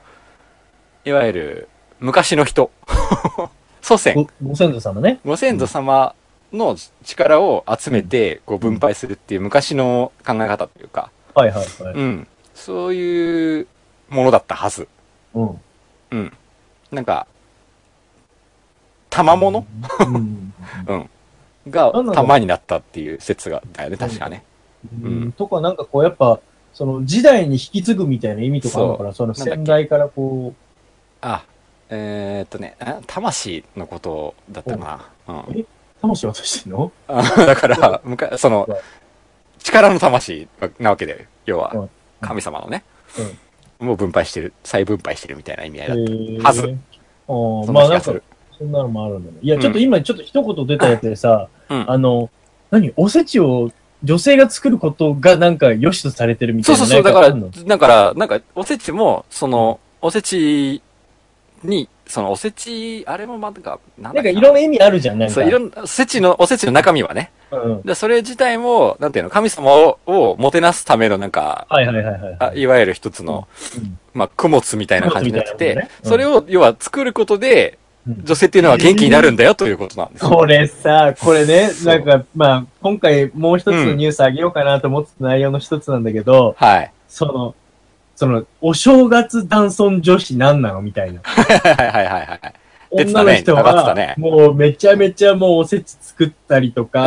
Speaker 3: いわゆる、昔の人、 祖先、
Speaker 1: ごご先祖様ね。
Speaker 3: ご先祖様の力を集めて、こう分配するっていう昔の考え方というか、
Speaker 1: はいはいはい。
Speaker 3: うん。そういうものだったはず。
Speaker 1: うん。
Speaker 3: うん。なんか、玉物
Speaker 1: うん
Speaker 3: が
Speaker 1: なんだろう
Speaker 3: 玉になったっていう説が、だよね、確かね。
Speaker 1: う
Speaker 3: うん
Speaker 1: ん。とか、なんかこう、やっぱ、その時代に引き継ぐみたいな意味とかあるのから、その
Speaker 3: なんだっけ
Speaker 1: 先代からこ
Speaker 3: あ、えーっとね、あ魂のことだったかな。うん。
Speaker 1: う、魂渡してんの
Speaker 3: あだから、むかその
Speaker 1: はい、
Speaker 3: 力の魂なわけだよ。要
Speaker 1: は、
Speaker 3: はい神様のね。もう分配してる、再分配してるみたいな意味合いだった。
Speaker 1: え
Speaker 3: はず
Speaker 1: あー
Speaker 3: そん
Speaker 1: ま
Speaker 3: な
Speaker 1: あな
Speaker 3: 気が
Speaker 1: ん
Speaker 3: す
Speaker 1: か
Speaker 3: る、。
Speaker 1: そんなのもあるんだね。いや、ちょっと今、ちょっと一言出たやつでさ、
Speaker 3: うん
Speaker 1: あの、何おせちを女性が作ることがなんか良しとされてるみた
Speaker 3: そ
Speaker 1: いうな。
Speaker 3: そうそう、だか
Speaker 1: な
Speaker 3: ら、
Speaker 1: んあんの
Speaker 3: だから、なんか、おせちも、その、おせちに、その、おせち、あれもまたか、なん
Speaker 1: な
Speaker 3: だっ
Speaker 1: んか
Speaker 3: け
Speaker 1: いろんな意味あるじゃん、なんか。
Speaker 3: そう、いろんな、おせちの、おせちの中身はね。
Speaker 1: うん。
Speaker 3: で、それ自体も、なんていうの、神様を、をもてなすための、なんか、
Speaker 1: はいはいはいはい。
Speaker 3: あいわゆる一つの、
Speaker 1: うん
Speaker 3: まあ、供物みたいな感じになってて、
Speaker 1: 供物みたいなもんねうん
Speaker 3: それを、要は作ることで、
Speaker 1: うん
Speaker 3: 女性っていうのは元気になるんだよ、ということなんですよ。
Speaker 1: これさ、これね、
Speaker 3: そう
Speaker 1: なんか、まあ、今回もう一つのニュースあげようかなと思ってた内容の一つなんだけど、
Speaker 3: はい。
Speaker 1: その、その、お正月男尊女子なんなのみたいな。
Speaker 3: はいはい はいはいはい。出てた
Speaker 1: 女
Speaker 3: ね
Speaker 1: の人
Speaker 3: 上がってた
Speaker 1: は、
Speaker 3: ね
Speaker 1: もうめちゃめちゃもうおせち作ったりと
Speaker 3: いや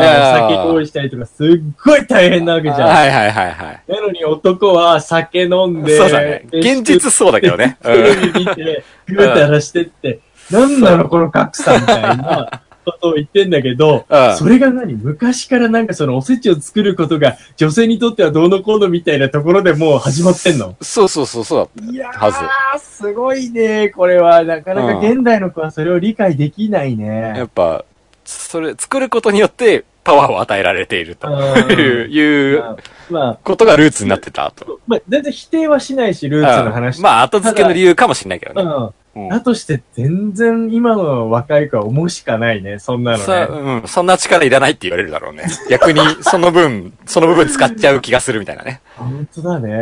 Speaker 1: か、
Speaker 3: ー
Speaker 1: 酒用意したりとか、すっごい大変なわけじゃん。
Speaker 3: はいはいはいはい。
Speaker 1: なのに男は酒飲んで、
Speaker 3: そうだね。現実そうだけど ね。
Speaker 1: テレビ見て、ぐーたらしてって、なんなのこの格差みたいな。ことを言ってんだけど、
Speaker 3: うん
Speaker 1: それが何昔からなんかそのおせちを作ることが女性にとってはどうのこうのみたいなところでもう始まってんの
Speaker 3: そうそうそうそうだった。
Speaker 1: いや
Speaker 3: はず
Speaker 1: ー、すごいね。これは、なかなか
Speaker 3: うん
Speaker 1: 現代の子はそれを理解できない
Speaker 3: や
Speaker 1: ね。
Speaker 3: っぱ、それ、作ることによってパワーを与えられているという、いう
Speaker 1: まあ、
Speaker 3: ことがルーツになってたと。
Speaker 1: まあ、全然否定はしないし、ルーツの話。
Speaker 3: うんまあ、後付けの理由かもしれないけどね。
Speaker 1: あ、
Speaker 3: う
Speaker 1: うんん。だとして、全然今の若い子は思うしかないね。そんなのね。
Speaker 3: さうん、そんな力いらないって言われるだろうね。逆に、その分、その部分使っちゃう気がするみたいなね。
Speaker 1: 本当だね。
Speaker 3: う
Speaker 1: い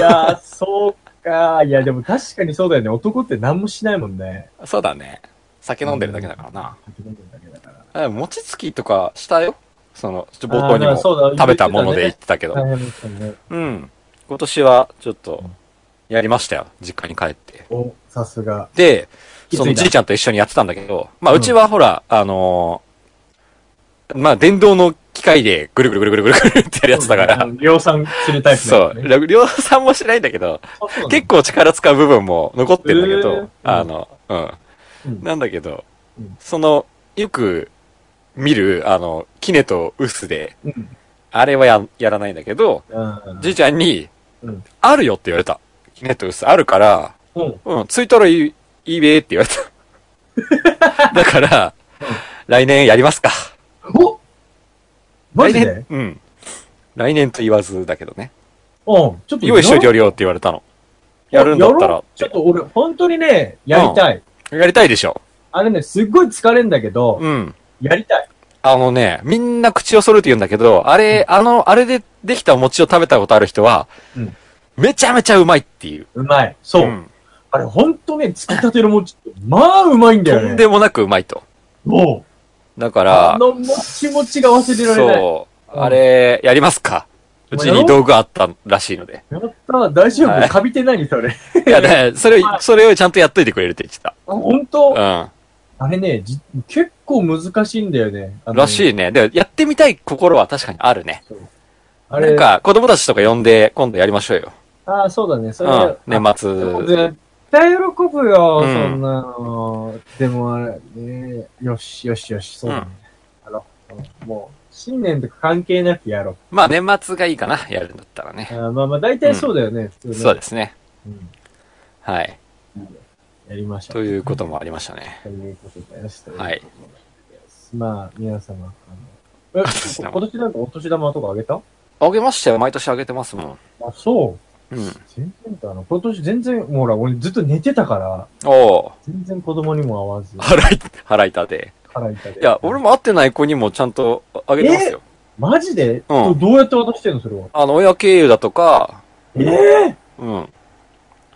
Speaker 1: やー、そうか。いや、でも確かにそうだよね。男って何もしないもんね。
Speaker 3: そうだね。酒飲んでるだけだからな。
Speaker 1: 酒飲んでるだけだから
Speaker 3: あ餅つきとかしたよ。その、ちょっと冒頭
Speaker 1: あー
Speaker 3: に
Speaker 1: まあ
Speaker 3: も
Speaker 1: そうだ
Speaker 3: 食べたもので言ってたけど。
Speaker 1: 大変だったね。
Speaker 3: うん。今年は、ちょっと、やりましたよ。実家に帰って。
Speaker 1: お、さすが。
Speaker 3: で、
Speaker 1: 気づいた
Speaker 3: そのじいちゃんと一緒にやってたんだけど、まあ、
Speaker 1: うん
Speaker 3: うちはほら、あのーまあ、電動の機械でぐるぐるぐるぐるぐるぐるってやるやつだから、
Speaker 1: 量産するタイプ
Speaker 3: そ
Speaker 1: だ、
Speaker 3: う、
Speaker 1: ね。
Speaker 3: 量産もしないんだけど、
Speaker 1: そう。
Speaker 3: 結構力使う部分も残ってるんだけど、
Speaker 1: えー
Speaker 3: あの、う。
Speaker 1: うんん
Speaker 3: なんだけど、
Speaker 1: うん
Speaker 3: その、よく見る、あの、キネとウスで、
Speaker 1: うん
Speaker 3: あれはややらないんだけど、
Speaker 1: うん
Speaker 3: じいちゃんに、
Speaker 1: うん
Speaker 3: あるよって言われた。キネとウスあるから、
Speaker 1: うん。
Speaker 3: うん、ついたらいい、いいべって言われ た。だから、来年やりますか。
Speaker 1: おマ
Speaker 3: 来
Speaker 1: ジで
Speaker 3: 年うん。来年と言わずだけどね。
Speaker 1: うん。ちょっと
Speaker 3: 用意しといてや
Speaker 1: り
Speaker 3: るよって言われたの。やるんだったらっ。
Speaker 1: ちょってと俺、本当にね、やりたい。
Speaker 3: やりたいでしょ。
Speaker 1: あれね、すっごい疲れんだけど、
Speaker 3: うん。
Speaker 1: やりたい。
Speaker 3: あのね、みんな口を揃えて言うんだけど、あれ、あの、あれでできたお餅を食べたことある人は、
Speaker 1: うん
Speaker 3: めちゃめちゃうまいっていう。
Speaker 1: うまい。そう。
Speaker 3: ん
Speaker 1: あれ、本当ね、つきたての餅って、まあ、うまいんだ
Speaker 3: と
Speaker 1: よね。
Speaker 3: んでもなくうまいと。
Speaker 1: もう。
Speaker 3: だから
Speaker 1: あ、の、もちもちが忘れられない。
Speaker 3: そう。あれ、やりますか。うちに道具あったらしい ので。
Speaker 1: やった大丈
Speaker 3: はい
Speaker 1: 夫カビて何それ。
Speaker 3: いや、だからそれを、それをちゃんとやっといてくれるって言ってた。
Speaker 1: 本当
Speaker 3: う
Speaker 1: あれね、じ結構難しいんだよね。
Speaker 3: ん。らし
Speaker 1: い。
Speaker 3: いね。で、やってみたい心は確かにあるね。
Speaker 1: あ
Speaker 3: な
Speaker 1: れ
Speaker 3: ん、か、子供たちとか呼んで、今度やりましょうよ。
Speaker 1: ああ、そうだね。そうれは
Speaker 3: ん。、年末。
Speaker 1: 絶対喜ぶよ、
Speaker 3: うん
Speaker 1: そんなの。でもあれ、ね、よしよしよし、そうだね。あの、もう、新年とか関係なくやろう。
Speaker 3: まあ、年末がいいかな。やるんだったらね。
Speaker 1: あーまあまあ、大体そうだよね、普通ね。
Speaker 3: そうですね。
Speaker 1: うん
Speaker 3: はい。
Speaker 1: やりましょう。
Speaker 3: ということもありましたね。
Speaker 1: ということです。
Speaker 3: はい。
Speaker 1: まあ、皆様、あの、え、
Speaker 3: 年玉
Speaker 1: 今年なんかお年玉とかあげた
Speaker 3: あげましたよ。毎年あげてますもん。
Speaker 1: あ、そう。
Speaker 3: うん。
Speaker 1: 全然だな。今年全然、もうほら、俺ずっと寝てたから、
Speaker 3: おー。
Speaker 1: 全然子供にも会わず、
Speaker 3: 払い、払いたて。
Speaker 1: 腹痛で。
Speaker 3: いや、俺も会ってない子にもちゃんとあげてますよ。
Speaker 1: マジで、
Speaker 3: うん
Speaker 1: どうやって渡してんのそれは。
Speaker 3: あの、親経由だとか、
Speaker 1: ええ
Speaker 3: うん。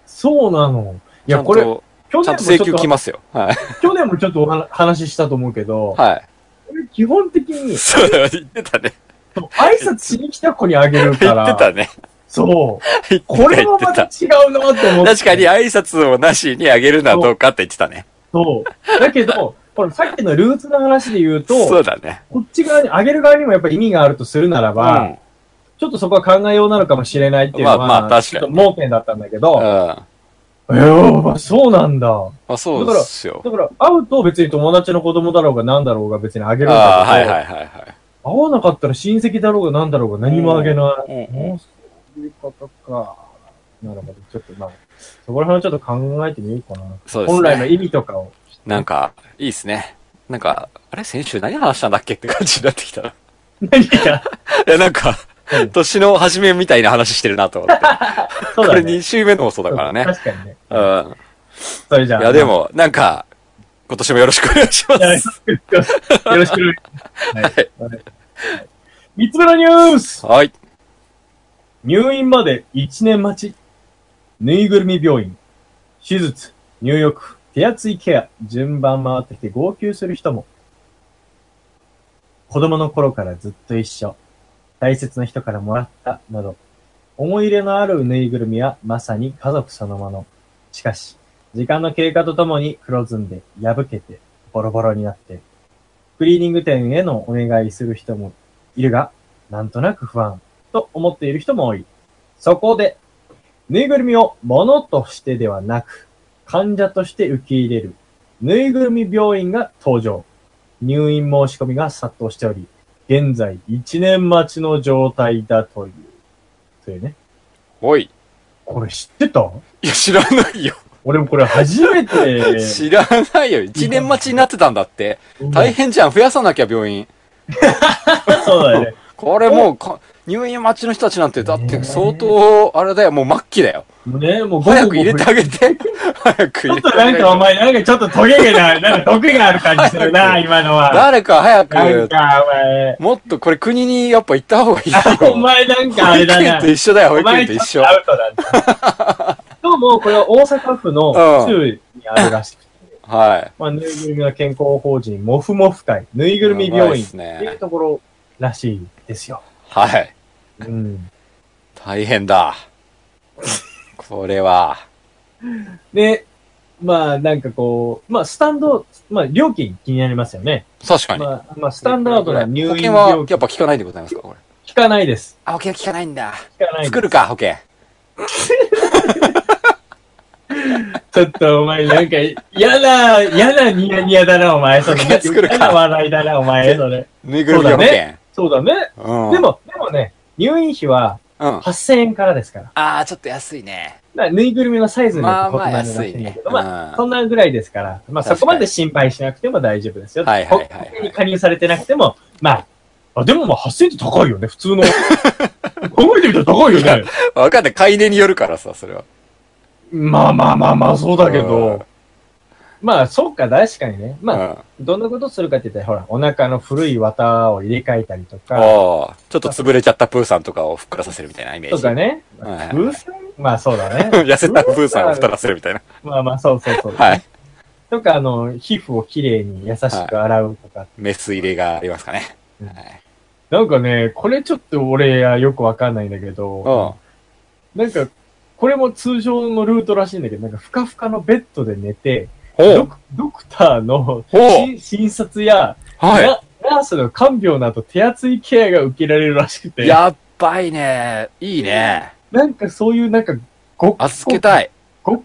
Speaker 1: そうなの。い
Speaker 3: ちゃ
Speaker 1: や、
Speaker 3: ん
Speaker 1: これ、
Speaker 3: と、
Speaker 1: 去
Speaker 3: ち
Speaker 1: 年
Speaker 3: ゃ
Speaker 1: も
Speaker 3: んと
Speaker 1: ちょっ
Speaker 3: 請求来
Speaker 1: と、
Speaker 3: ますよ。はい。
Speaker 1: 去年もちょっとお話話したと思うけど、
Speaker 3: は
Speaker 1: 俺基本的
Speaker 3: い。
Speaker 1: に、
Speaker 3: そうだよ、言ってたね。
Speaker 1: 挨拶しに来た子にあげる
Speaker 3: 言
Speaker 1: か
Speaker 3: っ
Speaker 1: ら、
Speaker 3: てたね。
Speaker 1: そう。
Speaker 3: 言って
Speaker 1: こ
Speaker 3: た、
Speaker 1: れ
Speaker 3: 言
Speaker 1: も
Speaker 3: って
Speaker 1: また
Speaker 3: た。
Speaker 1: 違うなと思って。
Speaker 3: 確かに。挨拶をなしにあげるのはどうかって言ってたね。
Speaker 1: そう。だけど、このさっきのルーツの話で言う
Speaker 3: そう
Speaker 1: と、
Speaker 3: だね。
Speaker 1: こっち側に、あげる側にもやっぱり意味があるとするならば、ちょっとそこは考えようなのかもしれないっていうのは、
Speaker 3: まあまあ確かに
Speaker 1: ちょっと盲点だったんだけ
Speaker 3: うん。うん。
Speaker 1: ど、
Speaker 3: ま
Speaker 1: えーあそうなんだ。
Speaker 3: あ、そうですよ。
Speaker 1: だから、会うと別に友達の子供だろうが何だろうが別にあげるん
Speaker 3: あ
Speaker 1: だ
Speaker 3: あ、
Speaker 1: けど、
Speaker 3: はいはいはいはい。
Speaker 1: 会わなかったら親戚だろうが何だろうが何もあげない。
Speaker 3: うんうん
Speaker 1: もうそういうことか。なるほど。ちょっとまあ、そこら辺はちょっと考えてみようかな。
Speaker 3: そうです
Speaker 1: 本来の
Speaker 3: ね。
Speaker 1: 意味とかを。
Speaker 3: なんか、いいですね。なんか、あれ先週何話したんだっけって感じになってきたな。い
Speaker 1: 何が
Speaker 3: や、なんか
Speaker 1: うん、
Speaker 3: 年の初めみたいな話してるなと思って。
Speaker 1: そう
Speaker 3: こ
Speaker 1: だ
Speaker 3: れ
Speaker 1: ね。
Speaker 3: 2週目の放送だからね。
Speaker 1: 確かにね。
Speaker 3: うん。
Speaker 1: それじゃあ。
Speaker 3: いや、でも、なんか、今年もよろしくお願いしま
Speaker 1: はい。
Speaker 3: す。
Speaker 1: よろしくお願いします。はいはい。三つ目のニュース
Speaker 3: はい。
Speaker 1: 入院まで1年待ち。ぬいぐるみ病院。手術、入浴、手厚いケア、順番回ってきて号泣する人も。子供の頃からずっと一緒。大切な人からもらった、など。思い入れのあるぬいぐるみはまさに家族そのもの。しかし、時間の経過とともに黒ずんで、破けて、ボロボロになって。クリーニング店へのお願いする人もいるが、なんとなく不安。と思っている人も多い。そこで、ぬいぐるみを物としてではなく、患者として受け入れる、ぬいぐるみ病院が登場。入院申し込みが殺到しており、現在1年待ちの状態だという。というね。
Speaker 3: おい。
Speaker 1: これ知ってた
Speaker 3: いや、知らないよ。
Speaker 1: 俺もこれ初め て、
Speaker 3: 知らないよ。一年待ちになってたんだって。大変じゃん。増やさなきゃ、病院。
Speaker 1: そうだよね。
Speaker 3: これもうか、入院待ちの人たちなんて、だって相当、あれだよ、もう末期だよ。
Speaker 1: もうね、もう
Speaker 3: 早く入れてあげて。早く
Speaker 1: ちょっ
Speaker 3: 入れて
Speaker 1: と
Speaker 3: あ
Speaker 1: な
Speaker 3: げ
Speaker 1: ん
Speaker 3: て
Speaker 1: か。お前、なんかちょっとトゲが、なんか毒がある感じするな、今のは。
Speaker 3: 誰か早
Speaker 1: なん
Speaker 3: く、
Speaker 1: か、お前。
Speaker 3: もっとこれ国にやっぱ行った方がい い
Speaker 1: あお
Speaker 3: よ。
Speaker 1: 前なんかあ
Speaker 3: 保
Speaker 1: れだ
Speaker 3: 育園
Speaker 1: な
Speaker 3: と。一緒だよ、保
Speaker 1: お
Speaker 3: 育園
Speaker 1: 前ち
Speaker 3: と
Speaker 1: ょ
Speaker 3: 一
Speaker 1: っ
Speaker 3: 緒
Speaker 1: と。アウトだ な。どうも、これは大阪府の州にあるらしくて、
Speaker 3: はい。
Speaker 1: まあ、ぬいぐるみの健康法人、もふもふ会、ぬいぐるみ
Speaker 3: やば
Speaker 1: 病
Speaker 3: いっ
Speaker 1: 院っ
Speaker 3: す
Speaker 1: て
Speaker 3: ね
Speaker 1: いうところらしいですよ。
Speaker 3: はい。
Speaker 1: うん。
Speaker 3: 大変だ。これは。
Speaker 1: で、まあ、なんかこう、まあ、スタンド、まあ、料金気になりますよね。
Speaker 3: 確かに。
Speaker 1: まあ、まあ、スタンダードな入
Speaker 3: 保
Speaker 1: 院
Speaker 3: 険はや
Speaker 1: 料
Speaker 3: っ
Speaker 1: 金、
Speaker 3: ぱ効かないでございますか、これ。
Speaker 1: 聞かないです。
Speaker 3: あ、保険は効かないんだ。
Speaker 1: 聞かないです。
Speaker 3: 作るか、保険。
Speaker 1: ちょっとお前なんか、嫌な、嫌なニヤニヤだな、お前。それ
Speaker 3: いや作るか
Speaker 1: 嫌な笑いだな、お前。それ。
Speaker 3: ぬいぐるみの
Speaker 1: そ
Speaker 3: 保
Speaker 1: う
Speaker 3: 険。
Speaker 1: そうだね。
Speaker 3: うん。
Speaker 1: で、も、でもね、入院費は
Speaker 3: うん。
Speaker 1: 8000円からですから。
Speaker 3: あー、ちょっと安いね。
Speaker 1: だからぬいぐるみのサイズによって異なるらしいんだけど、まあ、そんなぐらいですから、まあ
Speaker 3: 確かに
Speaker 1: そこまで心配しなくても大丈夫ですよ。
Speaker 3: はいはいはいはい
Speaker 1: 保険に加入されてなくても、まあ、あ、でもまあ8000円って高いよね、普 通の。考えてみたら高いよね。
Speaker 3: わかんない。買い値によるからさ、それは。
Speaker 1: まあまあまあまあ、そうだけ
Speaker 3: うん
Speaker 1: ど。まあ、そうか、確かにね。まあ、
Speaker 3: うん
Speaker 1: どんなことするかって言ったら、ほら、お腹の古い綿を入れ替えたりとか、
Speaker 3: ああ、ちょっと潰れちゃったプーさんとかをふっくらさせるみたいなイメー
Speaker 1: と
Speaker 3: ジ。
Speaker 1: かね。
Speaker 3: はい
Speaker 1: ブーさんまあそうだね。
Speaker 3: 痩せたプーさんを太らせるみたいな。
Speaker 1: まあまあ、そうそうそう。
Speaker 3: はい。
Speaker 1: とか、あの、皮膚をきれいに優しく洗うとか。
Speaker 3: メス入れがありますかね。
Speaker 1: うん
Speaker 3: はい
Speaker 1: なんかね、これちょっと俺はよくわかんないんだけど、なんか、これも通常のルートらしいんだけど、なんか、ふかふかのベッドで寝て、
Speaker 3: うん。
Speaker 1: ドクドクターの
Speaker 3: ほ
Speaker 1: し診察や、
Speaker 3: は
Speaker 1: ナナースの看病など手厚いケアが受けられるらしく
Speaker 3: い。
Speaker 1: て、
Speaker 3: やっばいね。いいね。
Speaker 1: なんかそういうなんか、ご
Speaker 3: 預けたい。
Speaker 1: ご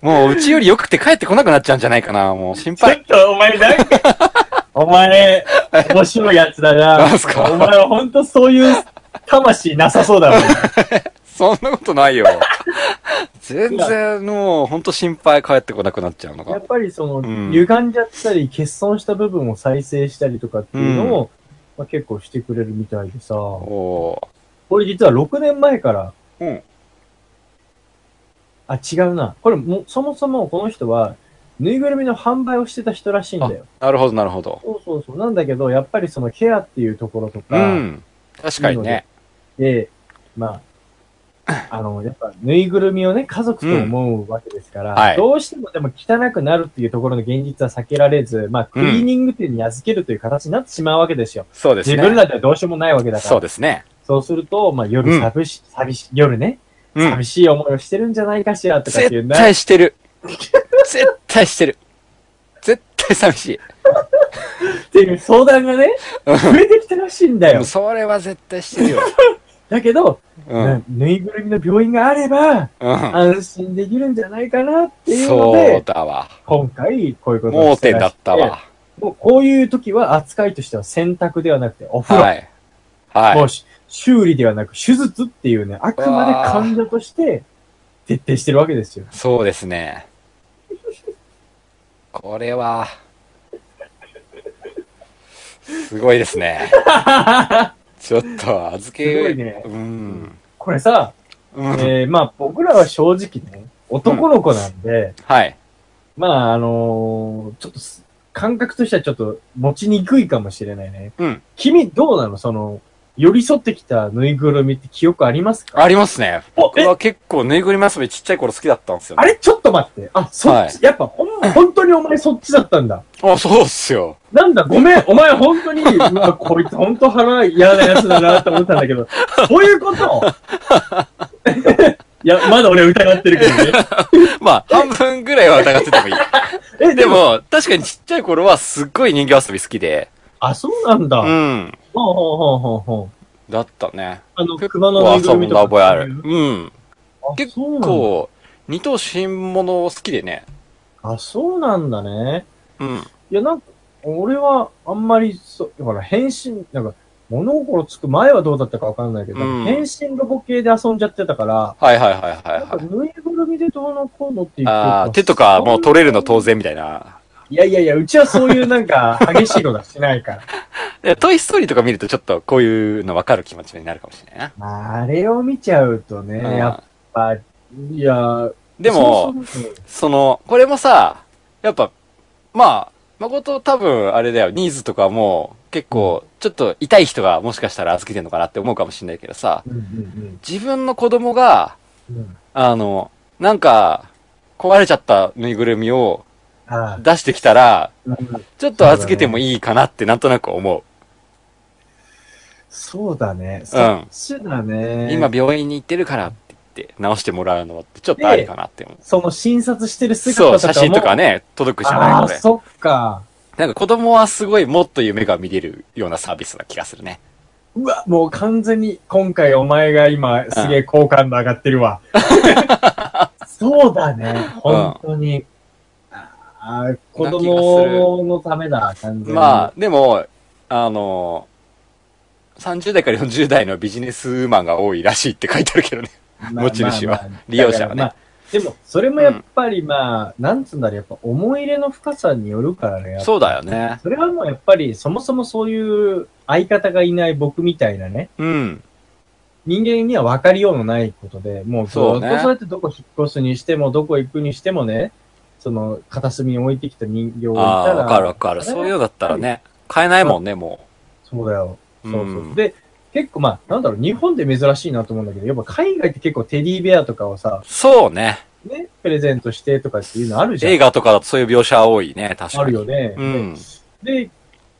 Speaker 3: もう、うちより良くて帰ってこなくなっちゃうんじゃないかな。もう、心
Speaker 1: ちょ
Speaker 3: 配。
Speaker 1: っとお前なんか、 お前、面白いやつだな。
Speaker 3: なんすか
Speaker 1: お前はほんとそういう魂なさそうだも ん。
Speaker 3: そんなことな いよ。全然、もう、ほんと心配帰ってこなくなっちゃう
Speaker 1: や
Speaker 3: のか
Speaker 1: っ。ぱりその、
Speaker 3: ん
Speaker 1: 歪んじゃったり、欠損した部分を再生したりとかっていうのを、まあ、結構してくれるみたいでさ、
Speaker 3: お
Speaker 1: こ
Speaker 3: お
Speaker 1: れ実は6年前から、
Speaker 3: ー。うん。
Speaker 1: あ、違うな。これも、そもそもこの人は、ぬいぐるみの販売をしてた人らしいんだよ。
Speaker 3: なるほど、なるほど。
Speaker 1: そうそうそう。なんだけど、やっぱりそのケアっていうところとか、
Speaker 3: うん。確かにね。
Speaker 1: で、まあ、あの、やっぱ、ぬいぐるみをね、家族と思うわけですから、
Speaker 3: うんはい
Speaker 1: どうしてもでも汚くなるっていうところの現実は避けられず、まあ、クリーニング店に預けるという形になってしまうわけですよ。
Speaker 3: そうですね。
Speaker 1: 自分らではどうしようもないわけだから。
Speaker 3: そうですね。
Speaker 1: そうすると、まあ、夜
Speaker 3: うん
Speaker 1: 寂し、寂し、夜ね、
Speaker 3: うん
Speaker 1: 寂。しい思いをしてるんじゃないかしらとかっていう
Speaker 3: 絶
Speaker 1: な
Speaker 3: 対してる。絶対してる。絶対寂しい。
Speaker 1: っていう相談がね、増えてきたらしいんだ
Speaker 3: う
Speaker 1: よ
Speaker 3: ん。それは絶対してる よ。
Speaker 1: だけど、
Speaker 3: う。
Speaker 1: なんぬいぐるみの病院があれば、
Speaker 3: うん。
Speaker 1: 安心できるんじゃないかなっていうの
Speaker 3: そう
Speaker 1: で、
Speaker 3: だわ。
Speaker 1: 今回、こういうことを
Speaker 3: 盲
Speaker 1: して
Speaker 3: 点
Speaker 1: ら
Speaker 3: だ
Speaker 1: し
Speaker 3: っ
Speaker 1: くて
Speaker 3: たわ。
Speaker 1: もうこういう時は扱いとしては洗濯ではなくてお風呂。
Speaker 3: はい。は
Speaker 1: も
Speaker 3: い。
Speaker 1: うし修理ではなく手術っていうね、あくまで患者として徹底してるわけですよ。
Speaker 3: そうですね。これは、すごいで すね。ちょっと、預け
Speaker 1: すごいね
Speaker 3: うん。
Speaker 1: これ さ、
Speaker 3: うん。
Speaker 1: えー、まあ僕らは正直ね、男の子なんで、
Speaker 3: はい。
Speaker 1: まああのーちょっとす感覚としてはちょっと持ちにくいかもしれないね。
Speaker 3: うん
Speaker 1: 君どうなのその、寄り添ってきたぬいぐるみって記憶ありますか
Speaker 3: ありますね。
Speaker 1: お
Speaker 3: 僕は結構ぬいぐるみ遊びちっちゃい頃好きだったんですよ
Speaker 1: あ
Speaker 3: ね。
Speaker 1: れちょっと待って。あ、そっち、やっぱほん、本当にお前そっちだったんだ。
Speaker 3: あ、そうっすよ。
Speaker 1: なんだ、ごめん、お前本当に、うわ、こいつ本当腹嫌なやつだなって思ったんだけど、そういうこといや、まだ俺疑ってるけどね。
Speaker 3: まあ、半分ぐらいは疑っててもいい。
Speaker 1: え、
Speaker 3: で
Speaker 1: でも、
Speaker 3: も、確かにちっちゃい頃はすっごい人形遊び好きで、
Speaker 1: あ、そうなんだ。
Speaker 3: うん。
Speaker 1: ほうほうほうほうほう。
Speaker 3: だったね。
Speaker 1: あの、
Speaker 3: 結
Speaker 1: 熊
Speaker 3: 構
Speaker 1: のぬいぐ
Speaker 3: 遊
Speaker 1: る
Speaker 3: ん
Speaker 1: みと
Speaker 3: だ
Speaker 1: か。
Speaker 3: 覚えある。うん。
Speaker 1: あ。
Speaker 3: 結
Speaker 1: そうなんだ
Speaker 3: 構、二等身もの好きでね。
Speaker 1: あ、そうなんだね。
Speaker 3: うん。
Speaker 1: いや、なんか、俺はあんまり、そう、ほら、返信、なんか、物心つく前はどうだったかわかんないけど、
Speaker 3: うん
Speaker 1: 返信ロボ系で遊んじゃってたから、
Speaker 3: はいはいはいはい
Speaker 1: なんか
Speaker 3: は
Speaker 1: ぬいぐるみでどうのこうのってい
Speaker 3: い。
Speaker 1: う
Speaker 3: ああ、手と
Speaker 1: か。
Speaker 3: かもう取れるの当然みたいな。
Speaker 1: いやいやいや、うちはそういうなんか、激しいのがしない から。
Speaker 3: でトイストーリーとか見るとちょっとこういうの分かる気持ちになるかもしれない
Speaker 1: あれを見ちゃうとね、や
Speaker 3: な
Speaker 1: っ。ぱ、いや、
Speaker 3: うんでも、
Speaker 1: そうそう
Speaker 3: その、これもさ、やっぱ、まあ、誠多分あれだよ、ニーズとかも結構、ちょっと痛い人がもしかしたら預けてるのかなって思うかもしれないけどさ、
Speaker 1: うんうん
Speaker 3: 自分の子供が、
Speaker 1: うんうん。
Speaker 3: あの、なんか、壊れちゃったぬいぐるみを
Speaker 1: ああ、
Speaker 3: 出してきたら、
Speaker 1: うん
Speaker 3: ちょっと預けてもいいかなってなんとなく思
Speaker 1: そうだね。そっちだ
Speaker 3: う。
Speaker 1: ね。
Speaker 3: 今、病院に行ってるからって言って、直してもらうのってちょっとありかなって思う。
Speaker 1: その診察してる姿と
Speaker 3: そ
Speaker 1: か
Speaker 3: う、写真とか
Speaker 1: ね。
Speaker 3: ね、届くじゃない
Speaker 1: あ
Speaker 3: こ
Speaker 1: あ、
Speaker 3: れ。
Speaker 1: そっか。
Speaker 3: なんか子供はすごいもっと夢が見れるようなサービスな気がするね。
Speaker 1: うわ、もう完全に今回お前が今すげえ好感度上がってる わ。そうだね、本当に。あー子供のためだ、完全に。
Speaker 3: まあ、でも、あの、30代から40代のビジネスウーマンが多いらしいって書いてあるけどね。
Speaker 1: まあ、
Speaker 3: 持ち主は
Speaker 1: まあまあ
Speaker 3: 利用者
Speaker 1: だ
Speaker 3: はね
Speaker 1: からまあでも、それもやっぱりまあ、なんつうんだろう、やっぱ思い入れの深さによるからね。やっぱ
Speaker 3: そうだよね。
Speaker 1: それはもうやっぱり、そもそもそういう相方がいない僕みたいなね、
Speaker 3: うん。
Speaker 1: 人間には分かりようのないことで、もうずっ
Speaker 3: そう
Speaker 1: と
Speaker 3: ね
Speaker 1: そうやってどこ引っ越すにしても、どこ行くにしてもね、その片隅に置いてきた人形を置い
Speaker 3: あ
Speaker 1: た
Speaker 3: あ、
Speaker 1: ら、
Speaker 3: わかるわかる。そういうのだったらね、買えないもんね、も
Speaker 1: そうだよ。そうそう
Speaker 3: うん
Speaker 1: で、結構まあ、なんだろう、日本で珍しいなと思うんだけど、やっぱ海外って結構テディベアとかをさ
Speaker 3: う。、そうね。
Speaker 1: ね、プレゼントしてとかっていうのあるじゃん。
Speaker 3: 映画とかだとそういう描写多いね、確かに。
Speaker 1: あるよね。
Speaker 3: うん。
Speaker 1: で、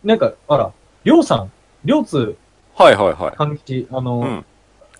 Speaker 1: なんか、あら、りょうさん、りょうつ、
Speaker 3: はいはいはい。
Speaker 1: かんきち、あの、
Speaker 3: う
Speaker 1: うん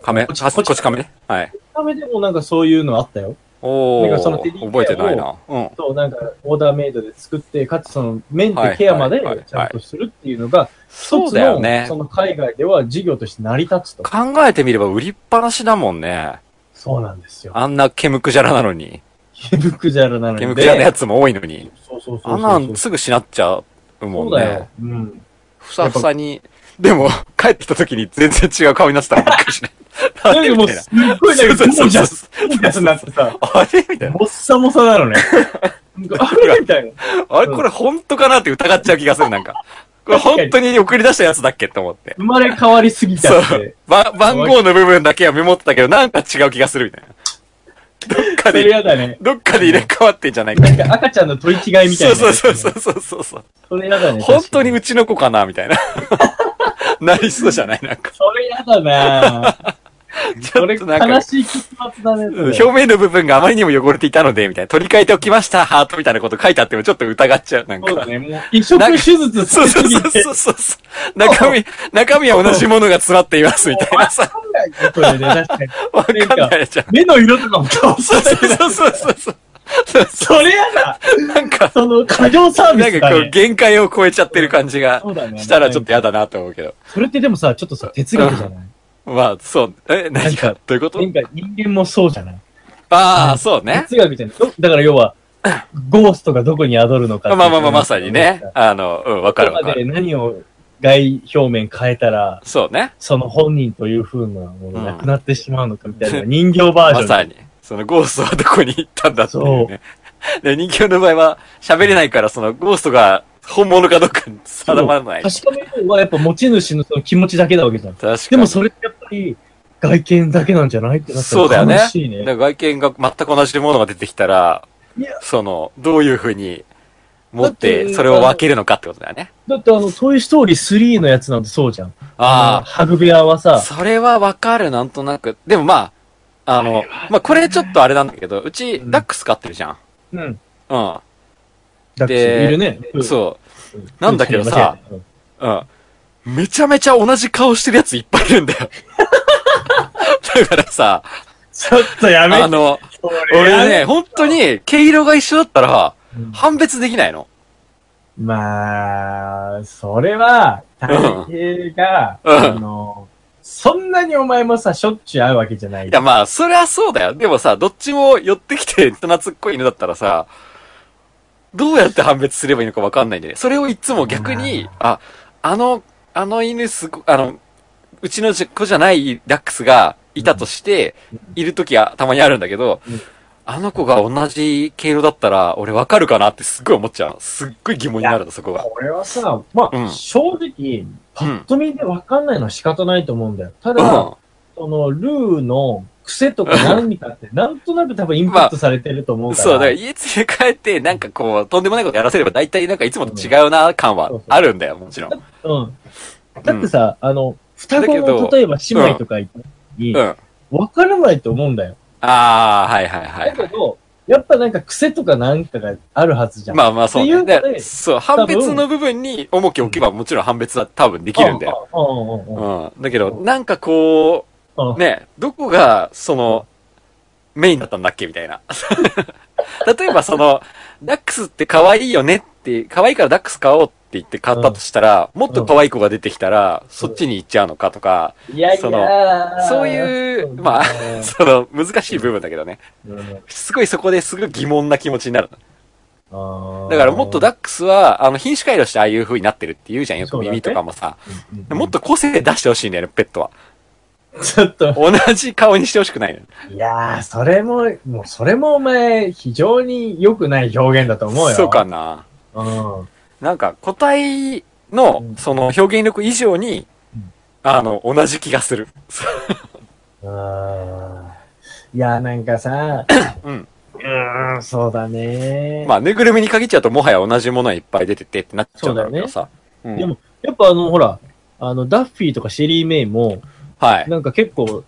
Speaker 3: 亀、
Speaker 1: こっち
Speaker 3: あこっち亀ね。はい。
Speaker 1: ためでもなんかそういうのあったよ。
Speaker 3: お
Speaker 1: なん
Speaker 3: ー、
Speaker 1: かその手に
Speaker 3: 覚えてないな。うん。
Speaker 1: そう、なんか、オーダーメイドで作って、かつその、メン
Speaker 3: はい
Speaker 1: テケアまで
Speaker 3: はいはい
Speaker 1: ちゃんとするっていうのが、
Speaker 3: そうだよね
Speaker 1: 一つの。その海外では事業として成り立つと。
Speaker 3: 考えてみれば売りっぱなしだもんね。
Speaker 1: そうなんですよ。
Speaker 3: あんなケムクジャラなのに。
Speaker 1: ケムクジャラなの
Speaker 3: ケム
Speaker 1: で。
Speaker 3: クジャラのやつも多いのに。
Speaker 1: そうそうそうそう。
Speaker 3: あんなんすぐしなっちゃうも
Speaker 1: そ
Speaker 3: ん
Speaker 1: うだよ
Speaker 3: ね。。
Speaker 1: うん。
Speaker 3: ふさふさに。でも、帰ってきた時に全然違う顔になってたらびっくりしない。 あ
Speaker 1: だけ
Speaker 3: れ
Speaker 1: ども
Speaker 3: み
Speaker 1: う、
Speaker 3: たいな
Speaker 1: すっごいなんか、ゴ
Speaker 3: そ
Speaker 1: ム
Speaker 3: う
Speaker 1: ジ
Speaker 3: そ
Speaker 1: ャ
Speaker 3: う
Speaker 1: ス、
Speaker 3: そう
Speaker 1: ゴムジャスになってさ、
Speaker 3: あれみたいな。
Speaker 1: もっさもさなのね。あれみたいな。
Speaker 3: あれこれ本当かなって疑っちゃう気がする、なんか。これ本当に送り出したやつだっけって思って。
Speaker 1: 生まれ変わりすぎちゃっ
Speaker 3: そう
Speaker 1: て。。
Speaker 3: ば番号の部分だけはメモってたけど、なんか違う気がするみたいな。どっか
Speaker 1: それ
Speaker 3: で、
Speaker 1: やだね。
Speaker 3: どっかで入れ替わってんじゃないか。
Speaker 1: なんか赤ちゃんの取り違いみたい
Speaker 3: そ
Speaker 1: な。
Speaker 3: うそうそうそうそうそう。
Speaker 1: それやだね。
Speaker 3: 本当に
Speaker 1: 確か
Speaker 3: うちの子かなみ たいな。なりそうじゃないなんか。
Speaker 1: それやだなぁ。
Speaker 3: ち
Speaker 1: そ
Speaker 3: ょ
Speaker 1: れ
Speaker 3: っとなん
Speaker 1: 悲
Speaker 3: か、
Speaker 1: しい結末だね。それ
Speaker 3: 表面の部分があまりにも汚れていたので、みたいな。取り替えておきました、ハートみたいなこと書いてあってもちょっと疑っちゃう。なんか。
Speaker 1: そうだね。もう移植手術
Speaker 3: そう
Speaker 1: し
Speaker 3: そう
Speaker 1: すぎ
Speaker 3: そう
Speaker 1: て。
Speaker 3: そうそうそう。中身、中身は同じものが詰まっています、みたいなさ。
Speaker 1: それで確かに。
Speaker 3: わかんないじゃん。
Speaker 1: 目の色とかも変わっ
Speaker 3: そうそうそうそうそう。そうそ
Speaker 1: それやだ
Speaker 3: う。なんか、
Speaker 1: その過剰サービ
Speaker 3: な
Speaker 1: ス
Speaker 3: んか
Speaker 1: だ
Speaker 3: こう
Speaker 1: ね。
Speaker 3: 限界を超えちゃってる感じが
Speaker 1: そうだね
Speaker 3: したらちょっと嫌だなと思うけど。
Speaker 1: それってでもさ、ちょっとさ、哲学じゃない
Speaker 3: まあ、そう。え、何か、
Speaker 1: なん
Speaker 3: どういうこと
Speaker 1: なんか人間もそうじゃない
Speaker 3: ああ、そうね。
Speaker 1: 哲学じゃないどだから要は、ゴーストがどこに宿るのかって
Speaker 3: ま
Speaker 1: い
Speaker 3: あ
Speaker 1: う。
Speaker 3: まあまあ、まさにね。あの、うん、わか
Speaker 1: ど
Speaker 3: る
Speaker 1: こ
Speaker 3: わ
Speaker 1: ま
Speaker 3: か
Speaker 1: で
Speaker 3: る。
Speaker 1: 何を外表面変えたら、
Speaker 3: そうね。
Speaker 1: その本人という風なものがなくなってしまうのかみたいな人形バージョ
Speaker 3: ま
Speaker 1: ン。
Speaker 3: さに。そのゴーストはどこに行ったんだっていうね。で、人形の場合は喋れないから、そのゴーストが本物かどうかに定まらない。確
Speaker 1: 確かめるのはやっぱ持ち主のその気持ちだけなわけじゃん。
Speaker 3: かに。
Speaker 1: でもそれってやっぱり外見だけなんじゃないってなった
Speaker 3: そうだよ
Speaker 1: ら
Speaker 3: ね
Speaker 1: 悲しいね。
Speaker 3: だから外見が全く同じものが出てきたら
Speaker 1: いや、
Speaker 3: その、どういうふうに持っ
Speaker 1: だって
Speaker 3: て、
Speaker 1: いう
Speaker 3: それを分けるのかってことだよね。
Speaker 1: だってあの、トイストーリー3のやつなんてそうじゃん。
Speaker 3: あ
Speaker 1: ハグ部屋は
Speaker 3: あ、
Speaker 1: さ、
Speaker 3: それは分かる、なんとなく。でもまあ、あの、まあこれちょっとあれなんだけど、うち、
Speaker 1: ん
Speaker 3: ダックス飼ってるじゃん。
Speaker 1: うん。
Speaker 3: うん。
Speaker 1: だって、いるね。
Speaker 3: そう。
Speaker 1: うん。
Speaker 3: なんだけどさ
Speaker 1: うん、
Speaker 3: うん。めちゃめちゃ同じ顔してるやついっぱいいるんだ よ。だからさ、
Speaker 1: ちょっとやめ
Speaker 3: あの、俺ね、本当に毛色が一緒だったら
Speaker 1: うん、
Speaker 3: 判別できないの。
Speaker 1: まあ、それは、体型が、
Speaker 3: うん
Speaker 1: あの、そんなにお前もさ、しょっちゅう会うわけじゃない
Speaker 3: い。や、まあ、そりゃそうだよ。でもさ、どっちも寄ってきて、人懐っこい犬だったらさ、どうやって判別すればいいのかわかんないんでね。それをいつも逆に、あ、あの、あの犬すご、あの、うちの子じゃないダックスがいたとして、いる時はたまにあるんだけど、
Speaker 1: うん
Speaker 3: あの子が同じ毛色だったら、俺わかるかなってすっごい思っちゃう。すっごい疑問になるの、そこが。
Speaker 1: これはさ、ま
Speaker 3: うん
Speaker 1: あ、正直、パッと見でわかんないのは仕方ないと思うんだよ。た
Speaker 3: う
Speaker 1: だ
Speaker 3: ん、。
Speaker 1: その、ルーの癖とか何かって、なんとなく多分インプットされてると思うから。
Speaker 3: そう、だから家連れ帰って、なんかこう、とんでもないことやらせれば、大体なんかいつもと違うな、感はあるんだよ、も ちろん。
Speaker 1: うん。だってさ、あの、双子
Speaker 3: だけど
Speaker 1: の、例えば姉妹とかいた時に
Speaker 3: うん。、あ
Speaker 1: わからないと思うんだよ。
Speaker 3: あー、はいはいはい
Speaker 1: だ
Speaker 3: は
Speaker 1: け
Speaker 3: い。
Speaker 1: ど、やっぱなんか癖とかなんかがあるはずじゃん。
Speaker 3: まあまあそうね。
Speaker 1: っていうの
Speaker 3: で
Speaker 1: で
Speaker 3: そう、判別の部分に重きを置けば、もちろん判別は多分できるんだよ。
Speaker 1: よ。うんうんうん
Speaker 3: うん。だけど、なんかこ
Speaker 1: うん。
Speaker 3: う、ね、どこが、その、メインだったんだっけみたいな。 例えばその、ダックスって可愛いよねって、可愛いからダックス買おうって言って買ったとしたら、もっと可愛い子が出てきたら、そっちに行っちゃうのかとか、
Speaker 1: いやい
Speaker 3: その
Speaker 1: や
Speaker 3: そういう、まあ、 その、難しい部分だけどね。すごいそこですごい疑問な気持ちになる。 だからもっと
Speaker 1: だ
Speaker 3: ダックスは、あの、品種改良してああいう風になってるって言うじゃんよく
Speaker 1: そうだね
Speaker 3: 耳とかもさ。
Speaker 1: うん
Speaker 3: もっと個性出してほしいんだよね、ペットは。
Speaker 1: ちょっと、
Speaker 3: 同じ顔にしてほしくないの。
Speaker 1: いやー、それも、もうそれもお前、非常に良くない表現だと思うよ。
Speaker 3: そうか。な。
Speaker 1: うん。
Speaker 3: なんか、個体の
Speaker 1: うん、
Speaker 3: その表現力以上に
Speaker 1: うん、
Speaker 3: あの、同じ気がする。
Speaker 1: あーいや、なんかさ、
Speaker 3: うん。
Speaker 1: うーん、そうだね。
Speaker 3: まあ、ぬいぐるみに限っちゃうと、もはや同じものがいっぱい出ててってなっちゃうんだろうけどさ。う
Speaker 1: で
Speaker 3: ん。
Speaker 1: も、やっぱあの、ほら、あの、ダッフィーとかシェリー・メイも、
Speaker 3: はい。
Speaker 1: なんか結構、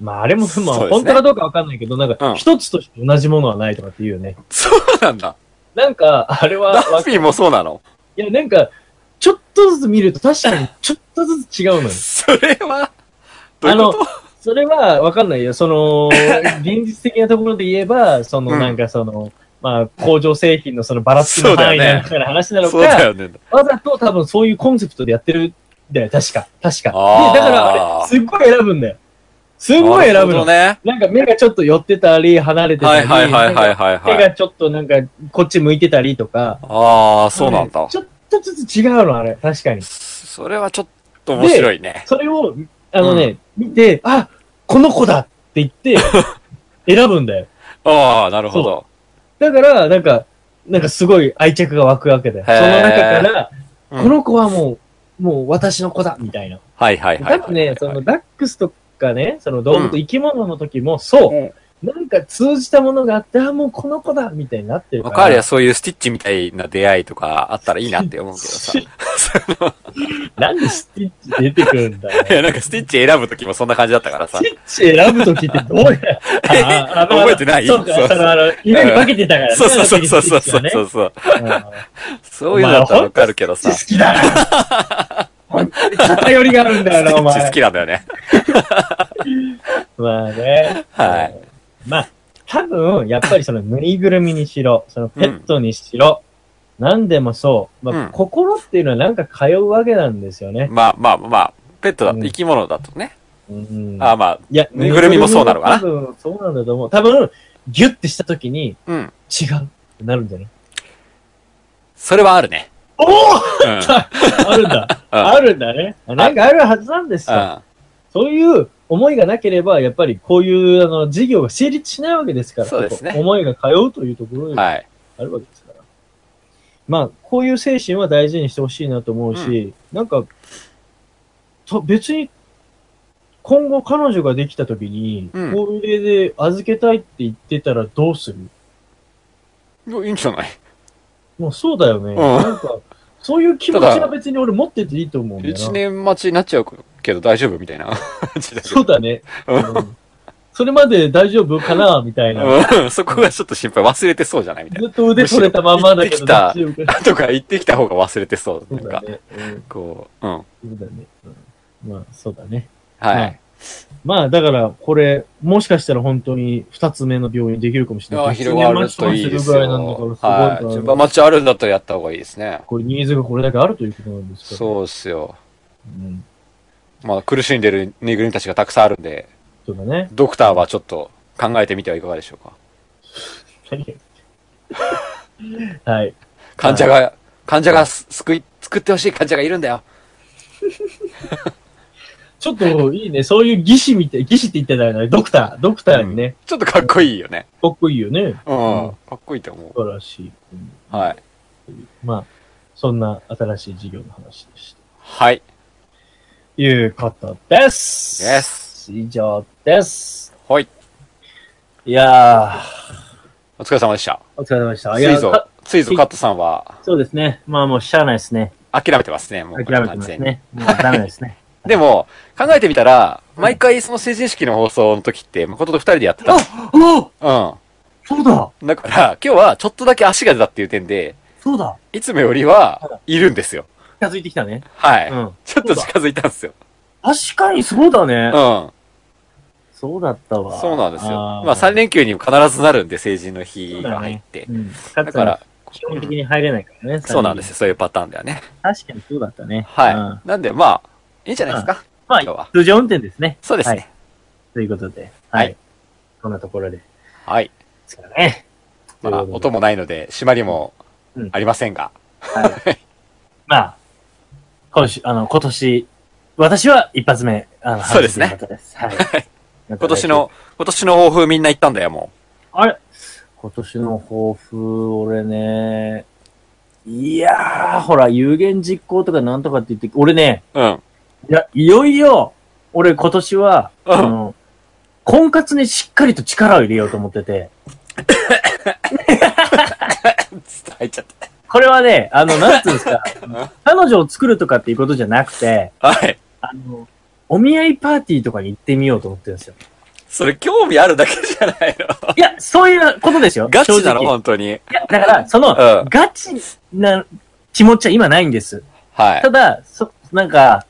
Speaker 1: まあ、あれも、ま
Speaker 3: そうですね
Speaker 1: あ、本当かどうかわかんないけど、なん
Speaker 3: うん
Speaker 1: か、一つとして同じものはないとかって言うよね。
Speaker 3: そうなんだ。
Speaker 1: なんか、あ れは、
Speaker 3: ダッ
Speaker 1: わ
Speaker 3: フィーもそうなの
Speaker 1: いや、なんか、ちょっとずつ見ると確かにちょっとずつ違うのよ。
Speaker 3: それは、どういうこと
Speaker 1: それはわかんないよ。そ の、現実的なところで言えば、その、
Speaker 3: うん
Speaker 1: なんかその、まあ、工場製品のそのばらつきの範囲
Speaker 3: そうだよね
Speaker 1: なのかな話なの
Speaker 3: そうだ
Speaker 1: か、
Speaker 3: よね。
Speaker 1: わざと多分そういうコンセプトでやってるんだよ。確か。確か。
Speaker 3: あー
Speaker 1: でだから、あれ、すっごい選ぶんだよ。すっごい選ぶ
Speaker 3: なるほど
Speaker 1: の。
Speaker 3: ね。
Speaker 1: なんか目がちょっと寄ってたり、離れてた
Speaker 3: はい
Speaker 1: り、
Speaker 3: はいはいはい
Speaker 1: なんか
Speaker 3: はいは
Speaker 1: 手
Speaker 3: い。
Speaker 1: がちょっとなんか、こっち向いてたりとか。
Speaker 3: ああ、そうなんだ。
Speaker 1: ちょっとずつ違うの、あれ。確かに。
Speaker 3: それはちょっと面白いね。
Speaker 1: それを、あのね、見て、あ、この子だって言 って、選ぶんだよ。
Speaker 3: ああ、なるほど。
Speaker 1: だから、なんか、なんかすごい愛着が湧くわけだよ。
Speaker 3: へー
Speaker 1: その中から、
Speaker 3: うん
Speaker 1: この子はもう、もう私の子だ、みたいな。
Speaker 3: はいはいはい。
Speaker 1: 多分ね、その、ダックスとかね、その動物、生き物の時も、そう、なんか通じたものがあって、あ、もうこの子だ、みたいになってるか
Speaker 3: わ
Speaker 1: ら。
Speaker 3: かるや、そういうスティッチみたいな出会いとかあったらいいなって思うけど さ。い
Speaker 1: なんでスティッチ出てくるんだよ。
Speaker 3: や、なんかスティッチ選ぶときもそんな感じだったから
Speaker 1: ス
Speaker 3: さ。
Speaker 1: ティッチ選ぶときってどうやあの
Speaker 3: 覚えてない
Speaker 1: そうか、
Speaker 3: そう
Speaker 1: そのあの、色に分けてたからね。
Speaker 3: そうそうそうそうそうそう
Speaker 1: ね
Speaker 3: そうそう。
Speaker 1: うん
Speaker 3: そういうのだったらわかるけどさ。
Speaker 1: 好
Speaker 3: ス
Speaker 1: きだな。 本当に偏りがあるん
Speaker 3: テ
Speaker 1: だよな、
Speaker 3: ィ
Speaker 1: お
Speaker 3: ッチ好
Speaker 1: 前。
Speaker 3: きなんだよね。
Speaker 1: まあね。
Speaker 3: はい。
Speaker 1: まあ、多分、やっぱりそのぬいぐるみにしろ、そのペットにしろ、何でもそう。ま
Speaker 3: う
Speaker 1: あ
Speaker 3: ん、
Speaker 1: 心っていうのはなんか通うわけなんですよね。
Speaker 3: まあまあまあ、ペットだと
Speaker 1: うん
Speaker 3: 生き物だとね。
Speaker 1: うん
Speaker 3: ああまあ、
Speaker 1: いや、
Speaker 3: ぬいぐるみもそうなのかな
Speaker 1: 多分、そうなんだと思う。多分、ギュッてしたときに、
Speaker 3: うん。
Speaker 1: 違うってなるんじゃない
Speaker 3: それはあるね。
Speaker 1: お
Speaker 3: うん。うん。
Speaker 1: あるんだ。あるんだね。なんかあるはずなんですよ。そういう思いがなければ、やっぱりこういうあの事業が成立しないわけですから、
Speaker 3: そうですね
Speaker 1: ここ思いが通うというところ
Speaker 3: う
Speaker 1: に
Speaker 3: ん
Speaker 1: あ
Speaker 3: はい。
Speaker 1: るわけですから。まあ、こういう精神は大事にしてほしいなと思うし、なんか、と別に、今後彼女ができた時に、
Speaker 3: うん
Speaker 1: これで預けたいって言ってたらどうする
Speaker 3: いやいいんじゃない
Speaker 1: もうそうだよね。
Speaker 3: ん
Speaker 1: なんか、そういう気持ち
Speaker 3: ただ
Speaker 1: は別に俺持ってていいと思うんだよな。
Speaker 3: 一年待ちになっちゃうけど大丈夫みた いな感じだけど
Speaker 1: そうだね。
Speaker 3: う
Speaker 1: うんそれまで大丈夫かなみたいな。
Speaker 3: うんそこがちょっと心配。忘れてそうじゃないみたい
Speaker 1: ずっと腕取れたまんまだけど、
Speaker 3: むしろ行っ
Speaker 1: 大丈
Speaker 3: て
Speaker 1: 夫か
Speaker 3: な。とか言ってきた方が忘れてそう。
Speaker 1: そ
Speaker 3: なん
Speaker 1: うだ
Speaker 3: か、
Speaker 1: ね。うん
Speaker 3: こう、うん。
Speaker 1: そうだね。うんまあ、そうだね。
Speaker 3: は
Speaker 1: はいい。まあ、だから、これ、もしかしたら本当に二つ目の病院できるかもしれない。
Speaker 3: あ広がるといいです
Speaker 1: 一年待ちとかするぐ
Speaker 3: よ。
Speaker 1: らいなんだから、す
Speaker 3: はい。
Speaker 1: ごい
Speaker 3: 順
Speaker 1: から
Speaker 3: 番待ちあるんだったらやった方がいいですね。
Speaker 1: これ、ニーズがこれだけあるということなんですから。う。
Speaker 3: そうっすよ。
Speaker 1: ん、
Speaker 3: まあ、苦しんでるぬいぐるみたちがたくさんあるんで、
Speaker 1: そうだね。
Speaker 3: ドクターはちょっと考えてみてはいかがでしょうか。
Speaker 1: はい。
Speaker 3: 患者が、患者がす救い、救ってほしい患者がいるんだよ。
Speaker 1: ちょっといいね。そういう技師みたい、技師って言ってたよね。ドクター、ドクターにね、
Speaker 3: ちょっとかっこいいよね。
Speaker 1: かっこいいよね。
Speaker 3: うん。
Speaker 1: うん
Speaker 3: かっこいいと思
Speaker 1: 素晴らしい。うん
Speaker 3: う。はい。
Speaker 1: まあ、そんな新しい事業の話でした。
Speaker 3: はい。
Speaker 1: ということです。
Speaker 3: Yes
Speaker 1: 以上です。
Speaker 3: はい。
Speaker 1: いやー、
Speaker 3: お疲れ様でした。
Speaker 1: お疲れ様でした。い
Speaker 3: つい
Speaker 1: や
Speaker 3: ぞ
Speaker 1: か、
Speaker 3: ついぞカットさんは
Speaker 1: そうですね。まあもうしゃあないですね。
Speaker 3: 諦めてますね、もう。
Speaker 1: 諦めてます。ね。もうダメです ね。
Speaker 3: でも、考えてみたら、毎回その成人式の放送の時って、誠と二人でやってた。
Speaker 1: お
Speaker 3: う
Speaker 1: そうだ
Speaker 3: ん。だから、今日はちょっとだけ足が出たっていう点で、
Speaker 1: そうだ
Speaker 3: いつもよりは、いるんですよ。
Speaker 1: 近づいてきたね。
Speaker 3: はい。
Speaker 1: うん。
Speaker 3: ちょっと近づいたんですよ。
Speaker 1: 確かにそうだね。
Speaker 3: うん。
Speaker 1: そうだったわ。
Speaker 3: そうなんですよ。
Speaker 1: あー
Speaker 3: まあ3連休にも必ずなるんで、成人の日が入って。
Speaker 1: うん。
Speaker 3: だ
Speaker 1: だ
Speaker 3: か
Speaker 1: から、
Speaker 3: ら、
Speaker 1: 基本的に入れないからね。
Speaker 3: そうなんですよ。
Speaker 1: よ。
Speaker 3: そういうパターンだよね。
Speaker 1: 確かにそうだったね。うん
Speaker 3: はい。なんで、まあ、いいんじゃないですか。
Speaker 1: ま
Speaker 3: 今日は
Speaker 1: あ、通常運転ですね。
Speaker 3: そうです
Speaker 1: は
Speaker 3: ね
Speaker 1: い。ということで、
Speaker 3: は
Speaker 1: はいい。こんなところで
Speaker 3: はい。
Speaker 1: すからね。
Speaker 3: まあ、
Speaker 1: ということ
Speaker 3: 音
Speaker 1: で
Speaker 3: もないので、締まりも
Speaker 1: うん
Speaker 3: ありませんが。
Speaker 1: まあ、今週、あの、今年、私は一発目、あの、
Speaker 3: そうですね
Speaker 1: 阪神の方ですはい。今
Speaker 3: 今年。の、今年の抱負みんな行ったんだよ、も
Speaker 1: あれ今年の抱負、俺ね、いやー、ほら、有言実行とかなんとかって言って、俺ね、
Speaker 3: う。うん。
Speaker 1: いや、いよいよ、俺今年は、
Speaker 3: うん
Speaker 1: あの、婚活にしっかりと力を入れようと思ってて、
Speaker 3: 入っちゃった。
Speaker 1: これはね、あの、なんつうんです か、彼女を作るとかっていうことじゃなくて、
Speaker 3: はい。
Speaker 1: あの、お見合いパーティーとかに行ってみようと思ってるんですよ。
Speaker 3: それ興味あるだけじゃないの。
Speaker 1: いや、そういうことですよ。
Speaker 3: ガチなの、
Speaker 1: 正直
Speaker 3: 本当に。
Speaker 1: いや、だから、その、
Speaker 3: うん
Speaker 1: ガチな気持ちは今ないんです。
Speaker 3: はい
Speaker 1: た。だ、そ、なんか、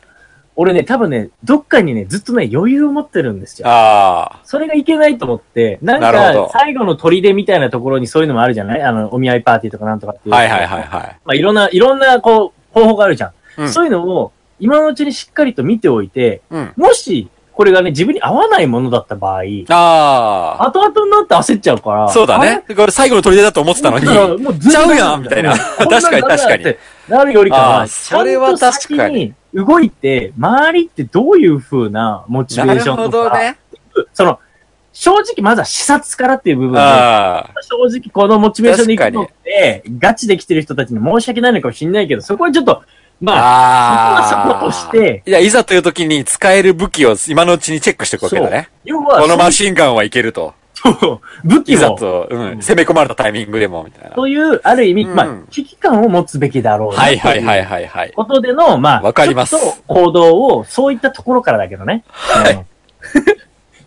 Speaker 1: 俺ね、多分ね、どっかにね、ずっとね、余裕を持ってるんですよ。
Speaker 3: あ
Speaker 1: それがいけないと思って、なん
Speaker 3: なるほ
Speaker 1: か
Speaker 3: ど、
Speaker 1: 最後の砦みたいなところにそういうのもあるじゃないあの、お見合いパーティーとかなんとかって
Speaker 3: あ。
Speaker 1: いう。
Speaker 3: はいはいはいはい。
Speaker 1: まあ、いろんな、いろんな、こう、方法があるじゃん。
Speaker 3: うん
Speaker 1: そういうのを、今のうちにしっかりと見ておいて、
Speaker 3: うん。
Speaker 1: もし、これがね、自分に合わないものだった場合、
Speaker 3: あ
Speaker 1: 後々になって焦っちゃうから。
Speaker 3: あ。そうだ
Speaker 1: あれ
Speaker 3: ね。これ最後の砦だと思ってたのに。
Speaker 1: うんもうずっと
Speaker 3: ちゃうやんみたいな
Speaker 1: うこんん
Speaker 3: 確かに
Speaker 1: ダメだ
Speaker 3: 確かに
Speaker 1: ってなるよりか
Speaker 3: あー
Speaker 1: は、
Speaker 3: それは確かに
Speaker 1: ちゃんと先に動いて、周りってどういう風なモチベ
Speaker 3: な
Speaker 1: ーシ
Speaker 3: る
Speaker 1: ョン
Speaker 3: ほ
Speaker 1: と
Speaker 3: ど
Speaker 1: か、
Speaker 3: ね。
Speaker 1: その、正直まずは視察からっていう部分で、
Speaker 3: あ
Speaker 1: 正直このモチベーションでいくのって、ガチで来てる人たちに申し訳ないのかもしれないけど、そこはちょっと、
Speaker 3: あ。
Speaker 1: まあ、
Speaker 3: あ
Speaker 1: そこはそ
Speaker 3: あ
Speaker 1: こ。として、
Speaker 3: いや、いざという時に使える武器を今のうちにチェックしておくわけだね。
Speaker 1: 要は、
Speaker 3: このマシンガンはいけると。
Speaker 1: そう武
Speaker 3: い
Speaker 1: 器
Speaker 3: ざ
Speaker 1: を、
Speaker 3: と、う
Speaker 1: うん
Speaker 3: ん、攻め込まれたタイミングでも、みたいな。
Speaker 1: という、ある意味、
Speaker 3: うん
Speaker 1: まあ、危機感を持つべきだろうな。
Speaker 3: はいはいはいいはいはい。
Speaker 1: ことでの、まあ、
Speaker 3: わかりま
Speaker 1: ち
Speaker 3: す。
Speaker 1: ょっと行動を、そういったところからだけどね。はい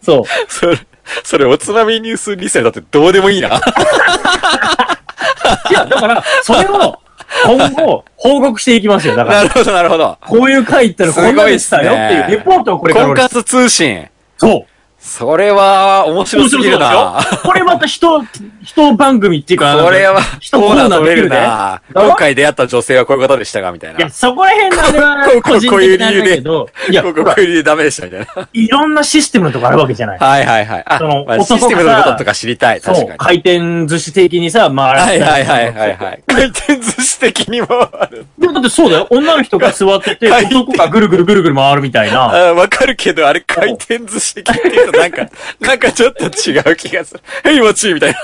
Speaker 1: そう。
Speaker 3: それ、それおつまみニュースリセだってどうでもい いな。
Speaker 1: いや、だから、それを、今後、報告していきますよ。だから、
Speaker 3: なるほどなるほど。
Speaker 1: こういう回行ったらこんなでしたよ
Speaker 3: すごいっすね
Speaker 1: っていうレポートをこれから
Speaker 3: 婚
Speaker 1: 俺
Speaker 3: 活通信。
Speaker 1: そう。
Speaker 3: それは、面白すぎるな。
Speaker 1: これまた人、人番組っていうか、
Speaker 3: これは、
Speaker 1: 人
Speaker 3: コ
Speaker 1: コ
Speaker 3: ー
Speaker 1: ー
Speaker 3: ナ
Speaker 1: ナ
Speaker 3: ー
Speaker 1: ー取
Speaker 3: 取れ
Speaker 1: れ
Speaker 3: る
Speaker 1: る
Speaker 3: な
Speaker 1: な。
Speaker 3: 今回出会った女性はこういう方でしたが、みたい
Speaker 1: いや、
Speaker 3: な。
Speaker 1: そこら辺のあれは、
Speaker 3: こう
Speaker 1: 個
Speaker 3: いう
Speaker 1: 人
Speaker 3: こういう
Speaker 1: 的
Speaker 3: 理
Speaker 1: なあ
Speaker 3: 由
Speaker 1: れ
Speaker 3: で
Speaker 1: だけど、いや、
Speaker 3: こ
Speaker 1: ほ
Speaker 3: こ
Speaker 1: ら
Speaker 3: こういう理由ダメでした、みたいな。
Speaker 1: いろんなシステムのとこあるわけじゃない。
Speaker 3: はいはいはい。あ
Speaker 1: その、
Speaker 3: ま
Speaker 1: 男
Speaker 3: あ
Speaker 1: が
Speaker 3: シ
Speaker 1: さ
Speaker 3: ステムのこととか知りたい。
Speaker 1: そ
Speaker 3: 確か
Speaker 1: う。
Speaker 3: に。
Speaker 1: 回転寿司的にさ、まあ、
Speaker 3: はいはいはいはいはい。回転寿司的にもある。
Speaker 1: でもだってそうだよ。女の人が座ってて、
Speaker 3: 回転
Speaker 1: 男がぐるぐるぐるぐる回るみたい
Speaker 3: あ
Speaker 1: な。
Speaker 3: ーわかるけど、あれ回転寿司的っていうとなんか、なんかちょっと違う気がする。ヘイマチみた いな。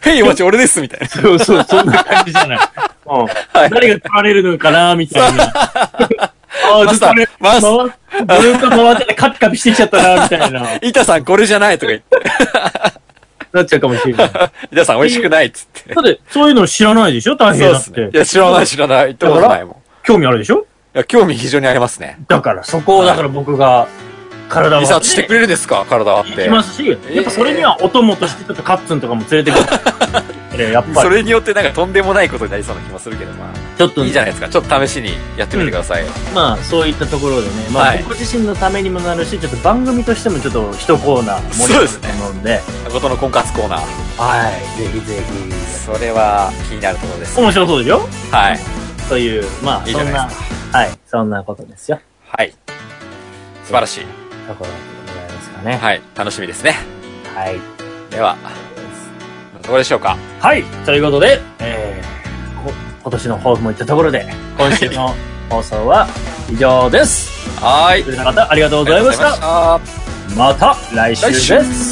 Speaker 3: ヘイマチ俺ですみたいな。
Speaker 1: そうそう、そんな感じじゃ ない。うん。
Speaker 3: はい
Speaker 1: 誰が取られるのかなみたい な。ああ、
Speaker 3: マ
Speaker 1: ず
Speaker 3: ス
Speaker 1: っと
Speaker 3: ター
Speaker 1: 俺、
Speaker 3: マス
Speaker 1: 回っ、ずっと回っててカピカピしてきちゃったな、みたいな。
Speaker 3: 板さんこれじゃないとか言って。
Speaker 1: なっちゃうかもしれない。
Speaker 3: 板さん美味しくないっつって。
Speaker 1: だって、そういうの知らないでしょ大
Speaker 3: そう
Speaker 1: 変
Speaker 3: で
Speaker 1: だっ
Speaker 3: すね。い
Speaker 1: て。
Speaker 3: や、知らない知らない。行ったことないもん。い
Speaker 1: 興味あるでしょ
Speaker 3: や、興味非常にありますね。
Speaker 1: だから、そこを、だから僕が、体を
Speaker 3: リサーチしてくれるんですか体はっ
Speaker 1: 行
Speaker 3: て
Speaker 1: き。ますし、やっぱそれにはお供として、ちょっとカッツンとかも連れてくる。 あれやっぱ
Speaker 3: そ
Speaker 1: り、
Speaker 3: れによってなんかとんでもないことになりそうな気もするけど、まあ、
Speaker 1: ちょっと
Speaker 3: いいじゃないですか。ちょっと試しにやってみてくださいよ。
Speaker 1: まあ、そういったところでね、まあ、
Speaker 3: はい
Speaker 1: 僕自身のためにもなるし、ちょっと番組としてもちょっと一コーナー盛り上がると思うんで、
Speaker 3: 誠の婚活コーナー。
Speaker 1: はい、ぜひぜ
Speaker 3: それは気になるところです。
Speaker 1: ひ。面白そうでしょ
Speaker 3: はい。
Speaker 1: という、まあ、
Speaker 3: いいじ
Speaker 1: そ
Speaker 3: ゃ
Speaker 1: ん
Speaker 3: ない
Speaker 1: な、
Speaker 3: です
Speaker 1: はい、そんなことですよ。
Speaker 3: はい。素晴らしい。
Speaker 1: ところでございますかね。
Speaker 3: はい。楽しみですね。
Speaker 1: はい。
Speaker 3: では、どうでしょうか
Speaker 1: はい、ということで、え今年の抱負もいったところで、今週の放送は以上です。
Speaker 3: はーい。
Speaker 1: という方、ありがとう
Speaker 3: あ
Speaker 1: ございました。
Speaker 3: た。
Speaker 1: また来週
Speaker 3: 来週
Speaker 1: です。